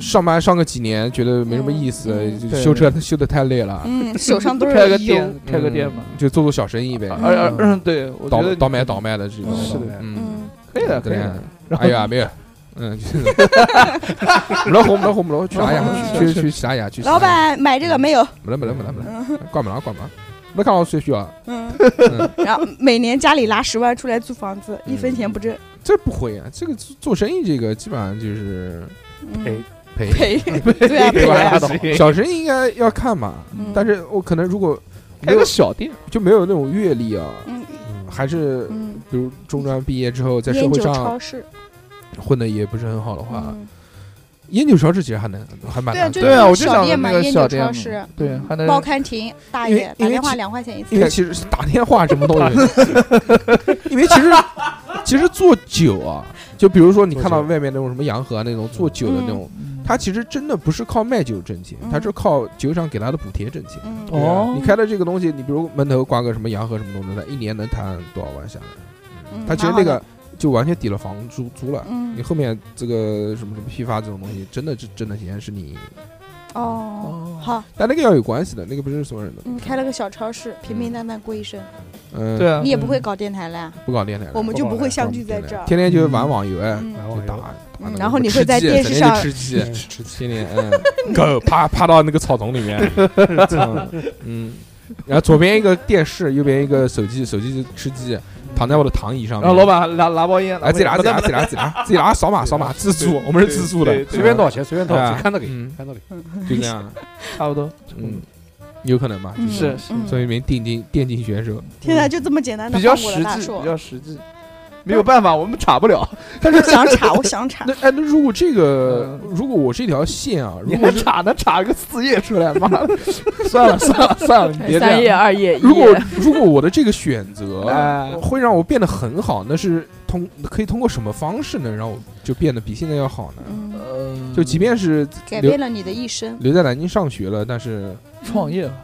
Speaker 2: 上班上个几年觉得没什么意思
Speaker 7: 嗯，
Speaker 2: 就
Speaker 6: 对
Speaker 2: 修车修的太累了，
Speaker 7: 嗯，手上都
Speaker 6: 开个
Speaker 7: 是油。
Speaker 6: 店，开个店
Speaker 2: 嗯
Speaker 6: 嘛。
Speaker 2: 就做做小生意呗，
Speaker 6: 而而嗯，对，我觉
Speaker 2: 倒
Speaker 6: 得
Speaker 2: 倒卖倒卖的这种，
Speaker 6: 是的
Speaker 2: 嗯，
Speaker 7: 嗯，
Speaker 6: 可以的，可以
Speaker 2: 对
Speaker 6: 的。然后
Speaker 2: 哎呀，没有，嗯， 就是不能红，不能红，不能去哪呀？去去啥呀？去啥呀
Speaker 7: 老，板买这个没有？
Speaker 2: 不能不能不能不能，挂不了挂不了，啊没看到谁需要，
Speaker 7: 嗯，
Speaker 2: 嗯
Speaker 7: 然后每年家里拿十万出来租房子，一分钱不挣。
Speaker 2: 这不会啊，这个做做生意这个基本上就是
Speaker 7: 嗯
Speaker 5: 赔，
Speaker 2: 赔，
Speaker 7: 赔， 对啊，赔
Speaker 2: 对吧
Speaker 7: 啊。
Speaker 2: 小生意应该要看嘛，
Speaker 7: 嗯
Speaker 2: 但是我可能如果没
Speaker 6: 开
Speaker 2: 有
Speaker 6: 个小店，
Speaker 2: 就没有那种阅历啊，
Speaker 7: 嗯
Speaker 2: 还是
Speaker 7: 嗯，
Speaker 2: 比如中专毕业之后在社
Speaker 7: 烟
Speaker 2: 会
Speaker 7: 酒
Speaker 2: 上
Speaker 7: 超市。
Speaker 2: 混的也不是很好的话，
Speaker 7: 嗯烟
Speaker 2: 烟酒超市其实还能还蛮
Speaker 7: 对啊，
Speaker 2: 难
Speaker 7: 就
Speaker 2: 做
Speaker 6: 对
Speaker 2: 的。
Speaker 6: 啊我就
Speaker 7: 小
Speaker 6: 想
Speaker 7: 店
Speaker 6: 着
Speaker 7: 嘛，
Speaker 6: 那个
Speaker 7: 烟
Speaker 6: 小
Speaker 7: 酒
Speaker 6: 店
Speaker 7: 超
Speaker 6: 嘛
Speaker 7: 市。嗯
Speaker 6: 对，还能
Speaker 7: 报刊亭大
Speaker 2: 因为
Speaker 7: 爷打
Speaker 2: 因为
Speaker 7: 电话
Speaker 2: 其
Speaker 7: 两块钱一次
Speaker 2: 因。为其实是打电话什么东西， 因为其实其实做酒啊，就比如说你看到外面那种什么洋河啊那种做酒的那种，
Speaker 7: 嗯
Speaker 2: 他其实真的不是靠卖酒挣钱，他是靠酒厂给他的补贴挣钱。
Speaker 7: 嗯，
Speaker 2: 对啊
Speaker 6: 哦
Speaker 2: 你开的这个东西，你比如门头挂个什么洋河什么东西，他一年能摊多少万下来？
Speaker 7: 嗯
Speaker 2: 他其实那个，就完全抵了房租租了。
Speaker 7: 蛮好的
Speaker 2: 你后面这个什么什么批发这种东西，真的是挣的钱是你
Speaker 7: 哦，好，
Speaker 2: 但那个要有关系的，那个不是所有人的。
Speaker 7: 嗯，开了个小超市，平平淡淡过一生。
Speaker 2: 嗯，
Speaker 6: 对，啊，
Speaker 7: 你也不会搞电台了呀，
Speaker 2: 不搞电台了，
Speaker 7: 我们就不会相聚在这儿。
Speaker 2: 天天就玩网游哎，
Speaker 7: 嗯
Speaker 2: 就打打那个
Speaker 7: 然后你
Speaker 2: 吃
Speaker 7: 会在
Speaker 2: 鸡
Speaker 7: 电
Speaker 2: 整天
Speaker 7: 视
Speaker 2: 就
Speaker 7: 上
Speaker 2: 吃鸡，天天嗯， 狗趴趴到那个草丛里 面，嗯，然后左边一个电视，右边一个手机，手机就吃鸡，躺在我的躺椅上面。
Speaker 6: 然后老板还拿拿包烟，
Speaker 2: 嗯哎，自己拿，
Speaker 6: 拿
Speaker 2: 自
Speaker 6: 包
Speaker 2: 己
Speaker 6: 烟
Speaker 2: 拿，自己拿，自己拿，自己拿，扫码，扫码，自助，我们是自助的，
Speaker 5: 随便多少钱随便多少钱，看那个
Speaker 2: 嗯，
Speaker 5: 看那个。
Speaker 2: 就这样，
Speaker 6: 差不多，
Speaker 2: 嗯，有可能吧，就是
Speaker 7: 嗯
Speaker 2: 做一名电竞电竞选手，
Speaker 7: 天哪，就这么简单的
Speaker 6: 比较
Speaker 7: 放过
Speaker 6: 实
Speaker 7: 了大
Speaker 6: 际，
Speaker 7: 树
Speaker 6: 比，较实际，没有办法，我们查 不了，
Speaker 7: 但是想查，我想查
Speaker 2: 那。哎，那如果这个，如果我是一条线啊，
Speaker 6: 你
Speaker 2: 如果
Speaker 6: 还
Speaker 2: 是
Speaker 6: 查呢，查个四页出来，妈的， 算了算了算了，你别这
Speaker 8: 三页、
Speaker 6: 样，
Speaker 8: 二页、
Speaker 2: 啊
Speaker 8: 一
Speaker 2: 如果
Speaker 8: 页，
Speaker 2: 如果我的这个选择
Speaker 6: 哎，
Speaker 2: 会让我变得很好，那是通可以通过什么方式能让我就变得比现在要好呢？
Speaker 7: 嗯，
Speaker 2: 就即便是
Speaker 7: 改
Speaker 2: 呃留
Speaker 7: 变了你的一生。
Speaker 2: 留在南京上学了，但是
Speaker 6: 创业吧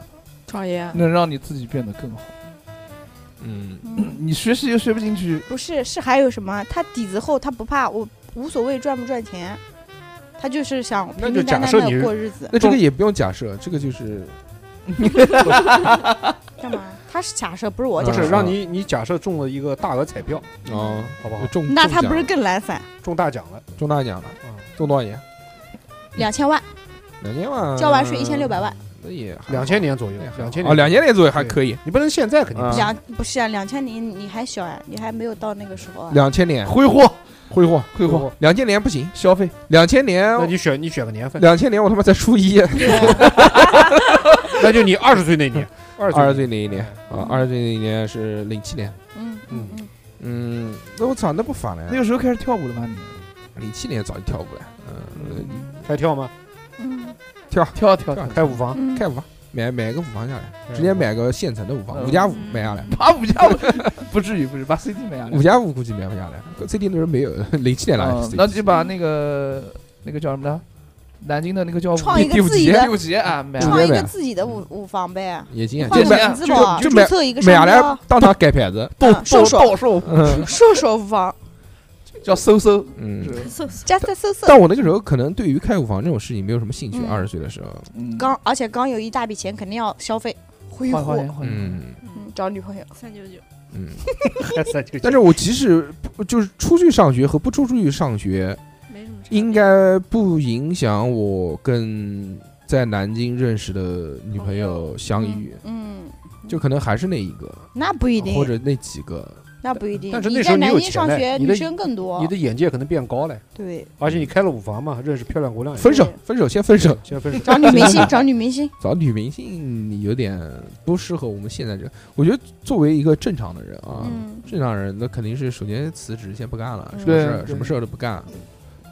Speaker 8: 创业啊，
Speaker 6: 能让你自己变得更好，
Speaker 2: 嗯，
Speaker 7: 嗯，
Speaker 6: 你学习又学不进去，
Speaker 7: 不是，是还有什么？他底子厚，他不怕，我无所谓赚不赚钱，他就是想
Speaker 5: 那
Speaker 7: 平
Speaker 5: 就
Speaker 7: 平淡
Speaker 5: 假
Speaker 7: 淡
Speaker 5: 设你
Speaker 7: 的
Speaker 5: 是
Speaker 7: 过日子。
Speaker 2: 那这个也不用假设，这个就是
Speaker 7: 干嘛？他是假设，不是我
Speaker 5: 嗯不
Speaker 7: 假
Speaker 5: 是
Speaker 7: 设。
Speaker 5: 让你你假设中了一个大额彩票，
Speaker 2: 啊，
Speaker 5: 好不好？
Speaker 2: 中
Speaker 7: 那
Speaker 2: 中
Speaker 7: 他不是
Speaker 2: 奖
Speaker 7: 更懒散？
Speaker 5: 中大奖了，
Speaker 2: 中大奖了
Speaker 5: 嗯，
Speaker 2: 中多少钱？
Speaker 7: 两千万，
Speaker 2: 两千万，
Speaker 7: 交完税一千六百万，，
Speaker 2: 那也还好
Speaker 5: 两千。年左右
Speaker 2: 那也还，好
Speaker 5: 两千
Speaker 2: 哦，
Speaker 5: 年，
Speaker 2: 两千年左右还可以，
Speaker 5: 你不能现在肯定不
Speaker 2: 嗯
Speaker 5: 行。
Speaker 7: 两不是啊，两千年你还小啊，你还没有到那个时候啊。
Speaker 2: 两千年
Speaker 6: 挥霍
Speaker 2: 挥霍，
Speaker 6: 挥霍
Speaker 2: 两千年不行，
Speaker 6: 消费，
Speaker 2: 两千年
Speaker 5: 那你选你选个年份，
Speaker 2: 两千年我他妈才初一，啊
Speaker 5: 那就你二十岁那年，
Speaker 2: 二
Speaker 5: 二
Speaker 2: 十
Speaker 5: 十岁
Speaker 2: 岁那一年啊，二十岁那一年是零七年，
Speaker 7: 嗯嗯嗯，
Speaker 2: 嗯，那我操，那不反
Speaker 6: 那
Speaker 2: 了，
Speaker 6: 个时候开始跳舞了吗？你
Speaker 2: 零七年早就跳舞了，嗯，
Speaker 5: 开跳吗？
Speaker 7: 嗯
Speaker 6: 跳啊跳跳，
Speaker 5: 开舞 房，
Speaker 7: 嗯，
Speaker 2: 开舞房，买买个舞房下来，直接买个现成的舞房，
Speaker 6: 嗯
Speaker 2: 五加五买下来，
Speaker 6: 把五加五啊 不至于不至于，把 CD 买下来
Speaker 2: 五，加五估计买不下来，CD 那时候没有，零七年了
Speaker 6: 啊嗯，那就把那个那个叫什么呢？南京的那个叫
Speaker 7: 创一
Speaker 2: 第
Speaker 7: 个
Speaker 2: 五
Speaker 7: 自己
Speaker 2: 集
Speaker 6: 第
Speaker 7: 的，
Speaker 6: 五节啊，买
Speaker 2: 创
Speaker 7: 创
Speaker 2: 业
Speaker 7: 一
Speaker 2: 呗
Speaker 7: 个自己的舞舞房呗，
Speaker 2: 也行，
Speaker 7: 换
Speaker 2: 就
Speaker 7: 个
Speaker 2: 买
Speaker 7: 名字吧，
Speaker 2: 就就
Speaker 7: 注册一个
Speaker 2: 买下
Speaker 7: 商
Speaker 2: 来
Speaker 7: 标，
Speaker 2: 当场改牌子，
Speaker 6: 斗
Speaker 7: 嗯瘦
Speaker 6: 斗
Speaker 7: 瘦
Speaker 6: 斗兽
Speaker 2: 嗯
Speaker 7: 瘦瘦舞房，
Speaker 6: 叫搜搜，
Speaker 2: 嗯。
Speaker 7: 加色色色，
Speaker 2: 但我那个时候可能对于开舞房这种事情没有什么兴趣，
Speaker 7: 嗯
Speaker 2: 二十岁的时候，
Speaker 6: 嗯
Speaker 7: 刚而且刚有一大笔钱，肯定要消费挥
Speaker 6: 换换
Speaker 7: 霍
Speaker 6: 言，换言
Speaker 2: 嗯
Speaker 7: 嗯，找女朋友，
Speaker 4: 三九九，
Speaker 2: 嗯，
Speaker 5: 开三九
Speaker 2: 但
Speaker 5: 九
Speaker 2: 是我即使不就是出去上学和不出去上学，
Speaker 4: 没什么差别。
Speaker 2: 应该不影响我跟在南京认识的女朋友相遇，
Speaker 7: 嗯，
Speaker 2: 就可能还是那一个
Speaker 7: 那不一定，
Speaker 2: 或者那几个。
Speaker 7: 那不一定。
Speaker 5: 但是那
Speaker 7: 你
Speaker 5: 时
Speaker 7: 在
Speaker 5: 候你
Speaker 7: 南
Speaker 5: 有
Speaker 7: 京
Speaker 5: 钱
Speaker 7: 上
Speaker 5: 嘞
Speaker 7: 学，
Speaker 5: 你
Speaker 7: 女
Speaker 5: 的
Speaker 7: 生更多
Speaker 5: 你。的眼界可能变高了，
Speaker 7: 对，
Speaker 5: 而且你开了舞房嘛，认识漂亮姑娘也，
Speaker 2: 分手，分手，先分手，
Speaker 5: 现在分 手，
Speaker 7: 找女 明星，找女明星。
Speaker 2: 找女明星有点不适合我们现在这。我觉得作为一个正常的人啊，
Speaker 7: 嗯
Speaker 2: 正常人那肯定是首先辞职，先不干了，
Speaker 7: 嗯
Speaker 2: 什么事儿
Speaker 6: 对
Speaker 2: 什么事儿都不干。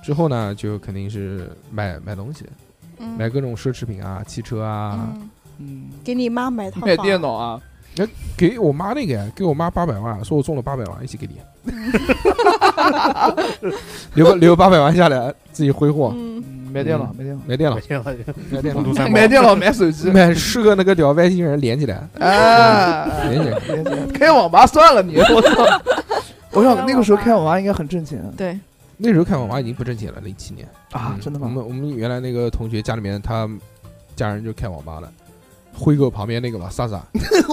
Speaker 2: 之后呢，就肯定是买买东西，
Speaker 7: 嗯
Speaker 2: 买各种奢侈品啊、汽车啊。
Speaker 7: 嗯，
Speaker 6: 嗯，
Speaker 7: 给你妈买套
Speaker 6: 买
Speaker 7: 房
Speaker 6: 电脑啊，
Speaker 2: 给我妈那个，给我妈八百万，说我中了八百万，一起给你， 留个留八百万下来自己挥霍，
Speaker 7: 嗯，
Speaker 6: 嗯买电脑，
Speaker 2: 嗯
Speaker 6: 买电脑，
Speaker 2: 买电脑
Speaker 5: 我，天啊，
Speaker 2: 买电
Speaker 5: 孤独
Speaker 2: 脑，
Speaker 5: 三
Speaker 6: 买
Speaker 5: 毛，
Speaker 6: 电脑，买手机，
Speaker 2: 买十个那个屌外星人连起来，
Speaker 6: 哎
Speaker 2: 连起来，
Speaker 6: 开网吧算了你，我操！我想那个时候开网吧应该很挣钱
Speaker 8: 对，
Speaker 2: 那时候看网吧已经不挣钱了，零七年
Speaker 6: 啊
Speaker 2: 嗯，
Speaker 6: 真的
Speaker 2: 我
Speaker 6: 吗？
Speaker 2: 们我们原来那个同学家里面他家人就开网吧了，辉哥旁边那 个嘛，萨萨，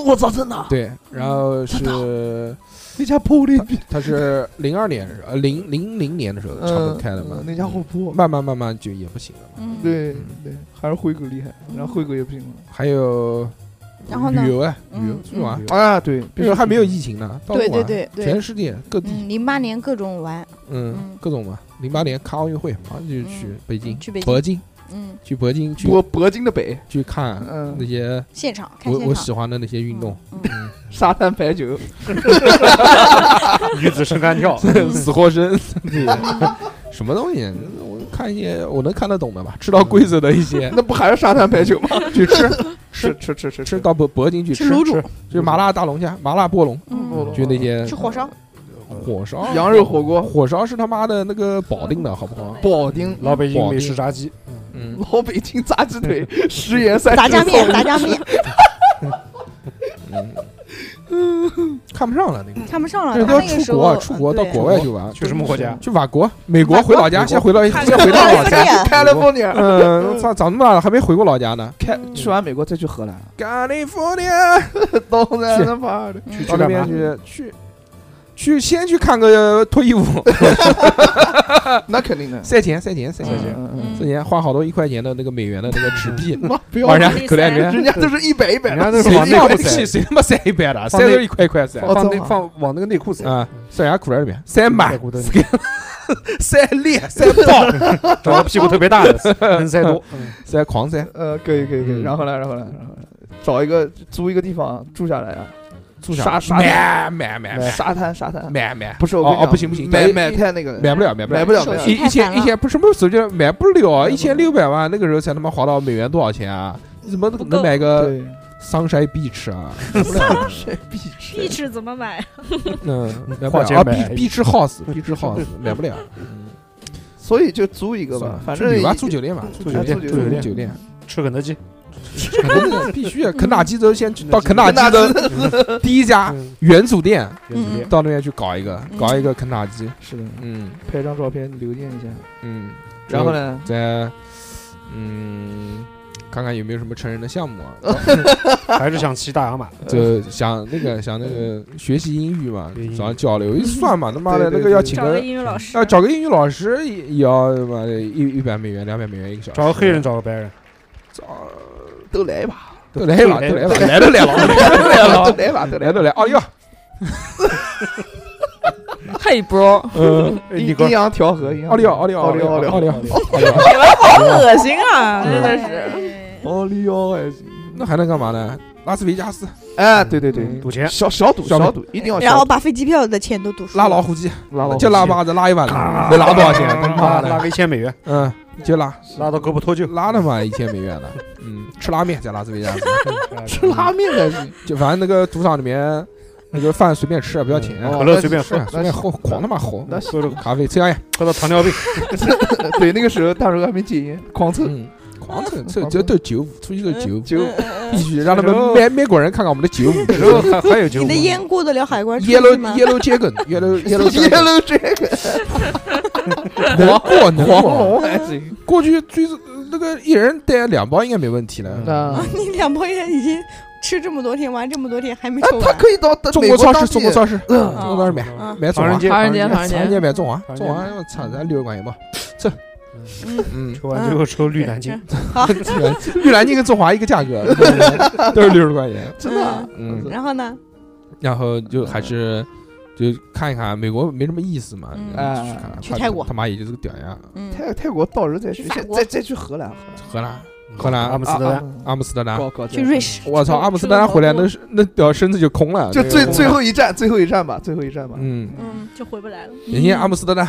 Speaker 6: 我操，真的！
Speaker 2: 对，然后
Speaker 6: 啊
Speaker 2: 是
Speaker 6: 嗯那家破的逼，
Speaker 2: 他是零二年的时候，呃零零零年的时候差不多
Speaker 6: 嗯
Speaker 2: 开的嘛，
Speaker 6: 那家伙破，
Speaker 2: 慢慢慢慢就也不行了嘛，
Speaker 7: 嗯，
Speaker 6: 对对，还是辉哥厉害，然后辉哥也不行了
Speaker 2: 还有
Speaker 7: 然后呢
Speaker 2: 旅游啊，旅游
Speaker 7: 嗯
Speaker 2: 出去玩。
Speaker 6: 啊！对，
Speaker 2: 那时候还没有疫情呢，到处
Speaker 7: 对对
Speaker 2: 玩
Speaker 7: 对对
Speaker 2: 全世界各地，
Speaker 7: 嗯，零八年各种玩，
Speaker 2: 嗯
Speaker 7: 嗯，
Speaker 2: 各种嘛。零八年看奥运会，马上就去
Speaker 7: 嗯
Speaker 2: 北京，
Speaker 7: 去北京
Speaker 2: 北京，
Speaker 7: 嗯，
Speaker 2: 去北京去
Speaker 6: 铂铂金的北，
Speaker 2: 去看
Speaker 6: 嗯
Speaker 2: 那些
Speaker 7: 现场看
Speaker 2: 我
Speaker 7: 现
Speaker 2: 我
Speaker 7: 场
Speaker 2: 喜欢的那些运动，
Speaker 7: 嗯
Speaker 6: 沙滩排球，
Speaker 5: 女子身干跳，
Speaker 7: 嗯
Speaker 2: 死活生， 什么东西？我看一些我能看得懂的吧，知道规则的一些，
Speaker 7: 嗯
Speaker 6: 那不还是沙滩排 球吗？
Speaker 2: 去吃
Speaker 6: 吃吃吃吃
Speaker 2: 吃到北北京去吃，
Speaker 6: 煮，
Speaker 2: 就是麻辣大龙虾、麻辣波龙，
Speaker 7: 嗯，
Speaker 2: 就那些
Speaker 7: 吃火 烧，
Speaker 2: 火烧
Speaker 6: 羊肉火锅，
Speaker 2: 火烧是他妈的那个保定的好不好？
Speaker 6: 保定
Speaker 5: 老北京
Speaker 2: 保
Speaker 5: 美
Speaker 2: 定
Speaker 5: 食炸鸡，
Speaker 2: 嗯，
Speaker 6: 老北京炸鸡腿，十元三
Speaker 7: 炸
Speaker 6: 十
Speaker 7: 酱面，
Speaker 6: 送
Speaker 7: 炸酱面，
Speaker 2: 看不上了那个。
Speaker 7: 看不上了。
Speaker 2: 但是
Speaker 7: 他
Speaker 2: 都要
Speaker 7: 那个
Speaker 2: 出
Speaker 7: 时
Speaker 2: 国啊，
Speaker 7: 候，
Speaker 2: 出国到
Speaker 7: 对
Speaker 2: 国外去玩，
Speaker 6: 去什么国家
Speaker 2: 去法国、美国，
Speaker 6: 法
Speaker 2: 回
Speaker 6: 国
Speaker 2: 老家，
Speaker 6: 美
Speaker 2: 先
Speaker 6: 国
Speaker 2: 回到先回到 老家。
Speaker 6: California，
Speaker 2: 嗯，咋长那么大了还没回过老家呢
Speaker 6: 开去完美国再去荷兰，
Speaker 2: ？California，
Speaker 6: 都在那怕
Speaker 7: 嗯
Speaker 6: 的。
Speaker 2: 去
Speaker 6: 到
Speaker 2: 到那
Speaker 6: 那边
Speaker 2: 边去去去，先去看个脱衣舞，
Speaker 6: 那肯定的。
Speaker 2: 赛前赛前赛前
Speaker 6: 嗯嗯嗯
Speaker 2: 赛前花好多一块钱的那个美元的那个纸币，
Speaker 6: 妈不要
Speaker 2: 往人
Speaker 4: 我
Speaker 2: 家
Speaker 4: 的
Speaker 2: 口袋里
Speaker 4: 天
Speaker 2: 面
Speaker 6: 人家都是一百一百
Speaker 5: 人
Speaker 6: 的，
Speaker 5: 家都是
Speaker 2: 谁
Speaker 5: 往内
Speaker 2: 他妈
Speaker 5: 裤
Speaker 2: 去
Speaker 5: 塞，
Speaker 2: 谁他妈塞一百的，
Speaker 5: 放
Speaker 2: 塞
Speaker 5: 内
Speaker 2: 都一块一块塞
Speaker 6: 哦
Speaker 5: 放
Speaker 6: 这
Speaker 5: 内
Speaker 6: 么好
Speaker 5: 放往那 个内裤塞，
Speaker 2: 啊，塞人家口袋里面，塞
Speaker 5: 内
Speaker 2: 满、
Speaker 5: 裤都
Speaker 2: 塞裂、塞 爆、
Speaker 5: 找个屁股特别大 的，能塞多。嗯
Speaker 2: 塞狂塞，
Speaker 6: 呃，可以可以可以。
Speaker 2: 嗯
Speaker 6: 然后呢，然后呢，然后呢，找一个租一个地方住下来啊，
Speaker 2: 住啥？
Speaker 6: 沙沙
Speaker 2: 买买买买
Speaker 6: 沙滩沙滩，
Speaker 2: 买买，
Speaker 6: 不是我跟你
Speaker 2: 哦哦
Speaker 6: 讲
Speaker 2: 不行不行，
Speaker 6: 买
Speaker 2: 买
Speaker 6: 买太那个
Speaker 2: 买不了买不
Speaker 6: 买
Speaker 2: 了
Speaker 6: 不。了买
Speaker 7: 手
Speaker 6: 不了
Speaker 7: 续
Speaker 2: 一一千
Speaker 7: 太烦
Speaker 2: 一千
Speaker 7: 了
Speaker 2: 不是什么手机买不了，啊
Speaker 6: 了
Speaker 2: 一千六百万那个时候才他妈划到美元多少钱啊？你怎么
Speaker 4: 不够
Speaker 2: 能买个
Speaker 6: 对，
Speaker 2: Sunshine Beach 啊？
Speaker 6: 谁必吃
Speaker 4: 地址怎么买？
Speaker 2: 嗯，买不
Speaker 5: 花
Speaker 2: 了
Speaker 5: 钱
Speaker 2: 啊
Speaker 5: 买嗯
Speaker 2: ，Beach Beach House，Beach House 买不了，
Speaker 6: 所以就租一个吧，反正
Speaker 2: 去旅吧
Speaker 6: 一
Speaker 2: 住酒店吧，
Speaker 5: 住
Speaker 6: 酒
Speaker 5: 酒
Speaker 6: 店
Speaker 5: 店，
Speaker 6: 住酒
Speaker 5: 酒店，
Speaker 2: 酒店，
Speaker 5: 吃肯德基，
Speaker 2: 肯德基必须啊肯塔基州先去到肯
Speaker 5: 肯
Speaker 2: 塔
Speaker 5: 塔
Speaker 2: 基州 第一家
Speaker 5: 嗯，
Speaker 2: 元祖店，
Speaker 5: 原子店
Speaker 2: 到那边去搞一个，
Speaker 6: 嗯
Speaker 2: 搞一个肯塔基，
Speaker 6: 是的，
Speaker 2: 嗯
Speaker 6: 拍张照片留念一下。
Speaker 2: 嗯，
Speaker 6: 然后呢，
Speaker 2: 再嗯看看有没有什么成人的项目啊，
Speaker 5: 还是想骑大 洋马，
Speaker 2: 就想那个想那个学习英语嘛
Speaker 5: 学英，语
Speaker 2: 找人交流一算嘛，他妈的
Speaker 6: 对对
Speaker 2: 那个要
Speaker 6: 对
Speaker 2: 请
Speaker 4: 找个
Speaker 2: 个
Speaker 4: 英语老师
Speaker 2: 要。找个英语老师也也要他妈的一一百美元两百美元一个小时，
Speaker 5: 找个黑人，找个白人，
Speaker 6: 都来一把，
Speaker 2: 都来了，都
Speaker 5: 都
Speaker 2: 来
Speaker 5: 来
Speaker 2: 了，
Speaker 5: 了
Speaker 2: 来都来了，来
Speaker 6: 都
Speaker 2: 了，
Speaker 6: 来一把，都来
Speaker 2: 来都来，哎呦，
Speaker 8: 嘿 bro，
Speaker 2: 嗯，
Speaker 5: 哎一
Speaker 6: 阴
Speaker 5: 个
Speaker 6: 阴阳调和，阴阳
Speaker 2: 奥利奥，奥利奥，
Speaker 6: 奥利奥，
Speaker 2: 奥
Speaker 6: 利
Speaker 2: 利
Speaker 6: 奥
Speaker 2: 奥，
Speaker 6: 利
Speaker 2: 利
Speaker 6: 奥，
Speaker 2: 奥，
Speaker 8: 好恶心啊！
Speaker 2: 嗯
Speaker 8: 真的是，
Speaker 4: 是。
Speaker 6: 奥利奥还行。
Speaker 2: 那还能干嘛呢？拉斯维加斯
Speaker 6: 哎，对对对，
Speaker 2: 嗯
Speaker 5: 赌钱，
Speaker 6: 小小赌
Speaker 2: 啊小
Speaker 6: 小赌，一定要
Speaker 7: 然
Speaker 6: 小
Speaker 7: 后
Speaker 6: 赌
Speaker 7: 把飞机票的钱都赌输
Speaker 2: 拉
Speaker 7: 了。
Speaker 2: 老虎机，
Speaker 6: 拉
Speaker 5: 哦
Speaker 6: 老
Speaker 2: 就拉巴子拉一碗，能拉多少钱？他妈
Speaker 5: 拉拉
Speaker 2: 的，
Speaker 5: 个一千美元，
Speaker 2: 嗯，就拉
Speaker 5: 拉到胳膊脱臼，
Speaker 2: 拉他妈一千美元的，嗯，吃拉面在拉斯维加斯。
Speaker 6: 吃 拉面还行，
Speaker 2: 就反正那个赌场里面那个饭随便吃，啊不要钱，
Speaker 5: 嗯可乐随便
Speaker 2: 哦是啊
Speaker 5: 喝，
Speaker 2: 随便喝，狂他妈喝，
Speaker 6: 哦那
Speaker 5: 喝 了
Speaker 2: 咖啡哎抽香烟，
Speaker 5: 喝到糖尿病，
Speaker 6: 对，那个时候大叔还没戒烟，狂抽
Speaker 2: 嗯，狂抽抽这都九五，出去都九五，
Speaker 6: 酒，
Speaker 2: 必须让他们美美国人看看我们的九五。
Speaker 5: 然后还还有酒，
Speaker 7: 你的 烟过得了海关
Speaker 2: Yellow
Speaker 7: 吗？
Speaker 2: Yellow Dragon Yellow Yellow
Speaker 6: 耶
Speaker 2: Dragon，
Speaker 6: 喽这个
Speaker 2: 能过能
Speaker 6: 黄
Speaker 2: 过，
Speaker 6: 龙还行，
Speaker 2: 过去最呃那个一人带两包应该没问题了。
Speaker 6: 那
Speaker 7: 啊你两包烟已经吃这么多天，玩这么多天，还没
Speaker 2: 啊
Speaker 7: 抽
Speaker 6: 他
Speaker 7: 完。
Speaker 6: 可以到
Speaker 2: 中
Speaker 6: 美
Speaker 2: 国
Speaker 6: 国
Speaker 2: 超
Speaker 6: 当
Speaker 2: 市，
Speaker 6: 地
Speaker 2: 中国超市，中国超市买
Speaker 5: 嗯
Speaker 2: 买中
Speaker 5: 唐人
Speaker 2: 华，
Speaker 5: 街，
Speaker 8: 唐人街，
Speaker 5: 唐人
Speaker 8: 唐
Speaker 5: 街
Speaker 2: 唐
Speaker 8: 人
Speaker 2: 人
Speaker 8: 街，
Speaker 2: 街买中华，啊
Speaker 5: 唐人街
Speaker 2: 中华我操，咱六十块钱吧，这，嗯，
Speaker 5: 抽完之后抽绿南京，
Speaker 2: 玉兰金跟中华一个价格，都是六十块钱。
Speaker 6: 真的啊，
Speaker 2: 嗯
Speaker 7: 然后呢？
Speaker 2: 然后就还是就看一看，美国没什么意思嘛，
Speaker 3: 嗯
Speaker 2: 就去看看
Speaker 7: 去泰国
Speaker 2: 他妈也就是个屌样，
Speaker 7: 嗯，
Speaker 6: 泰泰国到时候再去，
Speaker 7: 去法
Speaker 6: 再
Speaker 7: 国
Speaker 6: 再再去荷兰，
Speaker 2: 荷兰、
Speaker 5: 嗯
Speaker 2: 荷兰、
Speaker 5: 阿姆斯特丹，
Speaker 6: 丹，
Speaker 2: 阿姆斯特丹，
Speaker 6: 搞搞
Speaker 7: 去瑞士。
Speaker 2: 我操，阿姆斯特丹回来那是那屌身子就空了，
Speaker 6: 就
Speaker 2: 那个
Speaker 6: 最最后一站，最后一站吧，最后一站吧。
Speaker 2: 嗯，
Speaker 7: 嗯
Speaker 4: 就回不来了。
Speaker 2: 人家阿姆斯特丹，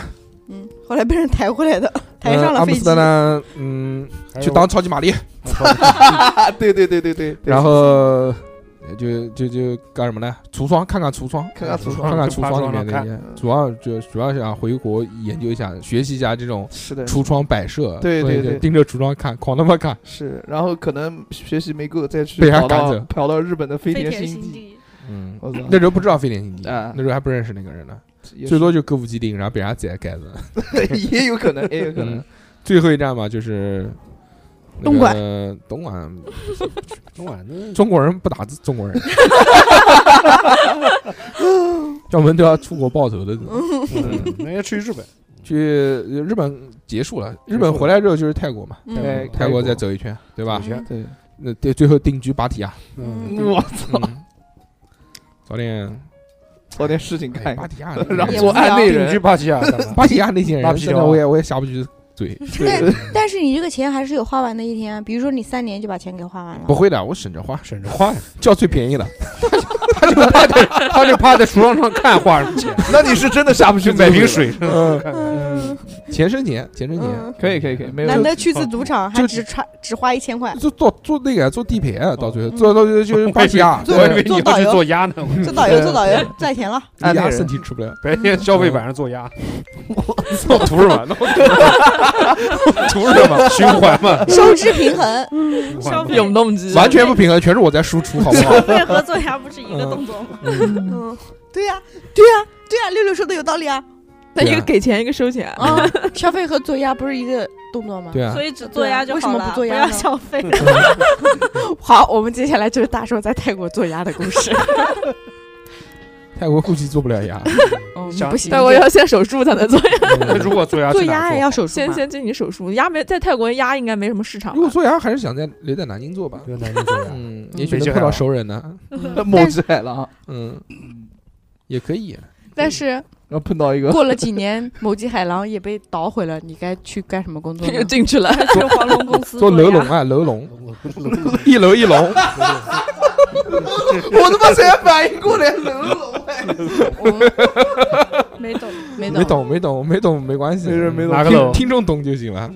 Speaker 7: 嗯，后来被人抬 回来的，抬上
Speaker 2: 嗯
Speaker 7: 了
Speaker 2: 阿姆
Speaker 7: 飞
Speaker 2: 斯
Speaker 7: 机
Speaker 2: 特。丹，嗯，去当超级玛丽，
Speaker 6: 啊，对对对对对。对
Speaker 2: 然后就就就干什么呢？橱窗看看橱窗。
Speaker 6: 看看橱窗，
Speaker 2: 看看橱窗里面
Speaker 5: 看
Speaker 2: 那些，主要就主要想回国研究一下，学习一下这种
Speaker 6: 是的，
Speaker 2: 橱窗摆设，
Speaker 6: 对对对
Speaker 2: 盯着橱窗看，狂他妈看，
Speaker 6: 是，然后可能学习没够，再去
Speaker 2: 被他
Speaker 6: 跑到
Speaker 2: 赶走
Speaker 6: 跑到日本的飞
Speaker 4: 飞
Speaker 6: 田
Speaker 4: 田
Speaker 6: 新地。
Speaker 4: 地，
Speaker 2: 嗯，
Speaker 6: 我操，
Speaker 2: 那时候不知道非典新地，
Speaker 6: 啊
Speaker 2: 那时候还不认识那个人呢，
Speaker 6: 也
Speaker 2: 最多就歌舞伎町，然后被人家宰盖子。
Speaker 6: 是 也有可能，也有可能
Speaker 2: 嗯。， 最后一站嘛就是那
Speaker 7: 东
Speaker 2: 个东莞，
Speaker 5: 中晚那
Speaker 2: 中国人不打字，中国人，专门都要出国报仇的。
Speaker 5: 嗯那要去日本，
Speaker 2: 去日本结束了，日本回来之后就是泰国嘛，
Speaker 6: 哎
Speaker 7: 嗯，
Speaker 2: 泰国再走一圈，对吧？
Speaker 5: 嗯
Speaker 6: 对，
Speaker 2: 那呃对，最后定居芭 提雅，
Speaker 5: 嗯，
Speaker 6: 我
Speaker 2: 嗯早点
Speaker 6: 找点事情
Speaker 2: 哎
Speaker 6: 干一
Speaker 2: 芭
Speaker 6: 干，
Speaker 2: 提雅 那
Speaker 6: 让
Speaker 2: 边，
Speaker 6: 做案内
Speaker 5: 定居啊
Speaker 6: 人。
Speaker 5: 巴 西亚干嘛？
Speaker 2: 芭提哦雅那些
Speaker 5: 拉
Speaker 2: 人，
Speaker 5: 皮
Speaker 2: 现
Speaker 5: 条
Speaker 2: 在
Speaker 5: 啊
Speaker 2: 我也我也下不去嘴，
Speaker 6: 对
Speaker 7: 但 但是你这个钱还是有花完的一天啊，比如说你三年就把钱给花完了。
Speaker 2: 不会的，我省着花，
Speaker 5: 省着花呀，
Speaker 2: 叫最便宜的。
Speaker 5: 他就趴在他就趴在橱窗上看花什么钱，
Speaker 6: 那你是真的下不去
Speaker 5: 去
Speaker 6: 最
Speaker 5: 买
Speaker 6: 后一
Speaker 5: 瓶
Speaker 6: 个，
Speaker 5: 水，
Speaker 2: 嗯，
Speaker 5: 看看
Speaker 2: 钱生钱，钱生钱
Speaker 7: 嗯，
Speaker 6: 可以可以可以，没有
Speaker 7: 难
Speaker 6: 问题。
Speaker 7: 得去次赌场，
Speaker 2: 就
Speaker 7: 还只花只花一千块，
Speaker 2: 就坐坐那个坐地铁，到最后坐到最后 就是巴提亚，
Speaker 7: 坐
Speaker 5: 我以为
Speaker 7: 做
Speaker 5: 你
Speaker 7: 导
Speaker 5: 要去
Speaker 7: 游
Speaker 5: 做鸭呢，
Speaker 2: 嗯
Speaker 7: 做导游做导游赚 钱了，
Speaker 6: 按那
Speaker 2: 鸭
Speaker 6: 个
Speaker 2: 身
Speaker 6: 人
Speaker 2: 体吃不了。
Speaker 5: 白天消费，晚上做鸭。 我操，图什么？弄图什么？循环嘛，
Speaker 7: 收 支平衡。
Speaker 5: 循环嘛。
Speaker 8: 永动机
Speaker 2: 完全不平衡，全是我在输出， 好不 好？
Speaker 4: 为何做牙不是一个动作吗？
Speaker 7: 嗯，对呀，对呀，对呀，六六说的有道理啊。
Speaker 8: 那一个给钱，一个收钱，
Speaker 7: 啊，消费和做鸭不是一个动作吗？
Speaker 2: 对啊
Speaker 4: 所，以只做鸭就
Speaker 7: 为什
Speaker 4: 好
Speaker 7: 么
Speaker 4: 了，
Speaker 7: 不做鸭
Speaker 4: 要
Speaker 7: 呢
Speaker 4: 消费。
Speaker 7: 好，我们接下来就是大寿在泰国做鸭的故事。
Speaker 2: 泰国估计做不了 牙。
Speaker 7: 嗯
Speaker 5: 想
Speaker 7: 不行，
Speaker 8: 泰国要先手术才 能做，
Speaker 5: 那如果做鸭
Speaker 7: 做
Speaker 5: 去哪
Speaker 7: 鸭也要手术
Speaker 8: 先
Speaker 7: 嘛，
Speaker 8: 先进行手术。鸭没在泰国鸭应该没什么市场
Speaker 2: 如果
Speaker 8: 吧，
Speaker 2: 做牙，还是想在留在南京做吧。
Speaker 5: 做？南京做鸭。
Speaker 2: 嗯，
Speaker 7: 嗯
Speaker 2: 也许能碰到熟人呢。
Speaker 6: 某只海狼，
Speaker 2: 嗯，也可以。啊
Speaker 7: 但是
Speaker 6: 然后碰到一个
Speaker 7: 过了几年，某级海狼也被捣毁了，你该去干什么工作呢
Speaker 8: 又？进去了。
Speaker 4: 去黄龙公司
Speaker 2: 做
Speaker 4: 鸭
Speaker 2: 楼龙啊，楼龙，一楼一 龙，
Speaker 6: 我他妈才反应过来，冷冷
Speaker 4: 没懂，
Speaker 7: 没
Speaker 2: 没懂没懂没懂没关系，嗯
Speaker 6: 没事没懂
Speaker 5: 哪个
Speaker 2: 听
Speaker 5: 楼
Speaker 2: 听众懂就行了。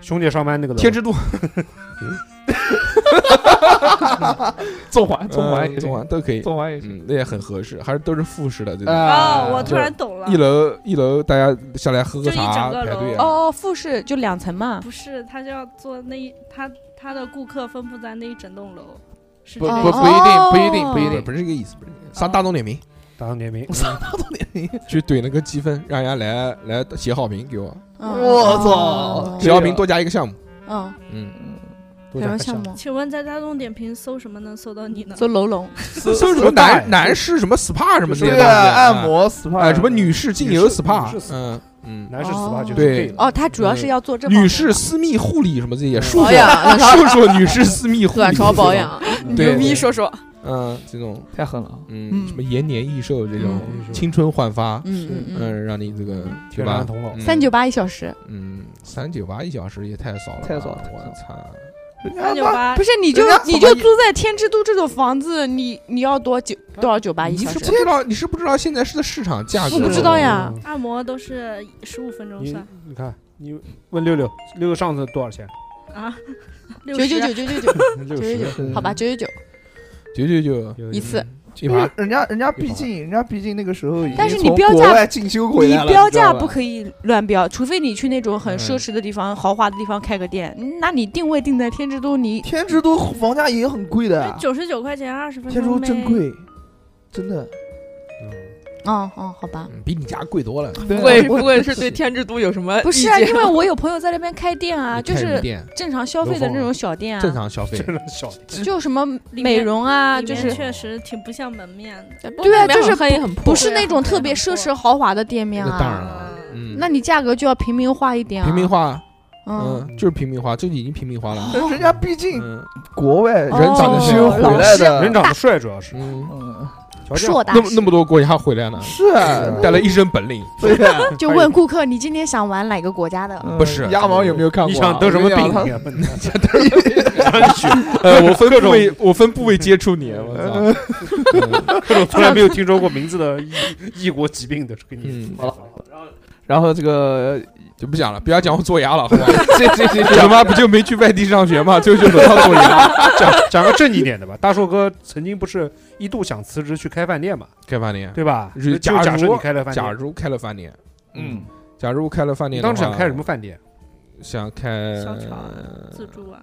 Speaker 5: 兄弟上班那个楼。
Speaker 2: 天之 渡，
Speaker 6: 纵环纵环
Speaker 2: 嗯纵环都可以，
Speaker 6: 纵环也行。
Speaker 2: 嗯，那也很合适，还是都是复式的这种。
Speaker 6: 啊
Speaker 4: 哦，我突然懂了
Speaker 2: 一，楼一楼，大家下来喝
Speaker 4: 就
Speaker 2: 喝
Speaker 4: 一
Speaker 2: 茶，
Speaker 4: 整个
Speaker 2: 排队啊。
Speaker 7: 哦，复式就两层嘛。
Speaker 4: 不是，他就要做那一他他的顾客分布在那一整栋楼，是
Speaker 6: 不
Speaker 4: 这
Speaker 6: 不
Speaker 4: 样
Speaker 6: 不一定不一定不一
Speaker 2: 不是
Speaker 6: 定，
Speaker 2: 不是这个意思，不是这个意思。上大众点评
Speaker 4: 哦
Speaker 5: 打上联名，
Speaker 2: 去怼那个积分，让人家来来写好评给我，嗯
Speaker 7: 嗯
Speaker 6: 我
Speaker 4: 哦
Speaker 6: 操
Speaker 2: 写好评多加一个项目。
Speaker 7: 嗯，
Speaker 2: 嗯，
Speaker 5: 多
Speaker 7: 什
Speaker 5: 加
Speaker 7: 么
Speaker 5: 个
Speaker 7: 项
Speaker 5: 项
Speaker 7: 目？
Speaker 4: 请问在大众点评搜什么能搜到你呢？
Speaker 7: 做楼龙，
Speaker 2: 搜什么男男士什么 SPA 什么之类
Speaker 6: 对
Speaker 2: 的东西啊
Speaker 6: 按摩 SPA
Speaker 2: 哎，什么女士精油
Speaker 5: 女士
Speaker 2: SPA，
Speaker 5: 女士 SPA
Speaker 2: 嗯嗯，
Speaker 5: 男士 SPA 就是
Speaker 2: 对
Speaker 5: gay 了
Speaker 7: 哦，他主要是要做这方面
Speaker 2: 女
Speaker 7: 的嗯
Speaker 2: 士私密护理什么这些，说
Speaker 8: 保养
Speaker 2: 说 说说女士私密护理，
Speaker 8: 卵巢啊保，养，
Speaker 2: 对
Speaker 8: 牛逼，说说
Speaker 2: 嗯，这种
Speaker 6: 太狠了啊！
Speaker 2: 嗯
Speaker 7: 嗯
Speaker 2: 什么延年益寿这种
Speaker 7: 嗯
Speaker 2: 青春焕发，
Speaker 7: 嗯嗯嗯，
Speaker 2: 嗯，让你这个对
Speaker 5: 天
Speaker 2: 吧
Speaker 5: 然？童姥。
Speaker 7: 三九八一小时，
Speaker 2: 嗯，三九八一小时也太少了吧，
Speaker 6: 太少了
Speaker 2: 我操！
Speaker 4: 三九八
Speaker 7: 不，是你就
Speaker 6: 人家
Speaker 7: 你
Speaker 6: 怎么
Speaker 7: 就
Speaker 6: 也
Speaker 7: 租在天之都这种房子，你你要多九多少九八一
Speaker 2: 你
Speaker 7: 小
Speaker 2: 是不
Speaker 7: 时？
Speaker 2: 知道，你是不知道现在是的市场价格，
Speaker 7: 我不知道呀
Speaker 5: 嗯
Speaker 4: 按摩都是十五分钟
Speaker 5: 你
Speaker 4: 算
Speaker 5: 你看，你问六六，六六上次多少钱？
Speaker 4: 啊， 九
Speaker 7: 九九九九九九
Speaker 5: 六
Speaker 7: 九
Speaker 5: 十
Speaker 7: 九。九，好吧，九九九
Speaker 2: 九九九
Speaker 5: 有
Speaker 7: 一次。
Speaker 2: 一盘，
Speaker 6: 人家人家毕竟人家毕竟那个时候已经
Speaker 7: 但是你
Speaker 6: 从
Speaker 7: 标价
Speaker 6: 国外进修回
Speaker 7: 你
Speaker 6: 来了，
Speaker 7: 标价
Speaker 6: 知道吧
Speaker 7: 不可以乱标，除非你去那种很奢侈的地方、豪华的地方开个店。那你定位定在天之都，你
Speaker 6: 天之都房价也很贵的，
Speaker 4: 哎九十九块钱二十分
Speaker 6: 天之
Speaker 4: 钟
Speaker 6: 都
Speaker 4: 呗，
Speaker 6: 真贵，真的
Speaker 5: 嗯
Speaker 7: 哦哦，好吧。
Speaker 2: 嗯比你家贵多了。
Speaker 8: 不会不
Speaker 6: 贵
Speaker 8: 会是对天之都有什么
Speaker 7: 不是啊，
Speaker 8: 意
Speaker 7: 因
Speaker 8: 见
Speaker 7: 为我有朋友在那边开店啊，
Speaker 2: 你
Speaker 7: 就
Speaker 2: 开什么
Speaker 7: 是
Speaker 2: 店
Speaker 7: 正常消费的那种小店
Speaker 2: 正
Speaker 7: 啊，
Speaker 2: 常消费
Speaker 5: 真，的小。
Speaker 7: 就什么
Speaker 4: 里面
Speaker 7: 美容啊，
Speaker 4: 里
Speaker 7: 就
Speaker 4: 面
Speaker 7: 是
Speaker 4: 确实挺不像门面的。
Speaker 7: 对啊
Speaker 8: 那边
Speaker 7: 就是
Speaker 8: 好像也很破
Speaker 7: 不是那种特别奢侈豪华的店面
Speaker 2: 那当然
Speaker 7: 啊。
Speaker 2: 了，嗯，
Speaker 7: 那你价格就要平民化一点啊。
Speaker 2: 平民。化，
Speaker 7: 嗯，
Speaker 2: 嗯，就是平民化，这已经平民化了，
Speaker 6: 但是人家毕竟
Speaker 2: 嗯
Speaker 6: 国外人
Speaker 7: 哦
Speaker 6: 长
Speaker 2: 进
Speaker 6: 修
Speaker 2: 修
Speaker 6: 回
Speaker 2: 老
Speaker 6: 来
Speaker 7: 师
Speaker 6: 的，
Speaker 5: 人长得帅，主要是
Speaker 2: 嗯，
Speaker 6: 嗯
Speaker 5: 条件好
Speaker 7: 硕大
Speaker 2: 那么那么多国家回来呢，呃
Speaker 6: 是啊，
Speaker 2: 哎带了一身本领，
Speaker 6: 对啊，
Speaker 7: 就问顾客你今天想玩哪个国家的？
Speaker 6: 嗯
Speaker 2: 不是
Speaker 6: 鸭毛有没有看过 啊？
Speaker 5: 你想得什么病
Speaker 6: 我跟你讲？
Speaker 5: 你啊
Speaker 2: 呃，我分部位我分部位接触你，我操，
Speaker 5: 各种从来没有听说过名字的异异国疾病的，给你
Speaker 2: 嗯，
Speaker 6: 好了然后这个
Speaker 2: 就不讲了，不要讲我做牙了， 好吧？
Speaker 6: 这这这
Speaker 2: 我他妈不就没去外地上学吗？最后就轮到做牙，
Speaker 5: 讲讲个正经一点的吧。大硕哥曾经不是一度想辞职去开饭店嘛，
Speaker 2: 开饭店，
Speaker 5: 对吧？
Speaker 2: 是
Speaker 5: 就
Speaker 2: 假
Speaker 5: 假设
Speaker 2: 如
Speaker 5: 你开了饭
Speaker 2: 假
Speaker 5: 店，
Speaker 2: 如开了饭店，
Speaker 6: 嗯，
Speaker 2: 假如开了饭
Speaker 5: 你
Speaker 2: 店，
Speaker 5: 当时想开什么？饭店？
Speaker 2: 想开
Speaker 4: 小炒自助啊，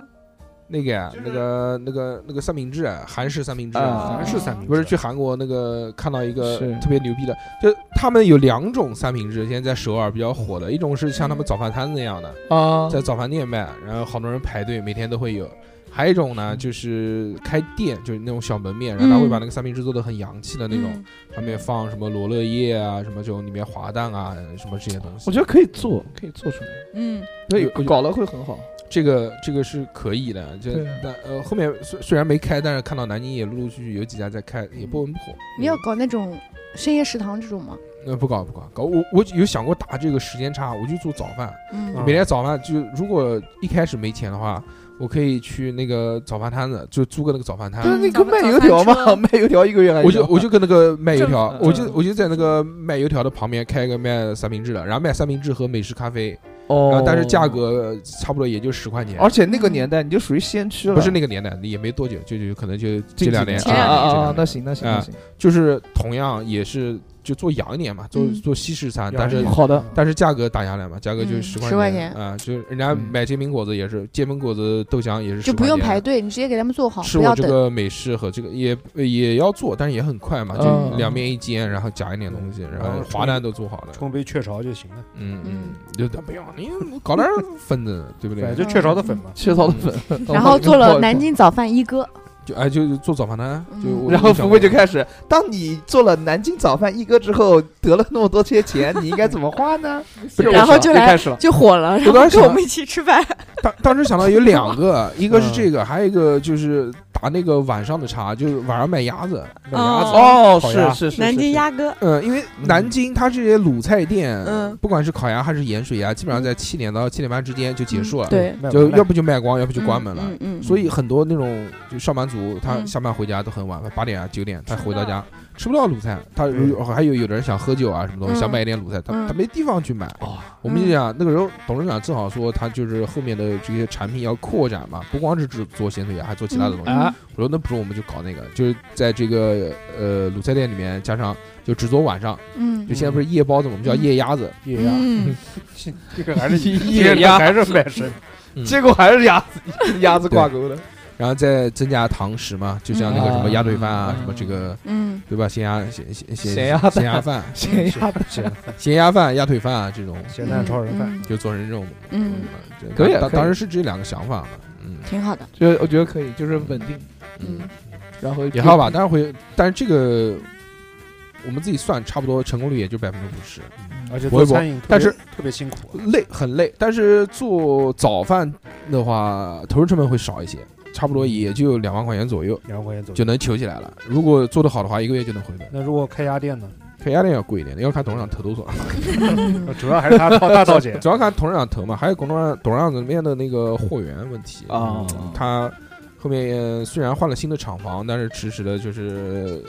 Speaker 2: 那个呀，那个那个那个三明治啊，韩式三明治啊
Speaker 6: 啊，
Speaker 5: 好像是三明治，
Speaker 2: 不是去韩国那个看到一个
Speaker 6: 是
Speaker 2: 特别牛逼的，就他们有两种三明治，现在在首尔比较火的，一种是像他们早饭摊那样的，
Speaker 6: 啊，
Speaker 2: 在早饭店卖，然后好多人排队，每天都会有。还有一种呢，就是开店，就是那种小门面，然后他会把那个三明治做的很洋气的那
Speaker 6: 嗯
Speaker 2: 种，上面放什么罗勒叶啊，什么这种里面滑蛋啊，什么这些东西。
Speaker 6: 我觉得可以做，可以做出来，
Speaker 7: 嗯，
Speaker 2: 对
Speaker 6: 有
Speaker 2: 我觉得
Speaker 6: 搞了会很好。
Speaker 2: 这个这个是可以的，就
Speaker 6: 对
Speaker 2: 但呃后面虽虽然没开，但是看到南京也陆陆续续有几家在开，也不温不火。
Speaker 7: 你要搞那种深夜食堂这种吗？
Speaker 2: 那呃不搞不搞搞，我我有想过打这个时间差，我就做早饭，
Speaker 7: 嗯
Speaker 5: 嗯
Speaker 2: 每天早饭就如果一开始没钱的话，我可以去那个早饭摊子，就租个那个早饭摊
Speaker 6: 不。是你
Speaker 8: 早
Speaker 6: 跟
Speaker 8: 饭
Speaker 6: 卖油条
Speaker 8: 早
Speaker 6: 嘛，
Speaker 8: 餐
Speaker 6: 卖油条一个月还
Speaker 2: 我就我就跟那个卖油条
Speaker 6: 呃正，
Speaker 2: 我就
Speaker 6: 嗯
Speaker 2: 我就在那个卖油条的旁边开一个卖三明治的，然后卖三明治和美式咖啡，然
Speaker 6: 哦
Speaker 2: 后，但是价，格呃差不多也就十块钱，
Speaker 6: 而且那个年代你就属于先驱了，
Speaker 2: 不是那个年代，也没多久，就就可能就这两年，
Speaker 6: 啊
Speaker 3: 前
Speaker 2: 啊
Speaker 3: 两
Speaker 6: 啊
Speaker 3: 年
Speaker 2: 这
Speaker 6: 啊
Speaker 2: 两
Speaker 6: 啊
Speaker 2: 年，
Speaker 6: 那行那行那行，
Speaker 2: 就是同样也是就做洋一点嘛，做
Speaker 7: 嗯
Speaker 2: 做西式餐，
Speaker 5: 洋
Speaker 2: 但
Speaker 5: 一
Speaker 2: 是
Speaker 5: 点
Speaker 6: 好的，
Speaker 2: 但是价格打下来嘛，价格就
Speaker 7: 嗯
Speaker 2: 十
Speaker 7: 10块
Speaker 2: 钱
Speaker 7: 钱
Speaker 2: 啊，就是人家
Speaker 6: 嗯
Speaker 2: 买煎饼果子也是煎饼果子豆浆也是
Speaker 7: 就
Speaker 2: 10
Speaker 7: 不用
Speaker 2: 块钱
Speaker 7: 排。队，你直接给他们做好，
Speaker 2: 吃
Speaker 7: 不
Speaker 2: 我
Speaker 7: 要
Speaker 2: 这
Speaker 7: 等。
Speaker 2: 个美式和这个也也要做，但是也很快嘛，啊就
Speaker 6: 嗯
Speaker 2: 两面一煎，然后夹一点东西，然
Speaker 5: 然
Speaker 2: 后
Speaker 5: 后
Speaker 2: 滑蛋都做好了，
Speaker 5: 冲杯雀巢就行了，
Speaker 2: 嗯嗯，就不要你搞点粉的，对不
Speaker 5: 反正
Speaker 2: 对？
Speaker 5: 就雀巢的粉嘛。
Speaker 6: 切草的粉，
Speaker 7: 然后做 了南京早饭一哥，
Speaker 2: 就哎就就做早饭摊，就
Speaker 7: 嗯
Speaker 2: 我
Speaker 6: 然后
Speaker 2: 想
Speaker 6: 福贵
Speaker 2: 过
Speaker 6: 就开始，当你做了南京早饭一哥之后，得了那么多些钱，你应该怎么花呢？
Speaker 7: 是然后就来
Speaker 6: 开始了，
Speaker 8: 就火了，
Speaker 2: 我
Speaker 8: 然
Speaker 2: 当
Speaker 8: 后
Speaker 2: 时
Speaker 8: 跟我
Speaker 2: 想
Speaker 8: 们一起吃饭，
Speaker 2: 当当时想到有两个，一个是这个，还有一个就是打那个晚上的茶，就是晚上买鸭子，
Speaker 8: 嗯
Speaker 2: 买鸭子。
Speaker 6: 哦，
Speaker 5: 烤鸭
Speaker 6: 是是是，
Speaker 8: 南
Speaker 6: 是
Speaker 8: 京，鸭哥，
Speaker 2: 嗯，因为南京它这些鲁菜店，
Speaker 8: 嗯
Speaker 2: 不管是烤鸭还是盐水鸭，基本上在七点到七点半之间就结束
Speaker 8: 嗯
Speaker 2: 了，
Speaker 7: 对，
Speaker 5: 卖
Speaker 2: 就
Speaker 5: 完了
Speaker 2: 要不就卖光，要不就关门了。
Speaker 7: 嗯嗯，
Speaker 2: 所以很多那种就上班族，他
Speaker 7: 嗯
Speaker 2: 下班回家都很晚，八点啊九点他
Speaker 4: 吃
Speaker 2: 回
Speaker 4: 不
Speaker 2: 到
Speaker 4: 到
Speaker 2: 家吃不到鲁菜，他如
Speaker 5: 对
Speaker 2: 还有有的人想喝酒啊什么东西，
Speaker 7: 嗯
Speaker 2: 想买一点鲁菜，他
Speaker 7: 嗯
Speaker 2: 他没地方去买。我们就讲那个时候董事长正好说他就是后面的这些产品要扩展嘛，不光是只做咸水鸭，还做其他的东西。
Speaker 5: 啊，
Speaker 2: 我说那不如我们就搞那个，就是在这个呃鲁菜店里面加上就只做晚上，
Speaker 7: 嗯
Speaker 2: 就现在不是夜包子嘛，我们叫夜鸭子，
Speaker 5: 夜鸭，
Speaker 7: 嗯，
Speaker 5: 这 个还是
Speaker 6: 夜鸭
Speaker 5: 还是卖身。
Speaker 6: 结果还是鸭子，鸭子挂钩的，
Speaker 2: 然后再增加堂食嘛，就像那个什么
Speaker 6: 嗯
Speaker 2: 鸭腿饭啊，
Speaker 6: 嗯
Speaker 2: 什么这个
Speaker 7: 嗯
Speaker 2: 对吧？咸鸭咸咸咸
Speaker 6: 咸鸭蛋
Speaker 2: 咸鸭饭、
Speaker 6: 咸 鸭
Speaker 5: 咸
Speaker 2: 咸鸭饭、鸭腿饭啊这种，
Speaker 5: 咸蛋超人饭，
Speaker 2: 就做成这种。
Speaker 7: 嗯，
Speaker 2: 这
Speaker 6: 可以啊
Speaker 2: 当
Speaker 6: 可以
Speaker 2: 当时是这两个想法嘛，嗯
Speaker 7: 挺好的，
Speaker 6: 就我觉得可以，就是稳定，
Speaker 2: 嗯
Speaker 7: 嗯，
Speaker 6: 然后
Speaker 2: 也还好吧。但是回，但是这个我们自己算，差不多成功率也就百分之五十。
Speaker 5: 而且
Speaker 2: 微博
Speaker 5: 做餐饮特别，
Speaker 2: 但是
Speaker 5: 特别辛苦。啊
Speaker 2: 累很累，但是做早饭的话，投入成本会少一些，差不多也就两万块钱左右
Speaker 5: 两万块钱左右
Speaker 2: 就。能求起来了。如果做得好的话，一个月就能回本。
Speaker 5: 那如果开鸭店呢？
Speaker 2: 开鸭店要贵一点，要看董事长投多少，
Speaker 5: 呃主要还是他掏大道姐
Speaker 2: 主要看董事长投嘛，还有董事长董事长里面的那个货源问题
Speaker 5: 哦
Speaker 2: 嗯
Speaker 6: 啊
Speaker 2: 他后面虽然换了新的厂房，但是迟迟的就是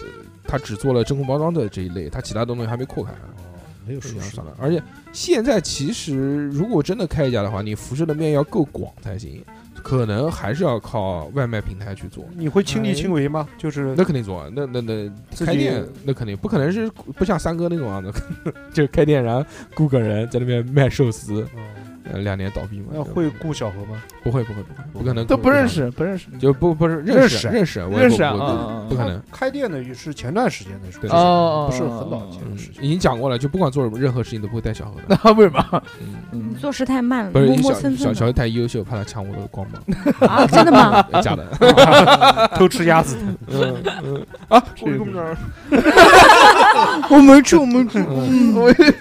Speaker 2: 他只做了真空包装的这一类，他其他东西还没扩开。
Speaker 5: 哦没有
Speaker 2: 这
Speaker 5: 熟
Speaker 2: 样
Speaker 5: 食
Speaker 2: 算了，而且现在其实如果真的开一家的话，你辐射的面要够广才行，可能还是要靠外卖平台去做。
Speaker 5: 你会亲力亲为吗？就是
Speaker 2: 那肯定做，啊那那那
Speaker 5: 自
Speaker 2: 开
Speaker 5: 己
Speaker 2: 店那肯定不可能是不像三哥那种样子， 就是开店然后雇个人在那边卖寿司，
Speaker 5: 嗯
Speaker 2: 呃，两年倒闭嘛。
Speaker 5: 那
Speaker 2: 就
Speaker 5: 会顾小何吗？
Speaker 2: 不会不会不会不可能
Speaker 6: 都不认
Speaker 2: 会，
Speaker 6: 识，不认识，
Speaker 2: 就不不是
Speaker 5: 认
Speaker 2: 识
Speaker 5: 识
Speaker 2: 认识我也
Speaker 6: 认识
Speaker 2: 不
Speaker 6: 啊
Speaker 2: 我
Speaker 6: 啊啊啊
Speaker 2: 不可能。
Speaker 5: 开店的也是前段时间的事
Speaker 2: 对
Speaker 5: 情，
Speaker 6: 哦
Speaker 5: 不是很早以前
Speaker 2: 嗯
Speaker 5: 的事，情。
Speaker 2: 已经讲过了，就不管做什么任何事情都不会带小何的。
Speaker 6: 那为什么？
Speaker 2: 嗯，
Speaker 6: 嗯
Speaker 3: 做事太慢了，
Speaker 2: 不是
Speaker 3: 磨
Speaker 2: 因为
Speaker 3: 磨
Speaker 2: 小
Speaker 3: 蹭
Speaker 2: 小
Speaker 3: 蹭
Speaker 2: 小
Speaker 3: 的
Speaker 2: 何太优秀，怕他抢我的光芒。
Speaker 3: 啊，真的 吗？
Speaker 2: 呃假的。
Speaker 5: 偷吃鸭 子，
Speaker 2: 嗯嗯啊，
Speaker 6: 我们这
Speaker 7: 我没吃，我没 吃，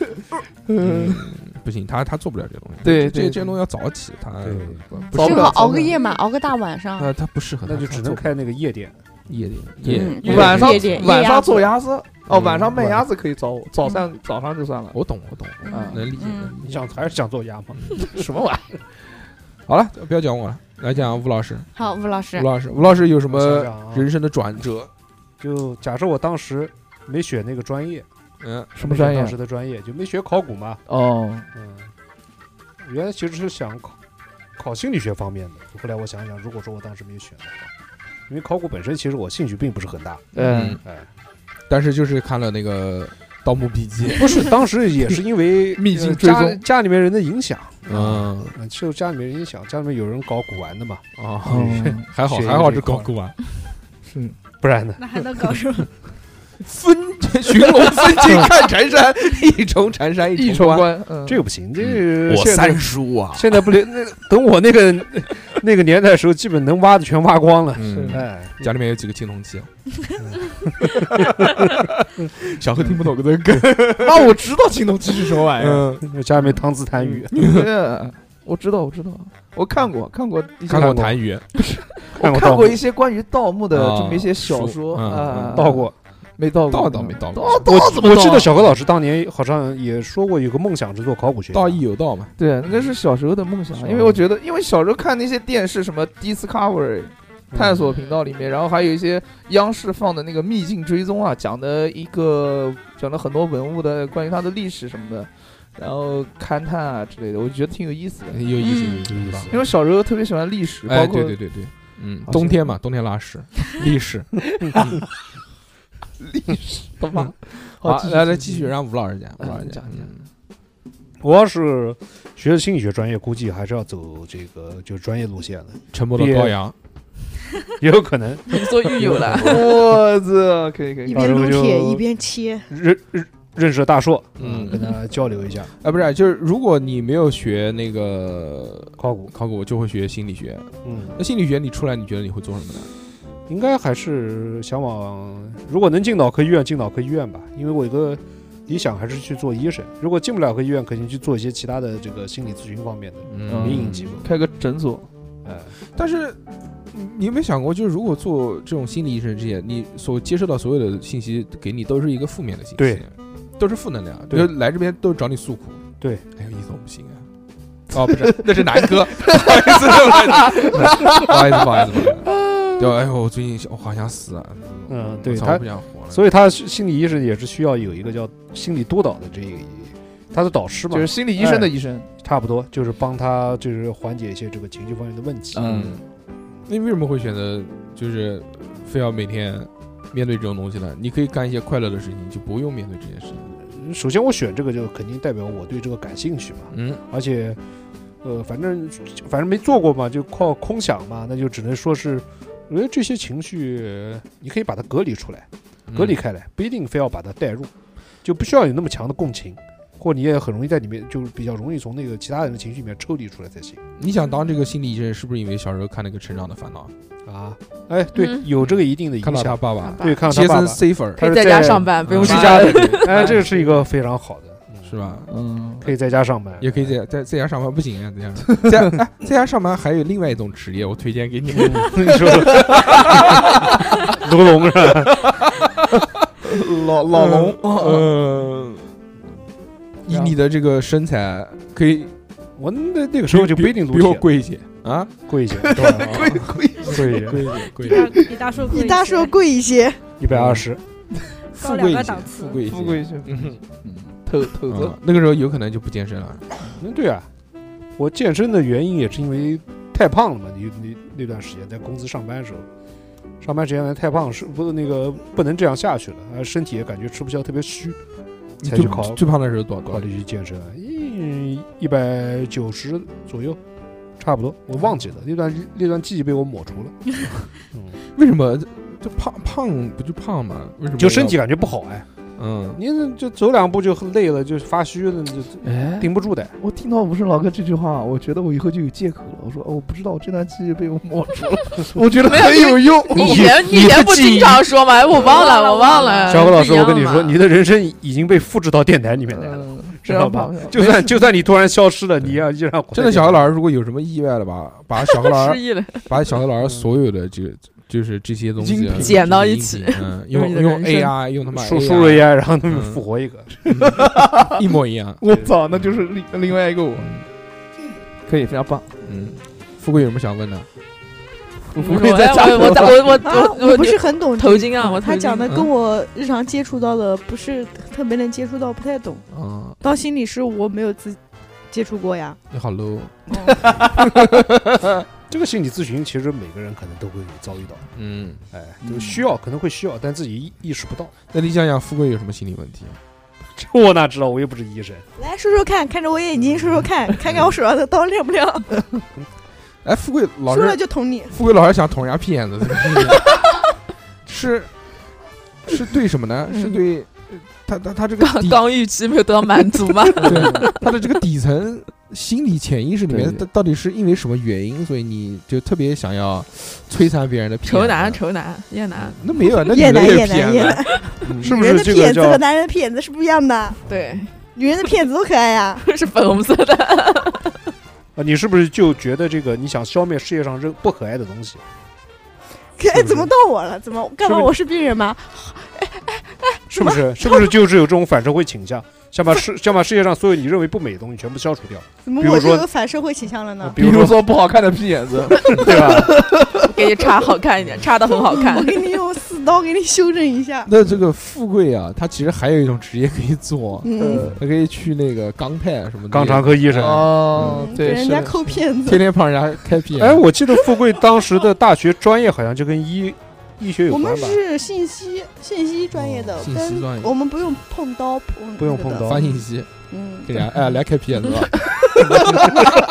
Speaker 2: 嗯，不行，他他做不了这东西。
Speaker 6: 对
Speaker 2: 这
Speaker 6: 对
Speaker 2: 这这东西要早起，他
Speaker 5: 对
Speaker 2: 不不
Speaker 7: 正
Speaker 6: 早
Speaker 2: 适
Speaker 6: 不
Speaker 2: 合
Speaker 7: 好
Speaker 6: 了
Speaker 7: 熬个夜嘛， 熬个大晚上，
Speaker 2: 他他不适合他，
Speaker 5: 那就
Speaker 2: 他
Speaker 5: 只
Speaker 2: 做
Speaker 5: 能开那个夜店。
Speaker 2: 夜店
Speaker 7: 嗯
Speaker 2: 夜
Speaker 6: 晚上
Speaker 7: 夜店
Speaker 6: 晚
Speaker 7: 夜鸭
Speaker 6: 上
Speaker 7: 子
Speaker 6: 做鸭子，哦，
Speaker 2: 嗯
Speaker 6: 晚上卖鸭子可以找我，早上早上就算了。
Speaker 2: 我懂我懂，我
Speaker 6: 啊
Speaker 2: 能理解。
Speaker 3: 嗯
Speaker 2: 能理
Speaker 5: 你
Speaker 2: 解
Speaker 5: 想还是想做鸭吗？
Speaker 6: 什么玩意？
Speaker 2: 好了，不要讲我了，来讲吴老师。
Speaker 7: 好，吴老师
Speaker 2: 吴，老师，吴老师有什
Speaker 5: 我想
Speaker 2: 么
Speaker 5: 想啊
Speaker 2: 人生的转折？
Speaker 5: 就假设我当时没选那个专业，
Speaker 2: 嗯，
Speaker 6: 什
Speaker 5: 没
Speaker 6: 么
Speaker 5: 选
Speaker 6: 专业啊
Speaker 5: 当？时的专业就啊没学考古嘛。
Speaker 6: 哦，
Speaker 5: 嗯，原来其实是想考考心理学方面的。后来我想想，如果说我当时没有选的话，因为考古本身其实我兴趣并不是很大。
Speaker 6: 嗯，
Speaker 5: 哎，
Speaker 2: 但是就是看了那个《盗墓笔记》，
Speaker 5: 不是，当时也是因为
Speaker 6: 秘境
Speaker 5: 呃
Speaker 6: 追
Speaker 5: 家
Speaker 6: 踪
Speaker 5: 家里面人的影响，
Speaker 2: 嗯
Speaker 5: 嗯，受家里面人影响，家里面有人搞古玩的嘛，
Speaker 2: 啊，
Speaker 6: 嗯，
Speaker 2: 还好
Speaker 5: 学一
Speaker 2: 还好
Speaker 5: 个
Speaker 2: 是
Speaker 5: 这
Speaker 2: 搞
Speaker 5: 块儿
Speaker 2: 古玩，
Speaker 6: 是
Speaker 5: 不然呢？
Speaker 4: 那还能搞什么？
Speaker 2: 分 寻龙分金看缠山，一重缠山
Speaker 6: 一
Speaker 2: 一
Speaker 6: 重
Speaker 2: 重关。
Speaker 6: 关，嗯
Speaker 5: 这个不行，这个
Speaker 2: 我
Speaker 5: 现在
Speaker 2: 三叔啊，
Speaker 5: 现在不连那等我那个 那个年代的时候，基本能挖的全挖光了。
Speaker 2: 嗯
Speaker 5: 哎，
Speaker 2: 家里面有几个青铜器。啊小何听不懂这个梗。
Speaker 6: 啊，我知道青铜器是什么玩意儿。
Speaker 2: 嗯，
Speaker 5: 家里面汤字痰盂，
Speaker 6: 嗯对我知道，我知道，我看过，看过一些，
Speaker 2: 看过痰盂，
Speaker 5: 看
Speaker 6: 我
Speaker 5: 过
Speaker 6: 看
Speaker 5: 盗
Speaker 6: 过
Speaker 5: 墓
Speaker 6: 一些关于盗墓的
Speaker 2: 啊
Speaker 6: 这么一些小
Speaker 2: 书
Speaker 6: 说
Speaker 2: 嗯嗯
Speaker 6: 啊，
Speaker 5: 盗过，
Speaker 6: 没到过，
Speaker 2: 道倒没道过，
Speaker 6: 道道怎么
Speaker 5: 我
Speaker 6: 道
Speaker 5: 记得
Speaker 6: 啊
Speaker 5: 小何老师当年好像也说过，有个梦想是做考古学家。
Speaker 2: 道义有道嘛。
Speaker 6: 对，那是小时候的梦想啊
Speaker 2: 小时，候
Speaker 6: 因为我觉得，因为小时候看那些电视什么 Discovery
Speaker 5: 嗯
Speaker 6: 探索频道里面，然后还有一些央视放的那个秘境追踪啊，讲的一个讲了很多文物的关于它的历史什么的，然后勘探啊之类的，我觉得挺有意思的。
Speaker 2: 有意思，
Speaker 3: 嗯
Speaker 2: 有意思。
Speaker 6: 因为小时候特别喜欢历史，包
Speaker 2: 哎，
Speaker 6: 括
Speaker 2: 对对对对，嗯，
Speaker 6: 好
Speaker 2: 冬
Speaker 6: 像
Speaker 2: 天嘛，冬天拉屎， 历史。
Speaker 6: 懂 吗？
Speaker 2: 好，来来继
Speaker 6: 继
Speaker 2: 续让吴老师讲，吴
Speaker 6: 嗯
Speaker 2: 老师讲
Speaker 6: 讲讲
Speaker 5: 我要是学心理学专业，估计还是要走这个就是专业路线的，
Speaker 2: 沉默的
Speaker 5: 毕业
Speaker 2: 羔羊，
Speaker 5: 也有可能
Speaker 8: 做狱友了。
Speaker 6: 我操，可以可
Speaker 7: 一
Speaker 6: 以，
Speaker 7: 边
Speaker 5: 边撸
Speaker 7: 撸
Speaker 5: 铁
Speaker 7: 铁
Speaker 5: 一
Speaker 7: 一 边切，
Speaker 5: 认认认识了大硕，
Speaker 2: 嗯
Speaker 5: 嗯，跟他交流一下
Speaker 2: 啊，不是，就是如果你没有学那个
Speaker 5: 考古，
Speaker 2: 考古，就会学心理学。
Speaker 5: 嗯，
Speaker 2: 那心理学你出来，你觉得你会做什么呢？
Speaker 5: 应该还是想往如果能进脑科医院，进脑科医院吧，因为我有个理想还是去做医生，如果进不了科医院，肯定去做一些其他的这个心理咨询方面的
Speaker 6: 嗯
Speaker 5: 民营机构，
Speaker 6: 开个诊所，
Speaker 5: 哎，
Speaker 2: 但是你你有没有想过，就是如果做这种心理医生这些，你所接受到所有的信息给你都是一个负面的信息，
Speaker 5: 对，
Speaker 2: 都是负能量，
Speaker 5: 对
Speaker 2: 就是来这边都找你诉苦，
Speaker 5: 对，
Speaker 2: 哎呦，一总不行啊。哦，不是，那是南哥， 不好意思，不好意思，不好意思，不好意思。对，哎呦，我最近想我好想死啊！
Speaker 5: 嗯对
Speaker 2: 我操
Speaker 5: 他
Speaker 2: 我不想活了。
Speaker 5: 所以他心理医生也是需要有一个叫心理督导的这个，他的导师嘛，
Speaker 6: 就是心理医生的医生，
Speaker 5: 差不多就是帮他就是缓解一些这个情绪方面的问题，
Speaker 6: 嗯，
Speaker 2: 那你为什么会选择就是非要每天面对这种东西呢？你可以干一些快乐的事情，就不用面对这些事情。
Speaker 5: 嗯首先我选这个就肯定代表我对这个感兴趣嘛，
Speaker 2: 嗯，
Speaker 5: 而且，呃，反正反正没做过嘛，就靠空想嘛，那就只能说是，我觉得这些情绪呃你可以把它隔离出来，隔
Speaker 2: 嗯
Speaker 5: 离开来，不一定非要把它带入，就不需要有那么强的共情，或你也很容易在里面，就是比较容易从那个其他人的情绪里面抽离出来才行
Speaker 2: 你想当这个心理医生，是不是因为小时候看那个《成长的烦恼
Speaker 5: 啊。哎，对，
Speaker 8: 嗯
Speaker 5: 有这个一定的
Speaker 2: 看
Speaker 5: 影
Speaker 2: 到他
Speaker 5: 响，
Speaker 2: 爸爸
Speaker 5: 对，看到
Speaker 2: 杰
Speaker 5: 他爸
Speaker 2: 森
Speaker 5: 爸，
Speaker 2: 塞弗尔
Speaker 5: 他
Speaker 8: 可以
Speaker 5: 是
Speaker 8: 在家
Speaker 5: 在
Speaker 8: 上班，
Speaker 6: 嗯
Speaker 8: 不用
Speaker 2: 居
Speaker 8: 上
Speaker 2: 家
Speaker 8: 班
Speaker 5: 哎，这个是一个非常好的，嗯
Speaker 2: 是？ 吧？
Speaker 6: 嗯，
Speaker 5: 可以在家上班，
Speaker 2: 也可以在在在家上班不行啊， 在家在哎在家上班还有另外一种职业，我推荐给你们。
Speaker 5: 你 说卢龙是吧？
Speaker 6: 老老
Speaker 5: 嗯
Speaker 6: 龙，
Speaker 2: 呃，嗯哦以你的这个身材，可以
Speaker 5: 我那那个时候就不一定
Speaker 2: 比
Speaker 5: 撸
Speaker 2: 比我
Speaker 5: 铁，
Speaker 2: 贵一些啊，
Speaker 5: 贵一些，对 吧哦
Speaker 6: 贵
Speaker 5: 贵一些，
Speaker 2: 贵一些，贵一些，
Speaker 4: 比大比大硕贵，
Speaker 7: 比大硕贵 一些。
Speaker 5: 一百
Speaker 2: 嗯
Speaker 5: 二十，
Speaker 2: 富
Speaker 4: 高
Speaker 2: 贵
Speaker 4: 两
Speaker 2: 一
Speaker 4: 个
Speaker 2: 些，
Speaker 4: 档次
Speaker 2: 富贵一些，
Speaker 6: 富贵一些，
Speaker 2: 嗯哼。
Speaker 6: 头头子
Speaker 2: 嗯，那个时候有可能就不健身了。
Speaker 5: 嗯，对啊，我健身的原因也是因为太胖了嘛。你你那段时间在公司上班的时候，上班时间太胖是不那个不能这样下去了，啊，身体也感觉吃不消，特别虚，
Speaker 2: 你
Speaker 5: 才
Speaker 2: 最
Speaker 5: 去考
Speaker 2: 最胖的时候多少多
Speaker 5: 考
Speaker 2: 少？
Speaker 5: 虑去健身啊，一一百九十左右，差不多，我忘记了那段那段记忆被我抹除了， 嗯，
Speaker 2: 为什么就胖胖不就胖嘛？为什么
Speaker 5: 就身
Speaker 2: 要
Speaker 5: 体感觉不好哎，
Speaker 2: 嗯，
Speaker 5: 你这就走两步就很累了，就发虚了，就
Speaker 6: 哎，
Speaker 5: 顶不住的。
Speaker 6: 我听到无声老哥这句话，我觉得我以后就有借口了。我说，哦，我不知道，我这段记忆被我抹除 了，我觉得很有用。
Speaker 8: 你以前你以前不经常说吗？我忘了，我忘了。
Speaker 5: 小何老师，
Speaker 8: 不一
Speaker 5: 我
Speaker 8: 样
Speaker 5: 跟你
Speaker 8: 嘛
Speaker 5: 说，你的人生已经被复制到电台里面来了，
Speaker 6: 嗯，
Speaker 5: 知
Speaker 6: 这
Speaker 5: 道
Speaker 6: 样
Speaker 5: 吧
Speaker 6: 吧？？
Speaker 8: 呃
Speaker 5: 就算就算你突然消失了，你也要依然活在
Speaker 2: 真的，小何
Speaker 5: 电台
Speaker 2: 老师如果有什么意外了吧，把小何老
Speaker 8: 失
Speaker 2: 师
Speaker 8: 忆了，
Speaker 2: 把小何老师所有的这个就是这些东西
Speaker 6: 音
Speaker 2: 啊
Speaker 6: 频
Speaker 8: 剪到一起
Speaker 2: 音频 嗯，用
Speaker 8: 你的
Speaker 2: 用
Speaker 8: 人生
Speaker 2: AI 用他妈
Speaker 5: 输
Speaker 2: AI
Speaker 5: 输入 AI，然后他们
Speaker 2: 嗯
Speaker 5: 复活一个。
Speaker 2: 一模一样。
Speaker 6: 我操，那就是另另外一个我，可以非常棒。
Speaker 2: 嗯，富贵有什么想问的？
Speaker 6: 我不
Speaker 8: 我
Speaker 6: 会再加
Speaker 8: 我我我我
Speaker 7: 啊，
Speaker 8: 我
Speaker 7: 我不是很懂
Speaker 8: 头巾啊，我头巾
Speaker 7: 他讲的
Speaker 2: 嗯
Speaker 7: 跟我日常接触到的不是特别能接触到，不太懂。
Speaker 2: 啊，
Speaker 7: 当心理师我没有自接触过呀。
Speaker 2: 你好 low。
Speaker 5: 这个心理咨询其实每个人可能都会遭遇到，
Speaker 2: 嗯，
Speaker 5: 哎，就需要可能会需要，但自己意意识不到。
Speaker 2: 那你想想富贵有什么心理问题？
Speaker 5: 这我哪知道？我又不是医生。
Speaker 7: 来说说看，看着我眼睛说说 看，看看我手上的刀亮不亮，
Speaker 2: 哎，富贵老
Speaker 7: 说了
Speaker 2: 师，
Speaker 7: 就捅 你。
Speaker 2: 富贵老师想捅人家屁眼子，这个事情啊 是是对什么呢？是对
Speaker 8: 嗯
Speaker 2: 呃他他他这个底
Speaker 8: 刚刚预期没有得到满足 嘛，
Speaker 2: 对，他的这个底层心理潜意识里面，
Speaker 6: 对
Speaker 2: 到到底是因为什么原因，所以你就特别想要摧残别人的屁眼
Speaker 8: 愁男
Speaker 2: 子
Speaker 8: 愁男厌男，
Speaker 2: 那没 有，那啊
Speaker 7: 夜
Speaker 2: 女的
Speaker 7: 男
Speaker 2: 也
Speaker 7: 夜
Speaker 2: 是屁眼
Speaker 7: 男
Speaker 2: 子
Speaker 7: 夜男，
Speaker 8: 嗯
Speaker 5: 是不
Speaker 7: 女人
Speaker 5: 是
Speaker 7: 的
Speaker 5: 这
Speaker 7: 屁眼
Speaker 5: 个
Speaker 7: 子和
Speaker 5: 叫
Speaker 7: 男人的屁眼子是不一样的，
Speaker 8: 对，
Speaker 7: 女人的屁眼子多可爱
Speaker 9: 啊
Speaker 7: 呀！
Speaker 8: 是粉红色的，
Speaker 5: 啊你是不是就觉得这个你想消灭世界上这不可爱的东西？
Speaker 7: 可爱怎么到我了？怎么干嘛？我是病人吗？哎哎
Speaker 5: 是不 是？是不是就是有这种反社会倾向？想把世想把世界上所有你认为不美的东西全部消除掉，
Speaker 9: 怎么
Speaker 5: 比如
Speaker 9: 我就
Speaker 5: 说
Speaker 9: 有反社会倾向了呢？
Speaker 5: 比如说
Speaker 6: 说不好看的屁眼 子，
Speaker 5: 对吧？
Speaker 8: 给你插好看一点，插的很
Speaker 5: 嗯
Speaker 8: 好
Speaker 9: 嗯
Speaker 8: 看
Speaker 9: 我。给你用四刀给你修正一 下。
Speaker 2: 那这个富贵啊，他其实还有一种职业可以 做，
Speaker 9: 嗯，
Speaker 2: 他可以去那个钢泰什么的，
Speaker 5: 肛肠科医生。
Speaker 6: 哦，
Speaker 9: 嗯给
Speaker 6: 对，
Speaker 9: 人
Speaker 6: 是
Speaker 9: 家
Speaker 6: 的
Speaker 9: 抠骗子。
Speaker 2: 天天帮人家 开屁眼。
Speaker 5: 哎，我记得富贵当时的大学专业好像就跟医医学有
Speaker 9: 我
Speaker 5: 关
Speaker 9: 们
Speaker 5: 吧？
Speaker 9: 是信息信息专业的
Speaker 2: 哦，信息专
Speaker 9: 跟
Speaker 2: 业
Speaker 9: 我们不用碰刀碰，
Speaker 5: 不用碰刀
Speaker 2: 发信息
Speaker 9: 嗯，
Speaker 2: 给人家，哎，来开屁眼 子吧。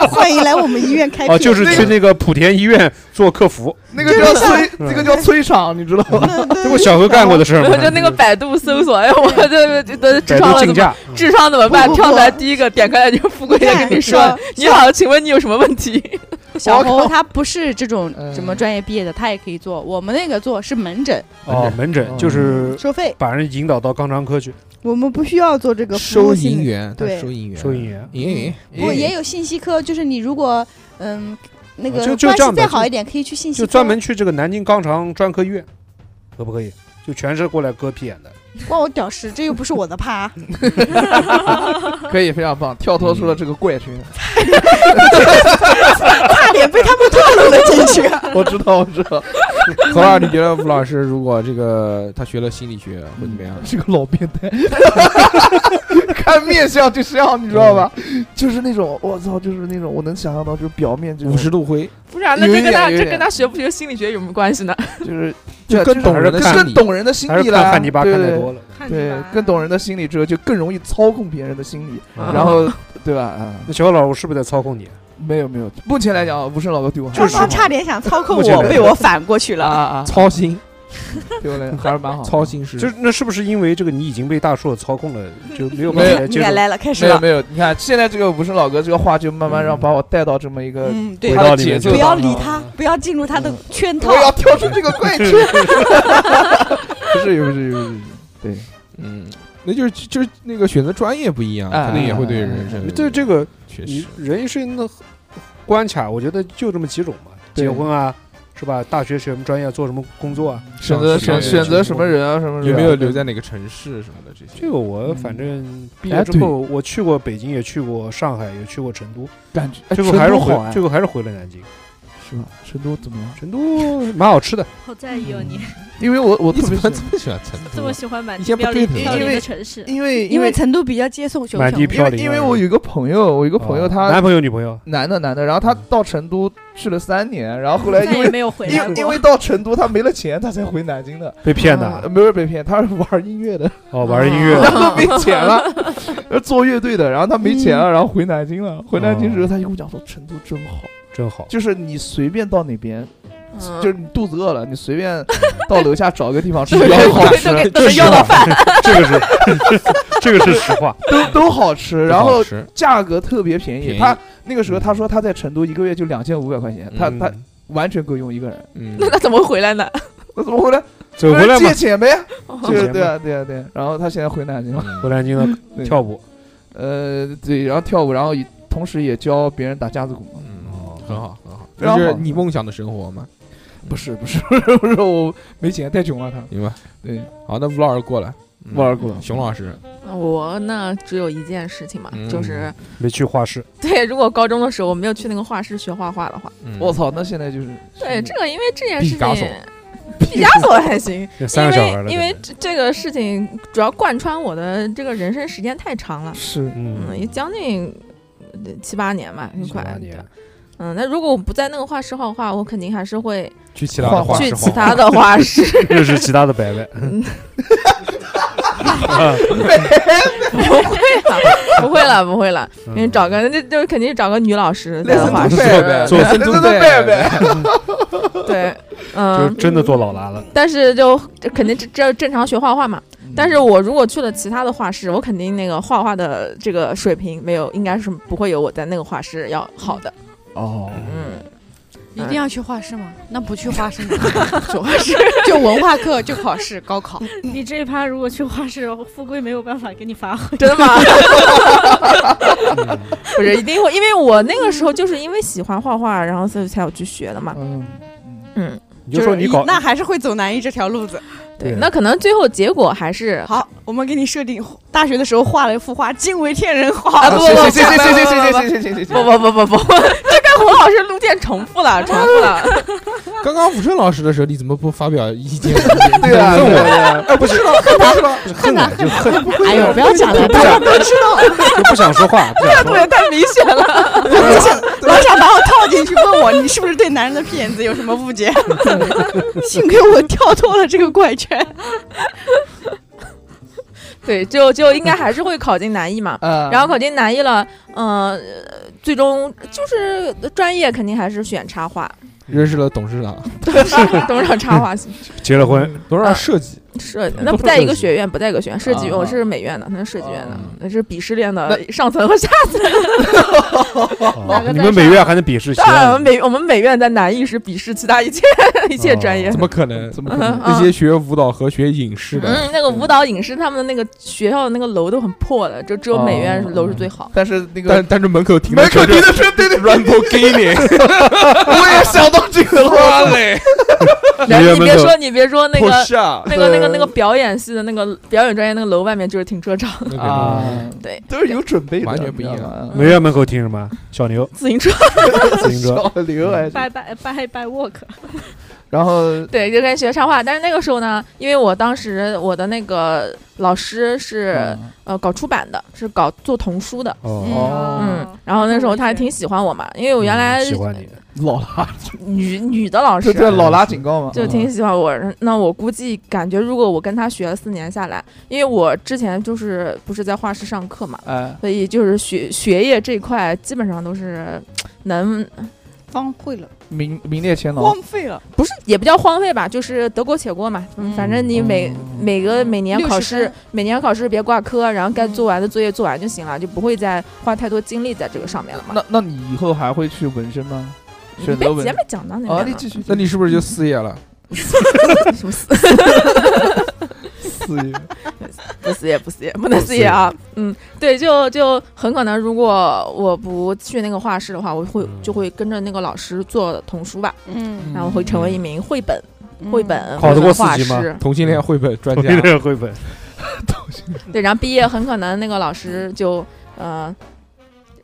Speaker 9: 欢迎来我们医院开
Speaker 5: 哦，
Speaker 9: 片
Speaker 5: 就是去那个莆田医院做客服，
Speaker 6: 那个叫催，那个叫催场，你知道吗？
Speaker 5: 这不小何干过的事儿
Speaker 8: 然后
Speaker 5: 吗？
Speaker 8: 就那个百度搜索，哎，我这这这智
Speaker 5: 百
Speaker 8: 商
Speaker 5: 度
Speaker 8: 了
Speaker 5: 竞
Speaker 8: 怎么
Speaker 5: 价，
Speaker 8: 智商怎么办？
Speaker 9: 不不不
Speaker 8: 跳出来第一个点开来就是富贵在
Speaker 7: 啊
Speaker 9: 对
Speaker 8: 跟你说
Speaker 9: 说：“
Speaker 8: 你好，请问你有什么问题
Speaker 3: 小
Speaker 6: 我靠
Speaker 3: 侯他不是这种
Speaker 6: 嗯
Speaker 3: 什么专业毕业的，他也可以做。我们那个做是门诊，
Speaker 5: 哦，门
Speaker 6: 嗯
Speaker 5: 诊就是
Speaker 9: 收费，
Speaker 5: 把人引导到肛肠科去，
Speaker 9: 我们不需要做这个服务
Speaker 2: 收
Speaker 9: 性
Speaker 2: 银
Speaker 9: 的
Speaker 2: 员，他
Speaker 9: 对
Speaker 2: 收银员，
Speaker 5: 收银员。
Speaker 2: 银银，
Speaker 6: 嗯
Speaker 9: 不过也有信息科，就是你如果嗯那
Speaker 5: 啊
Speaker 9: 个
Speaker 5: 就就
Speaker 9: 关系
Speaker 5: 这样的
Speaker 9: 再
Speaker 5: 就
Speaker 9: 好一点，可以去信息
Speaker 5: 就
Speaker 9: 科
Speaker 5: 专门去这个南京肛肠专科医院，可不可以？就全是过来割屁眼的。
Speaker 9: 关我屌事，这又不是我的 趴，
Speaker 6: 可以，非常棒，跳脱出了这个怪圈。
Speaker 9: 差点被他们套路了进 去。
Speaker 6: 我知道，我知道，
Speaker 2: 何老师，你觉得吴老师如果这个他学了心理学会怎么样？
Speaker 6: 是个老变 态，看面相就像，你知道吧？ 就是那种，我操，就是那种，我能想象到，就是表面
Speaker 5: 嗯
Speaker 6: 就
Speaker 2: 五十度灰，？”
Speaker 8: 不然那
Speaker 6: 有
Speaker 8: 这
Speaker 6: 一
Speaker 8: 跟
Speaker 6: 点
Speaker 8: 他
Speaker 6: 有一
Speaker 8: 这
Speaker 6: 点
Speaker 8: 跟他学不学心理学有什么关系呢？
Speaker 6: 就是
Speaker 2: 就
Speaker 6: 对啊
Speaker 2: 更
Speaker 6: 就是
Speaker 2: 懂人的
Speaker 5: 还是
Speaker 2: 心
Speaker 6: 更
Speaker 2: 理，
Speaker 6: 懂人的心
Speaker 5: 还
Speaker 6: 理
Speaker 5: 是
Speaker 6: 了，
Speaker 5: 看汉尼拔看
Speaker 6: 对
Speaker 5: 太多了，
Speaker 4: 看
Speaker 6: 对
Speaker 4: 出来，
Speaker 6: 更懂人的心理之后，就更容易操控别人的心理，
Speaker 5: 嗯
Speaker 6: 然后对吧？啊，
Speaker 5: 那小何老师，我是不是在操控你？啊
Speaker 6: 没有没有，目前来讲，无声老哥对我还
Speaker 9: 刚
Speaker 5: 就是
Speaker 9: 刚差点想操控
Speaker 5: 目前
Speaker 9: 我，
Speaker 5: 没有
Speaker 9: 被我反过去
Speaker 6: 啊
Speaker 9: 了。
Speaker 6: 啊啊，
Speaker 2: 操心，
Speaker 6: 对我来讲还是蛮
Speaker 5: 哦
Speaker 6: 好的，
Speaker 2: 操心是
Speaker 5: 就是那是不是因为这个你已经被大硕操控了，就没有办
Speaker 6: 没
Speaker 5: 法
Speaker 6: 有
Speaker 5: 来
Speaker 9: 你
Speaker 5: 接
Speaker 9: 也
Speaker 5: 受？
Speaker 9: 来了，开始
Speaker 6: 没有
Speaker 9: 了。
Speaker 6: 没有，你看现在这个无声老哥这个话，就慢慢让把我带到这么一个，
Speaker 9: 嗯，对
Speaker 5: 轨
Speaker 6: 他，
Speaker 5: 道
Speaker 6: 的
Speaker 5: 里面
Speaker 6: 节
Speaker 9: 不
Speaker 5: 去
Speaker 6: 奏
Speaker 5: 了
Speaker 9: 要
Speaker 6: 当
Speaker 9: 理
Speaker 6: 中
Speaker 9: 他，
Speaker 5: 嗯
Speaker 9: 不要进入他的圈套
Speaker 6: 我。要跳出这个怪 圈，不是不是不是，对，
Speaker 2: 嗯，那就是就是那个选择专业不一样，
Speaker 6: 哎
Speaker 2: 可能也会对人 生
Speaker 5: 对这个
Speaker 2: 确
Speaker 5: 你
Speaker 2: 实，
Speaker 5: 人一生的关卡，我觉得就这么几种嘛，
Speaker 6: 对
Speaker 5: 结婚啊，是吧？大学学什么专业，做什么工作啊？
Speaker 6: 选择选选择什么人啊，什么人
Speaker 2: 有没有留在哪个城市什么的这些？
Speaker 5: 这个我
Speaker 6: 嗯
Speaker 5: 反正毕
Speaker 6: 哎
Speaker 5: 业之
Speaker 6: 对
Speaker 5: 后，我去过北京，也去过上海，也去过成都，
Speaker 6: 感觉？哎
Speaker 5: 最后
Speaker 6: 成
Speaker 5: 还是
Speaker 6: 都好
Speaker 5: 回，
Speaker 6: 哎，
Speaker 5: 最后还是回了南京。
Speaker 6: 是吧？成都怎么样？
Speaker 5: 成都呃蛮好吃的，
Speaker 4: 好在意哦你，
Speaker 6: 因为我我
Speaker 2: 你
Speaker 6: 特
Speaker 2: 怎
Speaker 6: 别
Speaker 2: 么这么喜
Speaker 6: 喜欢
Speaker 2: 欢成
Speaker 4: 这
Speaker 2: 都
Speaker 4: 么？喜欢满
Speaker 2: 以前不
Speaker 4: 标里
Speaker 2: 对的
Speaker 4: 标里
Speaker 6: 因为
Speaker 4: 的城市，
Speaker 6: 因为
Speaker 9: 因为
Speaker 6: 为
Speaker 9: 成都比较接受熊
Speaker 5: 满
Speaker 9: 熊，
Speaker 5: 地
Speaker 6: 因
Speaker 5: 飘
Speaker 6: 为
Speaker 5: 零啊。
Speaker 6: 因为我有一个朋友，我有一个朋友
Speaker 5: 哦
Speaker 6: 他
Speaker 5: 男朋友女朋友，
Speaker 6: 男的男的，然后他到成都去了三年，然后后来
Speaker 4: 再
Speaker 6: 因
Speaker 4: 也
Speaker 6: 为
Speaker 4: 没有回
Speaker 6: 因
Speaker 4: 来
Speaker 6: 为
Speaker 4: 过。
Speaker 6: 因为到成都他没了钱，他才回南京的。
Speaker 5: 被骗的
Speaker 6: 啊没有被骗，他是玩音乐的，
Speaker 5: 哦，玩音乐
Speaker 6: 他都没钱了， 做乐队的，然后他没钱了，然后回南京了。回南京之后，他就跟我讲说，成都真好，
Speaker 5: 真好。
Speaker 6: 就是你随便到哪边，
Speaker 8: 嗯
Speaker 6: 就是你肚子饿了，你随便到楼下找个地方 吃，比较好
Speaker 8: 都
Speaker 6: 吃，
Speaker 8: 给都能要到饭，
Speaker 5: 这个是 这个是实话。
Speaker 6: 都都好吃，然后
Speaker 2: 好吃
Speaker 6: 价格特别便
Speaker 2: 便
Speaker 6: 宜。
Speaker 2: 宜
Speaker 6: 他那个时候他说他在成都一个月就两千五百块钱，他他
Speaker 5: 嗯
Speaker 6: 完全够用一个人，
Speaker 2: 嗯，
Speaker 8: 那他怎么回来呢？
Speaker 6: 那怎么回来？
Speaker 5: 走回来
Speaker 6: 借
Speaker 5: 嘛，
Speaker 6: 钱呗， 就
Speaker 5: 借
Speaker 6: 是
Speaker 5: 钱
Speaker 6: 对
Speaker 5: 嘛，
Speaker 6: 啊对啊对啊。然后他现在回南京
Speaker 2: 嗯
Speaker 6: 了，
Speaker 5: 回南京了
Speaker 6: 对
Speaker 5: 跳舞。
Speaker 6: 呃，对，然后跳舞，然后也同时也教别人打架子鼓嘛。
Speaker 2: 嗯，很好很好，
Speaker 6: 哦然
Speaker 2: 这
Speaker 6: 后
Speaker 2: 是你梦想的生活嘛？
Speaker 6: 不是不是 不是，我没钱，太穷了他。
Speaker 2: 明白？
Speaker 6: 对，
Speaker 2: 嗯好，那吴老师过来，嗯
Speaker 6: 不玩过了。
Speaker 2: 熊老师，
Speaker 8: 我呢，只有一件事情嘛，
Speaker 2: 嗯
Speaker 8: 就是
Speaker 5: 没去画室，
Speaker 8: 对，如果高中的时候我没有去那个画室学画画的话，
Speaker 2: 嗯
Speaker 6: 我，操，那现在就是
Speaker 8: 对这个，因为这件
Speaker 2: 毕
Speaker 8: 事情，
Speaker 2: 加索
Speaker 8: 毕加索 还行，
Speaker 5: 那三
Speaker 8: 因
Speaker 5: 个小孩了
Speaker 8: 为因
Speaker 5: 在
Speaker 8: 为
Speaker 5: 那
Speaker 8: 这这个事情主要贯穿我的这个人生时间太长了，
Speaker 6: 是
Speaker 8: 嗯，
Speaker 5: 嗯
Speaker 8: 也，将近呃七八年吧，很快
Speaker 5: 八。
Speaker 8: 对
Speaker 5: 年，
Speaker 8: 嗯，那如果我不在那个画室画画，我肯定还是会
Speaker 2: 去其他的
Speaker 6: 晃
Speaker 2: 画
Speaker 8: 去
Speaker 2: 室
Speaker 8: 其
Speaker 2: 晃
Speaker 8: 他的画室。
Speaker 5: 认识其他的白白，
Speaker 8: 不会了，不会了，不会了。
Speaker 5: 嗯
Speaker 8: 因为找个那就肯定找个女老师在
Speaker 6: 类似
Speaker 8: 画
Speaker 6: 东
Speaker 8: 室。
Speaker 6: 贝尔
Speaker 5: 做
Speaker 6: 类似东贝尔呗。
Speaker 8: 对，
Speaker 5: 就
Speaker 8: 嗯，
Speaker 5: 真的做老拉了。
Speaker 8: 但是就肯定这这正常学画画嘛。但是我如果去了其他的画室，我肯定那个画画的这个水平没有，应该是不会有我在那个画室要好的。
Speaker 6: 哦，
Speaker 8: 嗯，
Speaker 3: 一定要去画室吗？那不去画室呢？
Speaker 8: 说话 是
Speaker 3: 就文化课，就考试，高考。
Speaker 4: 你这一趴如果去画室，富贵没有办法给你 发挥。
Speaker 8: 真的吗？不是，一定会，因为我那个时候就是因为喜欢画画，然后所以才有去学的嘛。
Speaker 6: 嗯，
Speaker 8: 嗯，
Speaker 5: 你就说你搞，
Speaker 9: 那还是会走南艺这条路子。
Speaker 8: 对，那可能最后结果还是
Speaker 7: 好，我们给你设定，大学的时候画了一幅画，惊为天人画。
Speaker 8: 啊不不不
Speaker 6: 谁谁谁谁谁谁谁谁谁谁谁
Speaker 8: 不不不不不，这跟胡老师路线重复了，重复了。
Speaker 2: 刚刚武胜老师的时候，你怎么不发表意见？
Speaker 6: 对啊，
Speaker 5: 恨我
Speaker 6: 对啊，
Speaker 5: 哎，不是了，恨他了，恨我就恨，
Speaker 7: 哎呦，不要讲了，
Speaker 5: 不想知道，就不想说话，不想说话。
Speaker 8: 对，太明显了。
Speaker 7: 老想把我套进去，问我你是不是对男人的骗子有什么误 解？幸亏我跳脱了这个怪圈。
Speaker 8: 对，就就应该还是会考进南 艺嘛。
Speaker 6: 嗯
Speaker 8: 然后考进南艺了，嗯、呃，最终就是专业肯定还是选插画，
Speaker 2: 认识了董事长，
Speaker 8: 董事长插画系
Speaker 5: 结了婚，
Speaker 2: 董事长设计，
Speaker 8: 设计
Speaker 2: 嗯，
Speaker 8: 那
Speaker 2: 不
Speaker 8: 不
Speaker 2: 是
Speaker 8: 在
Speaker 2: 设
Speaker 8: 一个
Speaker 2: 计
Speaker 8: 学院，不在一个学院，设计院
Speaker 6: 啊
Speaker 8: 我是美院的，他是设计院的
Speaker 6: 啊，
Speaker 8: 那是鄙视链的上层和下
Speaker 5: 哦你们美院还能鄙视西
Speaker 8: 层。 啊我
Speaker 5: 安
Speaker 8: 们？美我们美院在南艺是鄙视其他一切一切专业
Speaker 2: 怎。么可能？
Speaker 6: 怎么可能
Speaker 8: 嗯
Speaker 2: 那些学舞蹈和学影视的，
Speaker 8: 嗯，那个舞蹈影视，他们的那个学校的那个楼都很破的，就只有美院
Speaker 6: 哦
Speaker 8: 楼是最好。
Speaker 6: 但是那个
Speaker 2: 但但是门口停
Speaker 6: 门口停
Speaker 2: 的
Speaker 6: 的车，对对，对
Speaker 2: Rambo g a i n
Speaker 6: 我也想到这个了，嘞，
Speaker 8: 然后
Speaker 5: 美院
Speaker 8: 你别
Speaker 5: 门口
Speaker 8: 说，你别说那个
Speaker 6: 下
Speaker 8: 那个那个那个表演系的那个表演专业那个楼外面就是停车场，
Speaker 6: 啊，
Speaker 8: 对，
Speaker 6: 都是有准备的，
Speaker 2: 完全不一样
Speaker 6: 你知道吗
Speaker 5: 美院门口听什么？小牛
Speaker 8: 自行车，
Speaker 5: 自行车，
Speaker 6: 小刘还
Speaker 2: 嗯
Speaker 6: 是，
Speaker 4: 拜拜拜拜 walk，
Speaker 6: 然后
Speaker 8: 对，就跟学插画。但是那个时候呢，因为我当时我的那个老师是、
Speaker 6: 嗯
Speaker 8: 呃搞出版的，是搞做童书的，
Speaker 5: 哦，
Speaker 6: 哦，
Speaker 8: 嗯，然后那时候他还挺喜欢我嘛，因嗯为我原来
Speaker 5: 嗯喜欢你，
Speaker 6: 老拉
Speaker 8: 女女的老师
Speaker 6: 这这老拉警告嘛，嗯
Speaker 8: 就挺喜欢我。那我估计感觉，如果我跟他学了四年下来，因为我之前就是不是在画室上课嘛，
Speaker 6: 哎，
Speaker 8: 所以就是学学业这一块基本上都是能
Speaker 7: 荒废了，
Speaker 6: 名名列前茅
Speaker 7: 荒，废了，
Speaker 8: 不是也不叫荒废吧，就是得过且过嘛。
Speaker 7: 嗯
Speaker 8: 反正你每、
Speaker 5: 哦
Speaker 6: 嗯
Speaker 8: 每个每年
Speaker 7: 60
Speaker 8: 考试
Speaker 7: 分，
Speaker 8: 每年考试别挂科，然后该做完的作业做完就行了，就不会再花太多精力在这个上面了嘛。
Speaker 6: 那那你以后还会去纹身吗？
Speaker 8: 你
Speaker 6: 选
Speaker 8: 别
Speaker 6: 择纹
Speaker 8: 前面讲到那
Speaker 6: 啊，
Speaker 8: 边
Speaker 6: 你
Speaker 8: 了
Speaker 6: 继续，
Speaker 2: 那你是不是就四业了？
Speaker 8: 什么死
Speaker 6: 四 爷，
Speaker 8: 不死也不死也不能死也啊。嗯，对，就就很可能，如果我不去那个画室的话，我会
Speaker 5: 嗯
Speaker 8: 就会跟着那个老师做童书吧，
Speaker 7: 嗯，
Speaker 8: 然后会成为一名绘本绘本
Speaker 5: 考得过四
Speaker 8: 画
Speaker 5: 级吗
Speaker 8: 师。
Speaker 2: 嗯同性恋绘本专
Speaker 5: 我
Speaker 2: 家
Speaker 5: 一，定绘本，
Speaker 8: 对，然后毕业很可能那个老师就呃，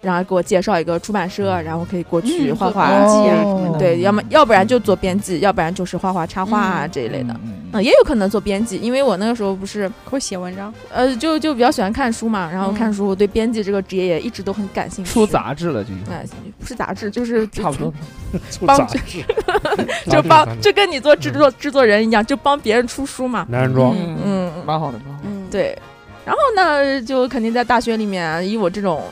Speaker 8: 然后给我介绍一个出版社，然后可以过去
Speaker 7: 嗯
Speaker 8: 画
Speaker 7: 会
Speaker 8: 画。
Speaker 7: 哦
Speaker 6: 哦
Speaker 7: 记啊什么的
Speaker 8: 对，要么要不然就做编辑，要不然就是画画插画啊
Speaker 7: 嗯
Speaker 8: 这一类的。，
Speaker 6: 嗯嗯
Speaker 8: 嗯，也有可能做编辑，因为我那个时候不是，
Speaker 7: 会写文章，
Speaker 8: 呃，就就比较喜欢看书嘛，然后
Speaker 7: 嗯
Speaker 8: 看书，我对编辑这个职业也一直都很感兴趣。
Speaker 6: 出杂志了就已经，
Speaker 8: 哎，不是杂志，就是
Speaker 6: 差不多，
Speaker 5: 出
Speaker 8: 帮
Speaker 5: 杂 志，
Speaker 8: 就
Speaker 5: 杂志
Speaker 8: 帮，就跟你做制作制作人一样，就帮别人出书嘛。
Speaker 5: 男人装，
Speaker 7: 嗯
Speaker 8: 嗯，
Speaker 6: 蛮好的，蛮好的。
Speaker 7: 嗯，
Speaker 8: 对。然后呢，就肯定在大学里面，以我这种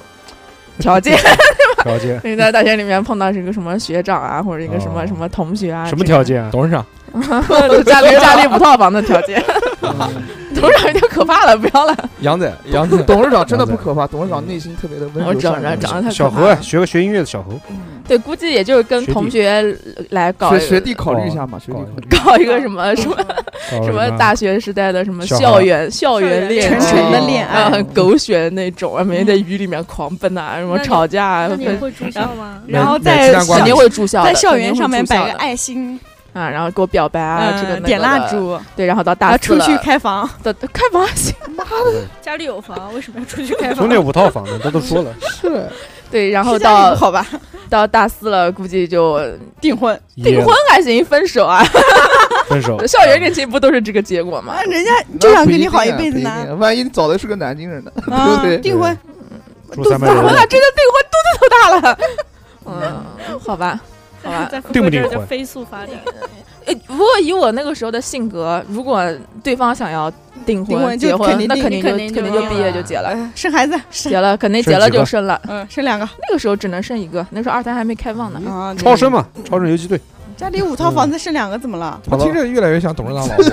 Speaker 8: 条件，
Speaker 5: 条件，
Speaker 8: 肯定在大学里面碰到是一个什么学长啊，或者一个什么
Speaker 5: 哦
Speaker 8: 什么同学 啊，
Speaker 5: 什么条？件啊？
Speaker 2: 董事长，
Speaker 8: 家里家里不套房的条件，哦 董事长有点可怕了，不要了。
Speaker 2: 杨仔，杨 仔，
Speaker 6: 董事长真的不可怕，董事长内心特别的温柔
Speaker 8: 我
Speaker 6: 善
Speaker 8: 长
Speaker 6: 良。
Speaker 8: 得长得太
Speaker 5: 小
Speaker 8: 可怕
Speaker 5: 何啊，
Speaker 8: 了。
Speaker 5: 学个学音乐的小何，
Speaker 8: 对，估计也就是跟
Speaker 5: 学弟
Speaker 8: 同学来搞
Speaker 6: 学学弟考虑一下嘛，学弟考虑一下。
Speaker 8: 搞一个什么什么
Speaker 5: 搞
Speaker 8: 什么大学时代的什么
Speaker 5: 小孩
Speaker 8: 校园校园
Speaker 4: 园
Speaker 8: 恋
Speaker 7: 纯
Speaker 8: 爱，
Speaker 7: 纯的恋
Speaker 8: 啊，
Speaker 7: 爱，
Speaker 8: 很狗血的那种，啊，每天在雨里面狂奔啊，什么
Speaker 4: 那你
Speaker 8: 吵架啊，
Speaker 4: 那你
Speaker 8: 肯
Speaker 4: 会住校吗？
Speaker 7: 然后
Speaker 2: 买买鸡
Speaker 7: 在
Speaker 2: 蛋瓜
Speaker 7: 小
Speaker 8: 定会住校啊的，
Speaker 7: 在校园
Speaker 8: 肯定会
Speaker 7: 上面
Speaker 8: 住校
Speaker 7: 摆个
Speaker 8: 的
Speaker 7: 爱心嗯
Speaker 8: 啊，然后给我表白啊，这个那
Speaker 7: 点
Speaker 8: 个
Speaker 7: 蜡
Speaker 8: 的，
Speaker 7: 烛，
Speaker 8: 对，然后到
Speaker 7: 然
Speaker 8: 大
Speaker 7: 后
Speaker 8: 四
Speaker 7: 出
Speaker 8: 了
Speaker 7: 去开房，
Speaker 8: 的的开房还 行，
Speaker 4: 家里有房，为什么要出去开
Speaker 5: 兄
Speaker 4: 房
Speaker 5: 弟？五套房的，他都 说了，
Speaker 6: 是，
Speaker 8: 对，然后
Speaker 7: 居家礼
Speaker 8: 到
Speaker 7: 物好吧，
Speaker 8: 到大四了，估计就
Speaker 7: 订婚，
Speaker 8: 订婚还行，分手啊，，
Speaker 5: 分手 嗯
Speaker 8: 校园恋情不都是这个结果吗
Speaker 7: 啊？人家就想跟你好一辈子
Speaker 6: 那不一
Speaker 7: 呢，
Speaker 6: 定啊。万一你找的是个南京人呢？ 对
Speaker 7: 啊
Speaker 6: 不，对？
Speaker 7: 订婚，
Speaker 5: 住
Speaker 8: 肚
Speaker 5: 三
Speaker 8: 子
Speaker 5: 百
Speaker 8: 大了，
Speaker 5: 人，
Speaker 8: 真的订婚肚子都大了，嗯，好吧。好吧，
Speaker 4: 在富
Speaker 5: 订不
Speaker 4: 贵
Speaker 5: 订
Speaker 4: 这儿就
Speaker 5: 婚
Speaker 4: 飞速 发展，
Speaker 8: 哎，不过以我那个时候的性格，如果对方想要订
Speaker 7: 订婚就
Speaker 8: 结婚
Speaker 7: 肯，定
Speaker 8: 那
Speaker 7: 订
Speaker 8: 肯定
Speaker 4: 肯定
Speaker 8: 肯定
Speaker 4: 就
Speaker 8: 就
Speaker 4: 订
Speaker 8: 毕业
Speaker 4: 了
Speaker 8: 就结了，
Speaker 7: 呃生孩子，生
Speaker 8: 结了肯定
Speaker 5: 生
Speaker 8: 结了
Speaker 5: 几
Speaker 8: 就
Speaker 5: 个
Speaker 8: 生了。
Speaker 7: 嗯生两个
Speaker 8: 那个时候只能生一个，那时候二胎还没开放呢。
Speaker 7: 啊，
Speaker 5: 超生嘛，超生游击队，
Speaker 7: 家里五套房子生两个怎么了？
Speaker 2: 我听着越来越像董事长老 婆。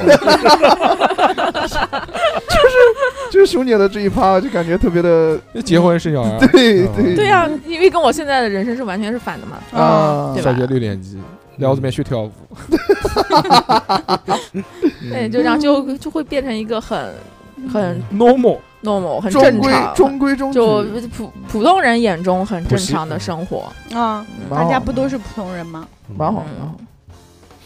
Speaker 6: 就是熊姐的这一趴，就感觉特别的，
Speaker 2: 结婚生小孩，
Speaker 6: 对
Speaker 5: 嗯
Speaker 6: 对
Speaker 8: 对啊呀、因为跟我现在的人生是完全是反的嘛。
Speaker 6: 啊
Speaker 8: 对吧
Speaker 2: 小学六年级，然后这边学跳舞，
Speaker 8: 对，哎嗯就这样就就会变成一个很很
Speaker 2: normal，
Speaker 8: normal、很
Speaker 6: 中
Speaker 8: 正
Speaker 6: 规
Speaker 8: 常、啊
Speaker 6: 中规中矩，
Speaker 8: 就普普通人眼中很
Speaker 5: 普
Speaker 8: 正
Speaker 5: 希
Speaker 8: 常的生活。
Speaker 7: 啊，大
Speaker 6: 蛮好哦
Speaker 7: 家不都是普通人吗？
Speaker 6: 蛮好
Speaker 8: 嗯，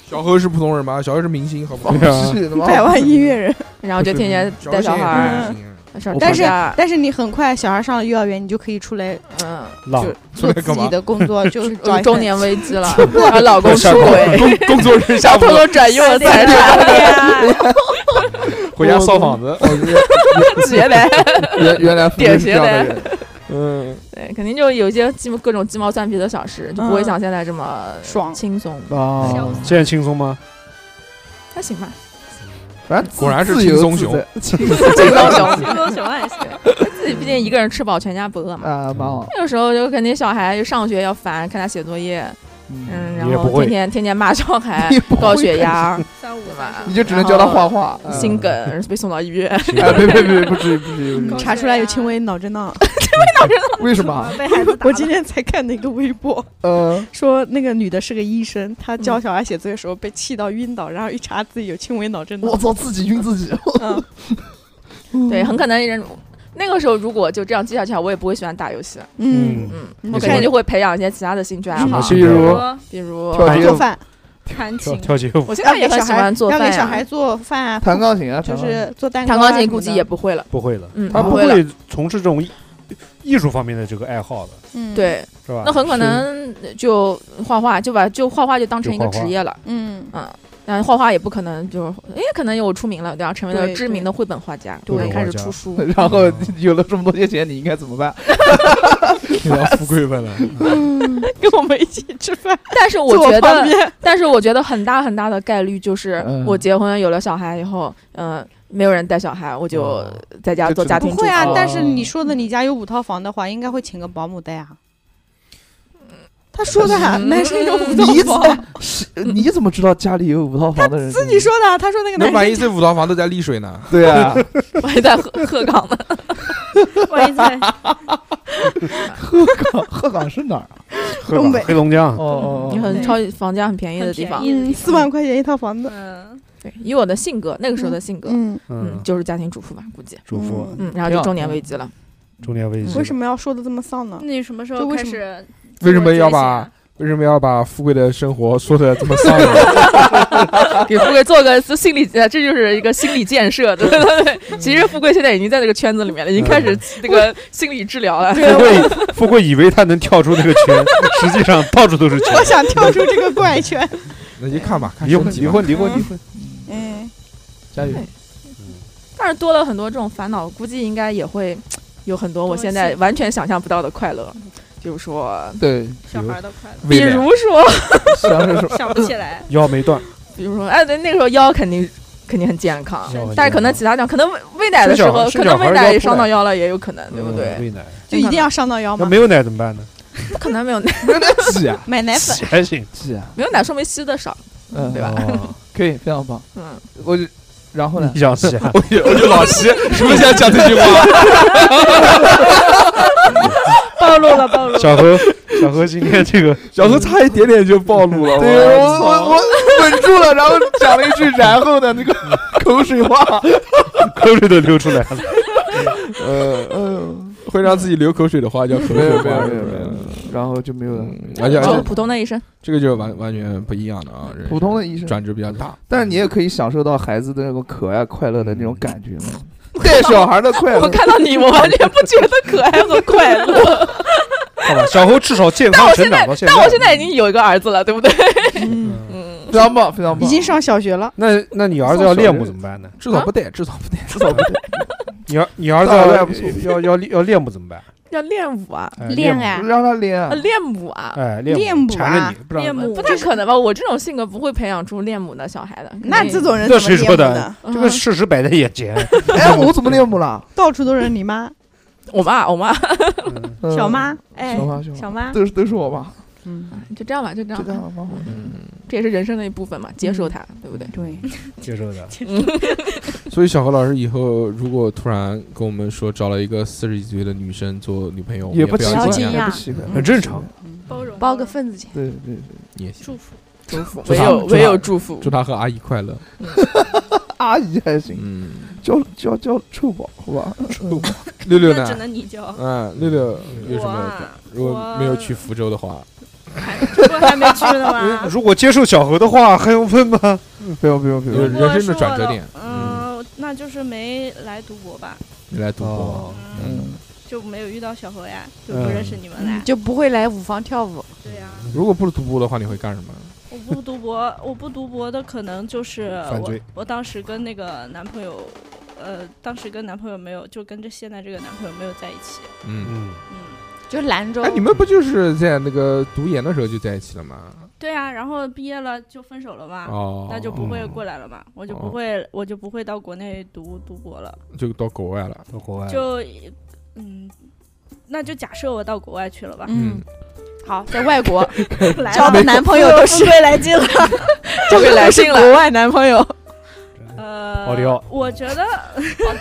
Speaker 2: 小何是普通人吗？小何是明星，好不好？
Speaker 5: 对啊
Speaker 6: 是的
Speaker 2: 哦
Speaker 6: 吗？
Speaker 7: 百万音乐人。
Speaker 8: 然后就天天带小孩儿，
Speaker 2: 儿，
Speaker 8: 小
Speaker 7: 但是
Speaker 8: 小孩儿
Speaker 7: 但是你很快小孩上了幼儿园，你就可以出来
Speaker 8: 嗯，
Speaker 5: 浪
Speaker 7: 就
Speaker 2: 出
Speaker 7: 做
Speaker 2: 来
Speaker 7: 自
Speaker 2: 干嘛
Speaker 7: 己的工 作，就是找
Speaker 8: 有
Speaker 7: 一
Speaker 8: 中
Speaker 7: 份
Speaker 8: 年危机了，然后老公出
Speaker 5: 下
Speaker 8: 轨，
Speaker 5: 工工作日下
Speaker 8: 偷
Speaker 5: 午
Speaker 8: 偷转移我财产，
Speaker 5: 回家扫房子，
Speaker 8: 绝嘞！
Speaker 6: 原原来
Speaker 8: 典
Speaker 6: 是
Speaker 8: 型
Speaker 6: 这样的
Speaker 8: 的
Speaker 6: 人，
Speaker 5: 嗯，
Speaker 8: 对，肯定就有一些鸡毛各种鸡毛蒜皮的小事，就不会
Speaker 7: 嗯
Speaker 8: 像现在这么
Speaker 7: 爽
Speaker 8: 轻松。
Speaker 6: 哦
Speaker 5: 啊
Speaker 4: 笑死，
Speaker 5: 现在轻松吗？
Speaker 8: 还 行吧，
Speaker 6: 反正
Speaker 2: 果然是
Speaker 6: 自
Speaker 2: 轻
Speaker 6: 由
Speaker 2: 松
Speaker 6: 自
Speaker 2: 熊
Speaker 6: 在，
Speaker 8: 轻松
Speaker 4: 金
Speaker 8: 熊，
Speaker 4: 多熊还行，
Speaker 8: 自己毕竟一个人吃饱全家不饿嘛。
Speaker 6: 啊，蛮好。
Speaker 8: 那个时候就肯定小孩上学要烦，看他写作业，嗯，然
Speaker 5: 也
Speaker 8: 后
Speaker 5: 不会
Speaker 8: 天天天天骂小孩
Speaker 6: 你不，会
Speaker 8: 高血压，
Speaker 4: 三五
Speaker 8: 对
Speaker 4: 三
Speaker 8: 吧
Speaker 4: 十
Speaker 6: 你就只能教他画画，嗯
Speaker 8: 心梗，被送到医院。
Speaker 6: 啊，别别别，不至于不至于不至于，
Speaker 7: 嗯查出来有轻微脑震荡。
Speaker 6: 为什么？
Speaker 4: 被孩子打
Speaker 7: 我
Speaker 4: 了
Speaker 7: 今天才看那个微博，
Speaker 6: 呃，
Speaker 7: 说那个女的是个医生，她教小孩写字的时候被气到晕倒，然后一查自己有轻微脑震荡
Speaker 6: 我。操，自己晕自己，
Speaker 7: 嗯，
Speaker 8: 对，很可能人那个时候如果就这样接下去，我也不会喜欢打游戏了。
Speaker 7: 嗯，
Speaker 8: 嗯，
Speaker 7: 我
Speaker 8: 我肯定就会培养一些其他的兴趣爱
Speaker 5: 什么
Speaker 8: 好，嗯
Speaker 5: 兴
Speaker 6: 比
Speaker 5: 趣
Speaker 6: 如
Speaker 4: 说
Speaker 8: 比如
Speaker 6: 跳
Speaker 7: 做饭，
Speaker 4: 弹
Speaker 5: 跳
Speaker 4: 琴，
Speaker 5: 跳街舞
Speaker 8: 我现在也
Speaker 7: 要给
Speaker 8: 很
Speaker 7: 小
Speaker 8: 喜
Speaker 7: 孩
Speaker 8: 欢做啊
Speaker 7: 要
Speaker 8: 饭
Speaker 7: 给哦小
Speaker 8: 呀
Speaker 7: 孩做饭啊，
Speaker 6: 弹 钢琴啊，
Speaker 7: 就
Speaker 6: 弹钢琴
Speaker 7: 是做蛋糕啊什
Speaker 8: 弹
Speaker 7: 么的。
Speaker 8: 钢琴估计也不会了，
Speaker 5: 不会了，
Speaker 8: 嗯，
Speaker 5: 他不
Speaker 8: 会了。
Speaker 5: 会从事这种艺艺术方面的这个爱好的，
Speaker 7: 嗯，
Speaker 8: 对，
Speaker 5: 是吧？
Speaker 8: 那很可能就画画，就把就画画就当成一个
Speaker 5: 就画画
Speaker 8: 职业了。
Speaker 7: 嗯，
Speaker 8: 嗯，但画画也不可能就是，也可能有出名了，对吧？成为了
Speaker 7: 对
Speaker 8: 知名的绘本画家，
Speaker 5: 对
Speaker 8: 对，开始
Speaker 5: 绘本画家
Speaker 8: 出书。
Speaker 6: 然后有了这么多些钱，你应该怎么办？
Speaker 5: 你要富贵问了，
Speaker 7: 嗯跟我们一起吃 饭，
Speaker 8: 但是我
Speaker 7: 坐
Speaker 8: 觉
Speaker 7: 旁
Speaker 8: 得，
Speaker 7: 边
Speaker 8: 但是我觉得很大很大的概率就是
Speaker 6: 嗯
Speaker 8: 我结婚有了小孩以后，嗯，没有人带小孩，我就
Speaker 5: 哦
Speaker 8: 在家
Speaker 6: 就
Speaker 8: 做
Speaker 6: 只
Speaker 8: 家
Speaker 6: 能
Speaker 8: 庭
Speaker 7: 不
Speaker 8: 主
Speaker 7: 会啊
Speaker 8: 妇。。
Speaker 7: 但是你说的你家有五套房的话，应该会请个保姆带啊。他说的啊，
Speaker 8: 嗯
Speaker 7: 男生有五套
Speaker 6: 你怎
Speaker 7: 房，
Speaker 6: 么是？你怎么知道家里有五套房的人？
Speaker 7: 自己说的啊。他说 那个
Speaker 2: 能
Speaker 7: 男
Speaker 2: 万
Speaker 7: 生
Speaker 2: 一这五套房都在丽水呢？
Speaker 6: 对啊，
Speaker 8: 我还 在鹤鹤岗呢，
Speaker 4: 万一 在
Speaker 6: 鹤岗，鹤岗是哪儿啊？
Speaker 5: 黑龙
Speaker 7: 东北
Speaker 5: 黑龙江
Speaker 6: 哦哦
Speaker 8: 你
Speaker 6: 哦，
Speaker 8: 很
Speaker 4: 对
Speaker 8: 超房价很便宜的
Speaker 4: 很
Speaker 8: 地
Speaker 4: 便
Speaker 8: 方
Speaker 4: 宜。
Speaker 7: 嗯四万块钱一套房子，
Speaker 4: 嗯，
Speaker 8: 对，以我的性格，那个时候的性格，
Speaker 7: 嗯，
Speaker 8: 嗯，
Speaker 5: 嗯，
Speaker 8: 就是家庭主妇吧，估计。
Speaker 5: 主妇
Speaker 8: 嗯，然后就中年危机了。
Speaker 5: 中年危机，
Speaker 7: 为什么要说的这么丧
Speaker 6: 嗯
Speaker 7: 呢？
Speaker 4: 那你什么时
Speaker 7: 就
Speaker 4: 候
Speaker 7: 为
Speaker 4: 开
Speaker 7: 什么
Speaker 4: 始？
Speaker 2: 为什么要把？
Speaker 8: 啊
Speaker 2: 为什么要把富贵的生活说的这么丧呢？
Speaker 8: 给富贵做个心理，呃，这就是一个心理建设，对对对。其实富贵现在已经在这个圈子里面了，已经开始这个心理治疗了。
Speaker 5: 富 贵，嗯富贵以为他能跳出那个圈，实际上到处都是圈。
Speaker 7: 我想跳出这个怪圈。
Speaker 2: 那就看吧，看
Speaker 5: 离婚，
Speaker 2: 身体
Speaker 5: 离
Speaker 2: 吧。
Speaker 5: 婚，离婚，离婚，
Speaker 7: 嗯，
Speaker 6: 加油！
Speaker 8: 但是多了很多这种烦恼，估计应该也会有很多我现在完全想象不到的快乐，比如说，
Speaker 6: 对，
Speaker 4: 小孩的快乐，
Speaker 8: 比
Speaker 2: 未来
Speaker 8: 如说，
Speaker 6: 想是什 么？
Speaker 4: 想不起来。
Speaker 5: 腰没断，
Speaker 8: 比如说，哎，对，那个时候腰肯定肯定很健康
Speaker 5: 腰很健康，
Speaker 8: 但是可能其他地方，可能喂喂奶的时候，
Speaker 5: 生
Speaker 8: 可
Speaker 5: 小
Speaker 8: 能
Speaker 5: 孩
Speaker 8: 喂奶也
Speaker 5: 生小孩
Speaker 8: 伤到腰了，也有可能，对不
Speaker 5: 嗯
Speaker 8: 对？
Speaker 5: 喂奶，
Speaker 7: 就一定要上到腰
Speaker 5: 那
Speaker 7: 吗？
Speaker 5: 没有奶怎么办呢？
Speaker 8: 不可能没有奶，
Speaker 6: 挤啊，
Speaker 7: 买奶粉，
Speaker 5: 还行，
Speaker 6: 挤啊，
Speaker 8: 没有奶说明吸的少，
Speaker 6: 嗯，
Speaker 8: 对吧？
Speaker 5: 哦
Speaker 6: 可以，非常棒。
Speaker 8: 嗯，
Speaker 6: 我就然后呢
Speaker 5: 你？想洗啊？
Speaker 2: 我就我就老齐，是不是想讲这句话？
Speaker 4: 暴露了，暴露了。
Speaker 5: 小何，小何今天这个
Speaker 2: 小何差一点点就暴露了。
Speaker 6: 对我
Speaker 2: 操
Speaker 6: 我我稳住了，然后讲了一句然后的那个 口水话，
Speaker 5: 口水都流出 来了。
Speaker 6: 呃呃，
Speaker 2: 会让自己流口水的话叫口
Speaker 6: 没
Speaker 2: 水
Speaker 6: 有
Speaker 2: 话，
Speaker 6: 没有没
Speaker 2: 是
Speaker 6: 有
Speaker 2: 不是
Speaker 6: 没有，然后就没有了。
Speaker 2: 嗯而且而
Speaker 8: 就
Speaker 2: 且
Speaker 8: 哦普通的一生。
Speaker 2: 这个就完完全不一样的啊，这是
Speaker 6: 普通的医生，
Speaker 2: 转折比较大。
Speaker 6: 但是你也可以享受到孩子的那种可爱、快乐的那种感觉
Speaker 7: 嗯
Speaker 6: 嘛，带小孩的快
Speaker 8: 我
Speaker 6: 乐。
Speaker 8: 看到你，我完全不觉得可爱和快乐。
Speaker 5: 好吧，小何至少健康成长到现在。
Speaker 8: 但我现在已经有一个儿子了，对不对？
Speaker 7: 嗯，
Speaker 8: 嗯，
Speaker 6: 非常棒，非常棒，
Speaker 7: 已经啊上小学了。
Speaker 5: 那那你儿子要恋母怎么办呢？
Speaker 2: 至
Speaker 8: 啊
Speaker 2: 少不带，至少不带，
Speaker 6: 至少不对
Speaker 5: 你儿你儿子
Speaker 6: 大概不错
Speaker 5: 要要要要恋母怎么办？
Speaker 8: 要练舞啊，
Speaker 5: 哎
Speaker 9: 恋
Speaker 5: 母
Speaker 9: 爱
Speaker 6: 不让他练
Speaker 7: 嗯
Speaker 8: 啊，。练舞啊。
Speaker 5: 哎，恋
Speaker 7: 恋母
Speaker 5: 缠着
Speaker 7: 啊
Speaker 5: 你，不让
Speaker 4: 恋母
Speaker 8: 不太可能吧？我这种性格不会培养出恋母的小孩的。
Speaker 7: 那这种人
Speaker 5: 这
Speaker 7: 怎么
Speaker 5: 谁说
Speaker 7: 练
Speaker 5: 的
Speaker 7: 呢？
Speaker 5: 这个事实摆在眼 前。
Speaker 6: 哎，我怎么练不了？
Speaker 7: 到处都是你妈、
Speaker 8: 我妈，我妈
Speaker 5: 嗯
Speaker 6: 嗯
Speaker 7: 小，妈，哎
Speaker 6: 小，妈，小
Speaker 7: 小
Speaker 6: 妈，
Speaker 7: 妈，
Speaker 6: 都是都是我吧？
Speaker 7: 嗯，
Speaker 8: 就这样吧，就这
Speaker 6: 就
Speaker 8: 样
Speaker 6: 这
Speaker 8: 吧，
Speaker 6: 样吧，
Speaker 8: 这也是人生的一部分嘛，接受它，对不对？
Speaker 7: 对，
Speaker 5: 接受的。
Speaker 2: 所以小何老师以后如果突然跟我们说找了一个四十几岁的女生做女朋友，我们
Speaker 6: 也
Speaker 2: 不
Speaker 6: 不啊奇
Speaker 2: 要
Speaker 6: 怪，
Speaker 2: 惊
Speaker 9: 讶
Speaker 6: 也不奇怪，
Speaker 5: 很正常。
Speaker 4: 包容，啊
Speaker 9: 包个份子钱。
Speaker 6: 对对对，
Speaker 2: 也行。
Speaker 4: 祝福。
Speaker 8: 祝福，
Speaker 2: 祝
Speaker 8: 唯
Speaker 2: 他
Speaker 8: 有
Speaker 2: 祝他
Speaker 8: 唯有祝福
Speaker 2: 祝。 他和阿姨快乐。
Speaker 6: 阿姨还行，
Speaker 2: 嗯，
Speaker 6: 叫叫叫臭宝，好吧？
Speaker 2: 六六
Speaker 4: 那只
Speaker 2: 呢？
Speaker 4: 能你教。
Speaker 2: 嗯，六六有什
Speaker 4: 我
Speaker 2: 么？
Speaker 4: 啊
Speaker 2: 如果没有去福州的话，
Speaker 4: 不还 没去呢吗？
Speaker 5: 如果接受小何的话，还用问吗？
Speaker 6: 不用不用不
Speaker 2: 就是
Speaker 6: 用，
Speaker 2: 人生的转折点
Speaker 4: 如果是我的嗯，那就是没来读博吧，
Speaker 2: 你来赌博，
Speaker 5: 哦，
Speaker 6: 嗯，
Speaker 4: 就没有遇到小何呀，就不认识你们啦
Speaker 7: 嗯。就不会来舞房跳舞。
Speaker 4: 对呀，
Speaker 2: 如果不是赌博的话，你会干什么？
Speaker 4: 我不读博，我不读博的可能就是
Speaker 5: 犯
Speaker 4: 我
Speaker 5: 罪，
Speaker 4: 我当时跟那个男朋友，呃，当时跟男朋友没有，就跟这现在这个男朋友没有在一起。
Speaker 2: 嗯，
Speaker 5: 嗯，
Speaker 4: 嗯，
Speaker 7: 就兰州
Speaker 2: 哎，，你们不就是在那个读研的时候就在一起了吗？
Speaker 4: 对啊，然后毕业了就分手了嘛。
Speaker 2: 哦，
Speaker 4: 啊那就不会过来了嘛，我就
Speaker 2: 哦
Speaker 4: 不会，我就不会到国内读读博了，
Speaker 2: 嗯就到国外了。
Speaker 5: 到国外了
Speaker 4: 就，嗯，那就假设我到国外去 了吧，
Speaker 2: 嗯，
Speaker 7: 好，在外国
Speaker 4: 来
Speaker 7: 交
Speaker 4: 了
Speaker 7: 的男朋友都 是
Speaker 8: 归来 劲了，就归来劲了，国外男朋友，
Speaker 4: 呃，
Speaker 5: 奥利奥
Speaker 4: 我觉得，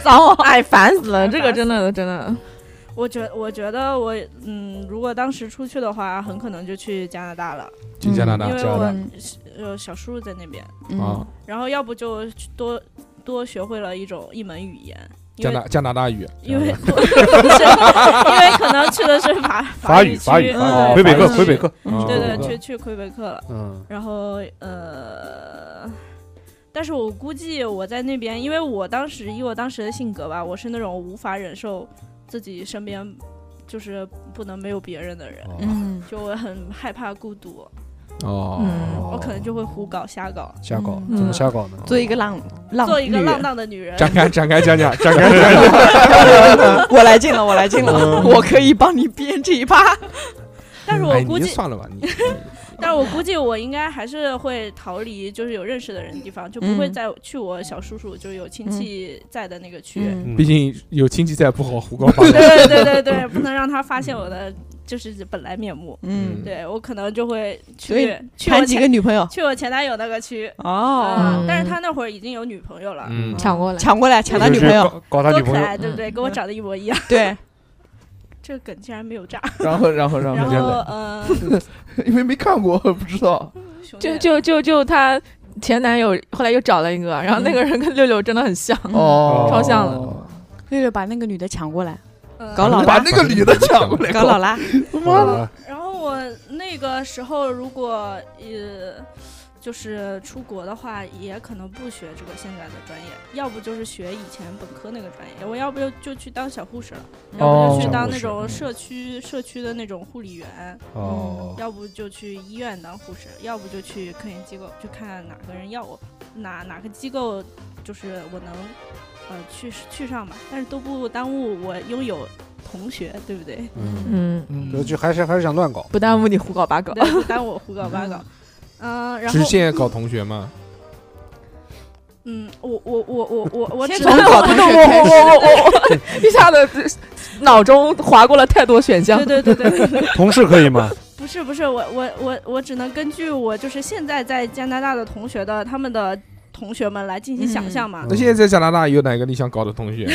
Speaker 8: 脏哦，哎，烦死 了，这个真的真的，
Speaker 4: 我觉，我觉得我，嗯，如果当时出去的话，很可能就去加拿大了，
Speaker 2: 去加拿大
Speaker 4: 因为
Speaker 5: 加拿大
Speaker 4: 我
Speaker 7: 嗯
Speaker 4: 呃小叔叔在那边，
Speaker 2: 啊
Speaker 6: 哦
Speaker 7: 嗯，，
Speaker 4: 然后要不就去多多学会了一种一门语言，因
Speaker 2: 加
Speaker 4: 为
Speaker 2: 拿加拿大语，
Speaker 4: 因为不是 因为可能去的是法
Speaker 5: 法
Speaker 4: 语
Speaker 5: 语法语
Speaker 4: 区
Speaker 5: 法
Speaker 4: 嗯
Speaker 5: 语，魁北克
Speaker 4: 法语
Speaker 5: 魁北
Speaker 4: 区
Speaker 5: 克，
Speaker 2: 嗯
Speaker 4: 对
Speaker 5: 魁北
Speaker 4: 对，
Speaker 5: 克
Speaker 4: 去去魁北克了。
Speaker 5: 嗯，
Speaker 4: 然后呃，但是我估计我在那边，因为我当时以我当时的性格吧，我是那种无法忍受自己身边就是不能没有别人的人，
Speaker 5: 哦
Speaker 7: 嗯，
Speaker 4: 就我很害怕孤独，
Speaker 2: 哦，
Speaker 8: 嗯
Speaker 4: 我可能就会胡搞瞎搞，
Speaker 5: 瞎搞，
Speaker 7: 嗯
Speaker 5: 怎么瞎搞呢？
Speaker 7: 做一个浪浪
Speaker 4: 做一个
Speaker 7: 女
Speaker 4: 浪荡的女人。
Speaker 2: 展开展开讲 讲，展开讲讲，
Speaker 8: 我来劲了，我来劲
Speaker 6: 嗯
Speaker 8: 了，我可以帮你编这一趴，
Speaker 4: 但是
Speaker 2: 哎
Speaker 4: 我
Speaker 2: 你
Speaker 4: 估计，
Speaker 2: 算了吧，你
Speaker 4: 但是我估计我应该还是会逃离，就是有认识的人的地方，就不会
Speaker 7: 嗯
Speaker 4: 再去我小叔叔就是有亲戚在的那个区。
Speaker 7: 嗯，
Speaker 2: 毕竟有亲戚在，不好胡搞八道。
Speaker 4: 对对对对，不能让他发现我的就是本来面目。
Speaker 2: 嗯
Speaker 7: 嗯，
Speaker 4: 对我可能就会
Speaker 7: 所以
Speaker 4: 去去我
Speaker 7: 谈几个
Speaker 4: 前
Speaker 7: 女朋友
Speaker 4: 去我前男友那个区，
Speaker 7: 哦，
Speaker 4: 嗯，但是他那会儿已经有女朋友了，
Speaker 2: 嗯，
Speaker 8: 抢过来，
Speaker 7: 抢过来抢他女朋友，
Speaker 5: 友，搞他
Speaker 4: 多
Speaker 5: 女
Speaker 4: 可
Speaker 5: 朋友，
Speaker 4: 爱，对不对？跟我长得一模一样，
Speaker 7: 对，
Speaker 4: 这个梗竟然没有炸。
Speaker 6: 然后然后然
Speaker 4: 然
Speaker 6: 后然
Speaker 4: 后
Speaker 6: 后，
Speaker 4: 嗯，
Speaker 6: 因为没看过，不知道，
Speaker 4: 熊
Speaker 8: 就
Speaker 4: 姐
Speaker 8: 就就就她前男友后来又找了一个，然后那个人跟六六真的很像，
Speaker 6: 哦，
Speaker 8: 超像了，
Speaker 7: 六六把那个女的抢过来，
Speaker 4: 嗯
Speaker 7: 搞老
Speaker 6: 把
Speaker 7: 拉，
Speaker 6: 那个女的抢过来，
Speaker 7: 搞老拉，
Speaker 5: 妈的，
Speaker 4: 然后我那个时候如果呃。就是出国的话，也可能不学这个现在的专业，要不就是学以前本科那个专业，我要不就就去当小护士了，要
Speaker 6: 哦
Speaker 4: 不就去当
Speaker 5: 小护
Speaker 4: 那
Speaker 5: 士
Speaker 4: 种
Speaker 5: 嗯
Speaker 4: 社区社区的那种护理员，
Speaker 2: 嗯
Speaker 5: 哦，
Speaker 4: 要不就去医院当护士，要不就去科研机构，就看哪个人要我，哪哪个机构就是我能，呃，去去上吧，但是都不耽误我拥有同学，对不对？
Speaker 5: 嗯，
Speaker 8: 嗯，
Speaker 5: 就就还是还是想乱搞，
Speaker 8: 不耽误你胡搞八 搞，
Speaker 4: 对，不耽误我胡搞八搞。嗯、然
Speaker 2: 只
Speaker 4: 后
Speaker 2: 是现在搞同学嘛，
Speaker 4: 嗯，我我我我我我
Speaker 7: 先
Speaker 4: 只
Speaker 7: 从
Speaker 4: 能
Speaker 7: 搞同
Speaker 8: 我
Speaker 7: 学
Speaker 8: 我
Speaker 7: 开始，
Speaker 8: 我我我， 一下子脑中划过了太多选项
Speaker 4: 对，对对对对，
Speaker 5: 同事可以 吗？
Speaker 4: 不是不是，我我我我只能根据我就是现在在加拿大的同学的他们的同学们来进行想象嘛。
Speaker 2: 那现在在加拿大有哪个你想搞的同学？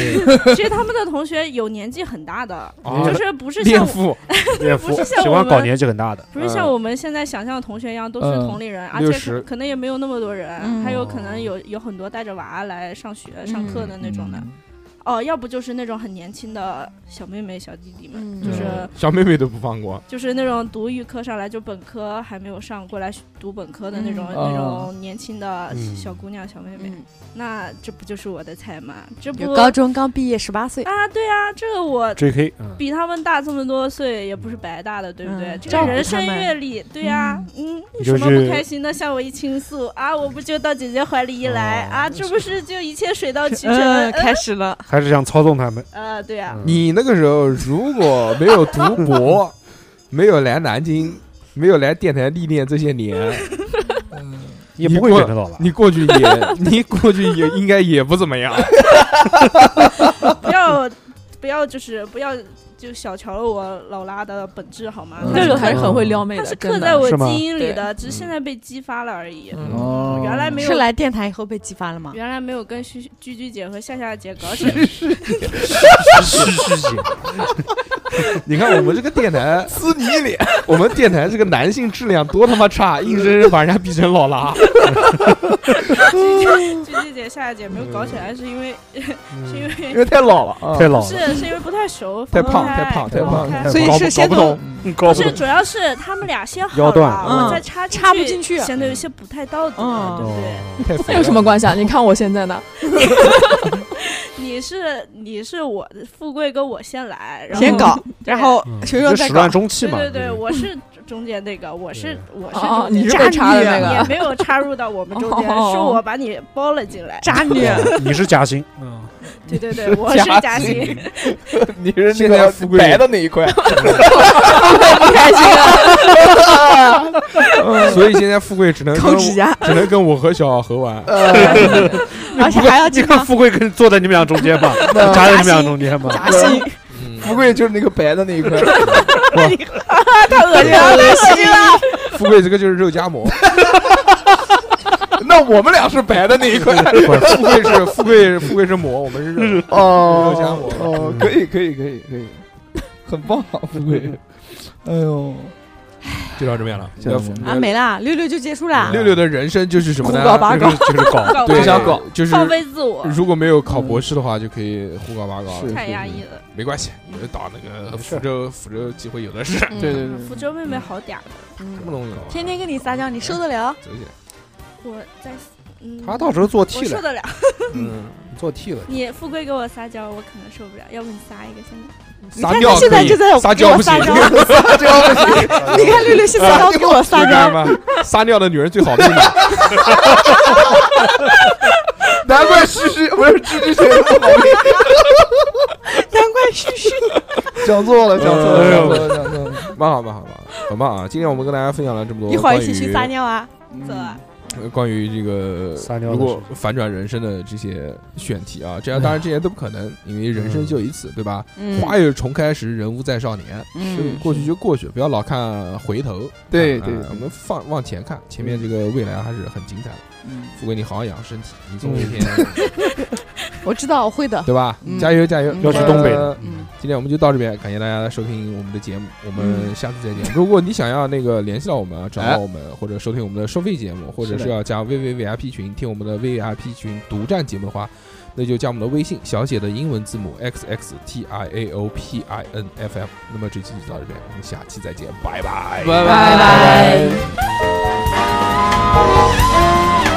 Speaker 4: 其实他们的同学有年纪很大的，
Speaker 2: 啊
Speaker 5: 哦
Speaker 4: 就是不是像
Speaker 2: 恋
Speaker 4: 我
Speaker 2: 父，
Speaker 5: 也
Speaker 4: 不是像
Speaker 5: 喜
Speaker 4: 我
Speaker 5: 欢
Speaker 4: 们
Speaker 5: 搞年纪很大的，
Speaker 4: 不是像我们现在想象的同学一样都是
Speaker 6: 嗯
Speaker 4: 同龄人，而且
Speaker 2: 60
Speaker 4: 可可能也没有那么多人，
Speaker 7: 嗯
Speaker 4: 还有可能有有很多带着娃来上学、上课的那种的。
Speaker 6: 嗯
Speaker 4: 哦，要不就是那种很年轻的小妹妹、小弟弟们，
Speaker 7: 嗯
Speaker 4: 就是
Speaker 2: 嗯小妹妹都不放过。
Speaker 4: 就是那种读预科上来就本科还没有上过来读本科的那种、
Speaker 6: 嗯
Speaker 4: 那种年轻的
Speaker 5: 嗯
Speaker 4: 小姑娘、小妹妹。
Speaker 7: 哦嗯，
Speaker 4: 那这不就是我的菜吗？这不
Speaker 7: 有高中刚毕业十八岁，
Speaker 4: 啊，对啊，这个我
Speaker 5: J.K. 嗯
Speaker 4: 比他们大这么多岁，也不是白大的，对不对？
Speaker 7: 嗯
Speaker 4: 这
Speaker 7: 照
Speaker 4: 个
Speaker 7: 顾
Speaker 4: 人
Speaker 7: 他
Speaker 4: 生
Speaker 7: 们
Speaker 4: 阅历，对呀、嗯，有
Speaker 5: 就
Speaker 4: 什么
Speaker 5: 是
Speaker 4: 不开心的向我一倾诉啊，我不就到姐姐怀里一来、
Speaker 5: 哦
Speaker 4: 啊，这不是就一切水到渠成？
Speaker 7: 嗯，
Speaker 4: 呃
Speaker 7: 开始了，
Speaker 5: 还是想操纵他们。
Speaker 4: 呃，对呀、
Speaker 5: 嗯
Speaker 2: 你那个时候如果没有读 博，没有来南京，没有来电台历练这些年，
Speaker 5: 也不
Speaker 2: 你
Speaker 5: 会
Speaker 2: 过
Speaker 5: 卷得到吧？
Speaker 2: 你过去也，你过去也应该也不怎么样。
Speaker 4: 不要不要就是不要就小瞧了我老拉的本质好吗？
Speaker 5: 嗯
Speaker 4: 它
Speaker 8: 六六
Speaker 4: 是
Speaker 8: 还是
Speaker 4: 刻
Speaker 8: 很会撩妹
Speaker 4: 它
Speaker 8: 的，
Speaker 4: 是刻
Speaker 8: 真
Speaker 4: 在
Speaker 8: 的。
Speaker 4: 我
Speaker 5: 是吗
Speaker 4: 基因里的，只是现在被激发了而已。
Speaker 8: 嗯，
Speaker 6: 哦，
Speaker 4: 原来没有
Speaker 7: 是来电台以后被激发了吗？
Speaker 4: 原来没有跟旭旭居居姐和夏夏姐搞起来，
Speaker 5: 是是是，
Speaker 2: 你看我们这个电 台，
Speaker 6: 撕你一脸，
Speaker 2: 我们电台这个男性质量多他妈差，硬生生把人家逼成老 拉。
Speaker 4: 居居姐、夏夏姐没有搞起来，是因为是因为
Speaker 5: 嗯
Speaker 6: 因为太老了啊
Speaker 5: 太。老了，
Speaker 4: 是是因为不太熟，
Speaker 2: 嗯太
Speaker 4: 不
Speaker 2: 胖太胖太胖
Speaker 4: 太
Speaker 2: 太
Speaker 6: 所以
Speaker 5: 搞不
Speaker 6: 是先
Speaker 5: 搞不懂
Speaker 6: 从
Speaker 5: 高
Speaker 4: 不是，主要是他们俩先好
Speaker 5: 腰断
Speaker 4: 了，
Speaker 8: 嗯
Speaker 4: 我再插
Speaker 3: 插不
Speaker 4: 不
Speaker 3: 进去
Speaker 4: 显得有些不太道德，
Speaker 8: 嗯
Speaker 4: 对不对？
Speaker 5: 哦
Speaker 2: 太肥
Speaker 8: 有什
Speaker 2: 了
Speaker 8: 么关系啊？你看我现在呢，
Speaker 4: 你是你是我的富贵跟我先来，然后
Speaker 7: 先搞，然后球球
Speaker 5: 就
Speaker 7: 再
Speaker 5: 始
Speaker 7: 搞
Speaker 8: 哦
Speaker 5: 乱，终弃
Speaker 4: 对
Speaker 5: 嘛。
Speaker 4: 对对，
Speaker 5: 就是嗯
Speaker 4: 我是中间那个，我是我是
Speaker 8: 哦，
Speaker 4: 中间
Speaker 8: 你是被插的那
Speaker 4: 也
Speaker 8: 个，
Speaker 4: 没有插入到我们中间，
Speaker 8: 哦啊哦哦
Speaker 4: 是我把你包了进来。
Speaker 7: 渣 女，
Speaker 5: 嗯你是夹 心，
Speaker 2: 嗯
Speaker 4: 对对对，我是夹心，
Speaker 6: 你是
Speaker 2: 现
Speaker 6: 那
Speaker 2: 在
Speaker 6: 个
Speaker 2: 富贵
Speaker 6: 白的那一 块，
Speaker 8: 不开心了，
Speaker 2: 所以现在富贵只能跟
Speaker 7: 抠
Speaker 2: 我
Speaker 7: 指甲，
Speaker 2: 只能跟我和小何玩。
Speaker 7: 而且还要
Speaker 5: 你
Speaker 7: 经
Speaker 5: 看
Speaker 7: 常
Speaker 5: 富贵跟坐在你们俩中 间嘛，
Speaker 6: 那
Speaker 5: 夹在你们俩中间嘛。
Speaker 7: 夹心，
Speaker 2: 嗯，
Speaker 6: 富贵就是那个白的那一块，
Speaker 7: 太恶心了，太恶心了。
Speaker 2: 富贵这个就是肉夹 馍，
Speaker 6: 那我们俩是白的那一块。
Speaker 2: 富贵是富贵富贵是馍，我们是肉。
Speaker 6: 哦
Speaker 2: 肉夹馍
Speaker 6: 哦，可以可以可以可以，很棒，啊富 贵。哎呦，
Speaker 2: 就到这边了。
Speaker 6: 就到这边
Speaker 7: 啊，没啦，六六就结束
Speaker 4: 啊
Speaker 5: 啊
Speaker 7: 啦。
Speaker 2: 六六的人生嗯就是什么呢？
Speaker 8: 胡搞八搞
Speaker 2: 就是就是 搞，
Speaker 4: 搞
Speaker 2: 对，
Speaker 4: 就
Speaker 6: 想搞，
Speaker 2: 就是
Speaker 4: 放飞自我，
Speaker 2: 如果没有考博士的话，就可以胡搞八搞
Speaker 6: 是
Speaker 2: 了。
Speaker 4: 太压抑了。
Speaker 2: 没关系，你们打那个
Speaker 5: 没事
Speaker 2: 福州，福州机会有的是，
Speaker 6: 对对
Speaker 4: 嗯福州妹妹好哦嗲的，
Speaker 2: 什么东西？
Speaker 7: 天天跟你撒娇，你受得了？
Speaker 2: 走起来。
Speaker 4: 我在，嗯，
Speaker 5: 他到时候做
Speaker 4: 我
Speaker 5: 替
Speaker 4: 受
Speaker 5: 了，
Speaker 4: 得了。
Speaker 2: 嗯，
Speaker 5: 做替了。
Speaker 4: 你富贵给我撒娇，我可能受不了，要不你撒一个现在？
Speaker 2: 撒
Speaker 7: 看
Speaker 2: 娇
Speaker 7: 他现在
Speaker 2: 可以
Speaker 7: 就在
Speaker 2: 撒
Speaker 7: 给
Speaker 2: 娇
Speaker 7: 我
Speaker 2: 不行
Speaker 7: 撒，娇
Speaker 6: 这样不 行，
Speaker 7: 你看六六现在要给我撒
Speaker 2: 明白
Speaker 7: 娇，
Speaker 2: 吗？撒尿的女人最好命了。
Speaker 6: 难怪嘘嘘不是吱吱谁不好命，
Speaker 7: 难怪嘘嘘。
Speaker 6: 讲错 了讲错了
Speaker 2: 哎
Speaker 6: 讲
Speaker 2: 呦
Speaker 6: 错了讲错了，
Speaker 2: 蛮好，蛮好，蛮好，很棒啊！今天我们跟大家分享了这么多
Speaker 7: 一会儿
Speaker 2: 关
Speaker 7: 一起去
Speaker 2: 于
Speaker 7: 撒尿啊！
Speaker 1: 嗯
Speaker 4: 走啊！
Speaker 2: 呃关于这个
Speaker 5: 撒尿的
Speaker 2: 如果
Speaker 5: 事哎
Speaker 2: 反转人生的这些选题啊，这样当然这些都不可能，因为人生就一次，对吧？
Speaker 7: 嗯
Speaker 2: 花有重开时，人无再少年。
Speaker 7: 嗯，
Speaker 2: 过去就过去，不要老看回头。
Speaker 6: 对
Speaker 2: 啊
Speaker 6: 对
Speaker 2: 我们放往前看，前面这个未来还是很精彩的。
Speaker 7: 嗯
Speaker 2: 富贵，你好好养身体，你
Speaker 5: 嗯
Speaker 2: 总有一天，
Speaker 7: 我知道，我会的。
Speaker 2: 对吧？
Speaker 7: 嗯
Speaker 2: 加油加油！
Speaker 7: 嗯
Speaker 5: 要去东北了
Speaker 2: 呃
Speaker 7: 嗯，
Speaker 2: 今天我们就到这边，感谢大家收听我们的节目，我们下次再
Speaker 7: 嗯
Speaker 2: 见。如果你想要那个联系到我们啊，找到我们或者收听我们的收费节目，或者
Speaker 6: 是
Speaker 2: 是
Speaker 6: 的
Speaker 2: 要加 VVVIP 群听我们的 VVIP 群独占节目的话，那就加我们的微信小写的英文字母 XXTIAOPINFM。那么这期就到这边，我们下期再见，拜拜。
Speaker 6: 拜
Speaker 8: 拜拜。
Speaker 6: 拜。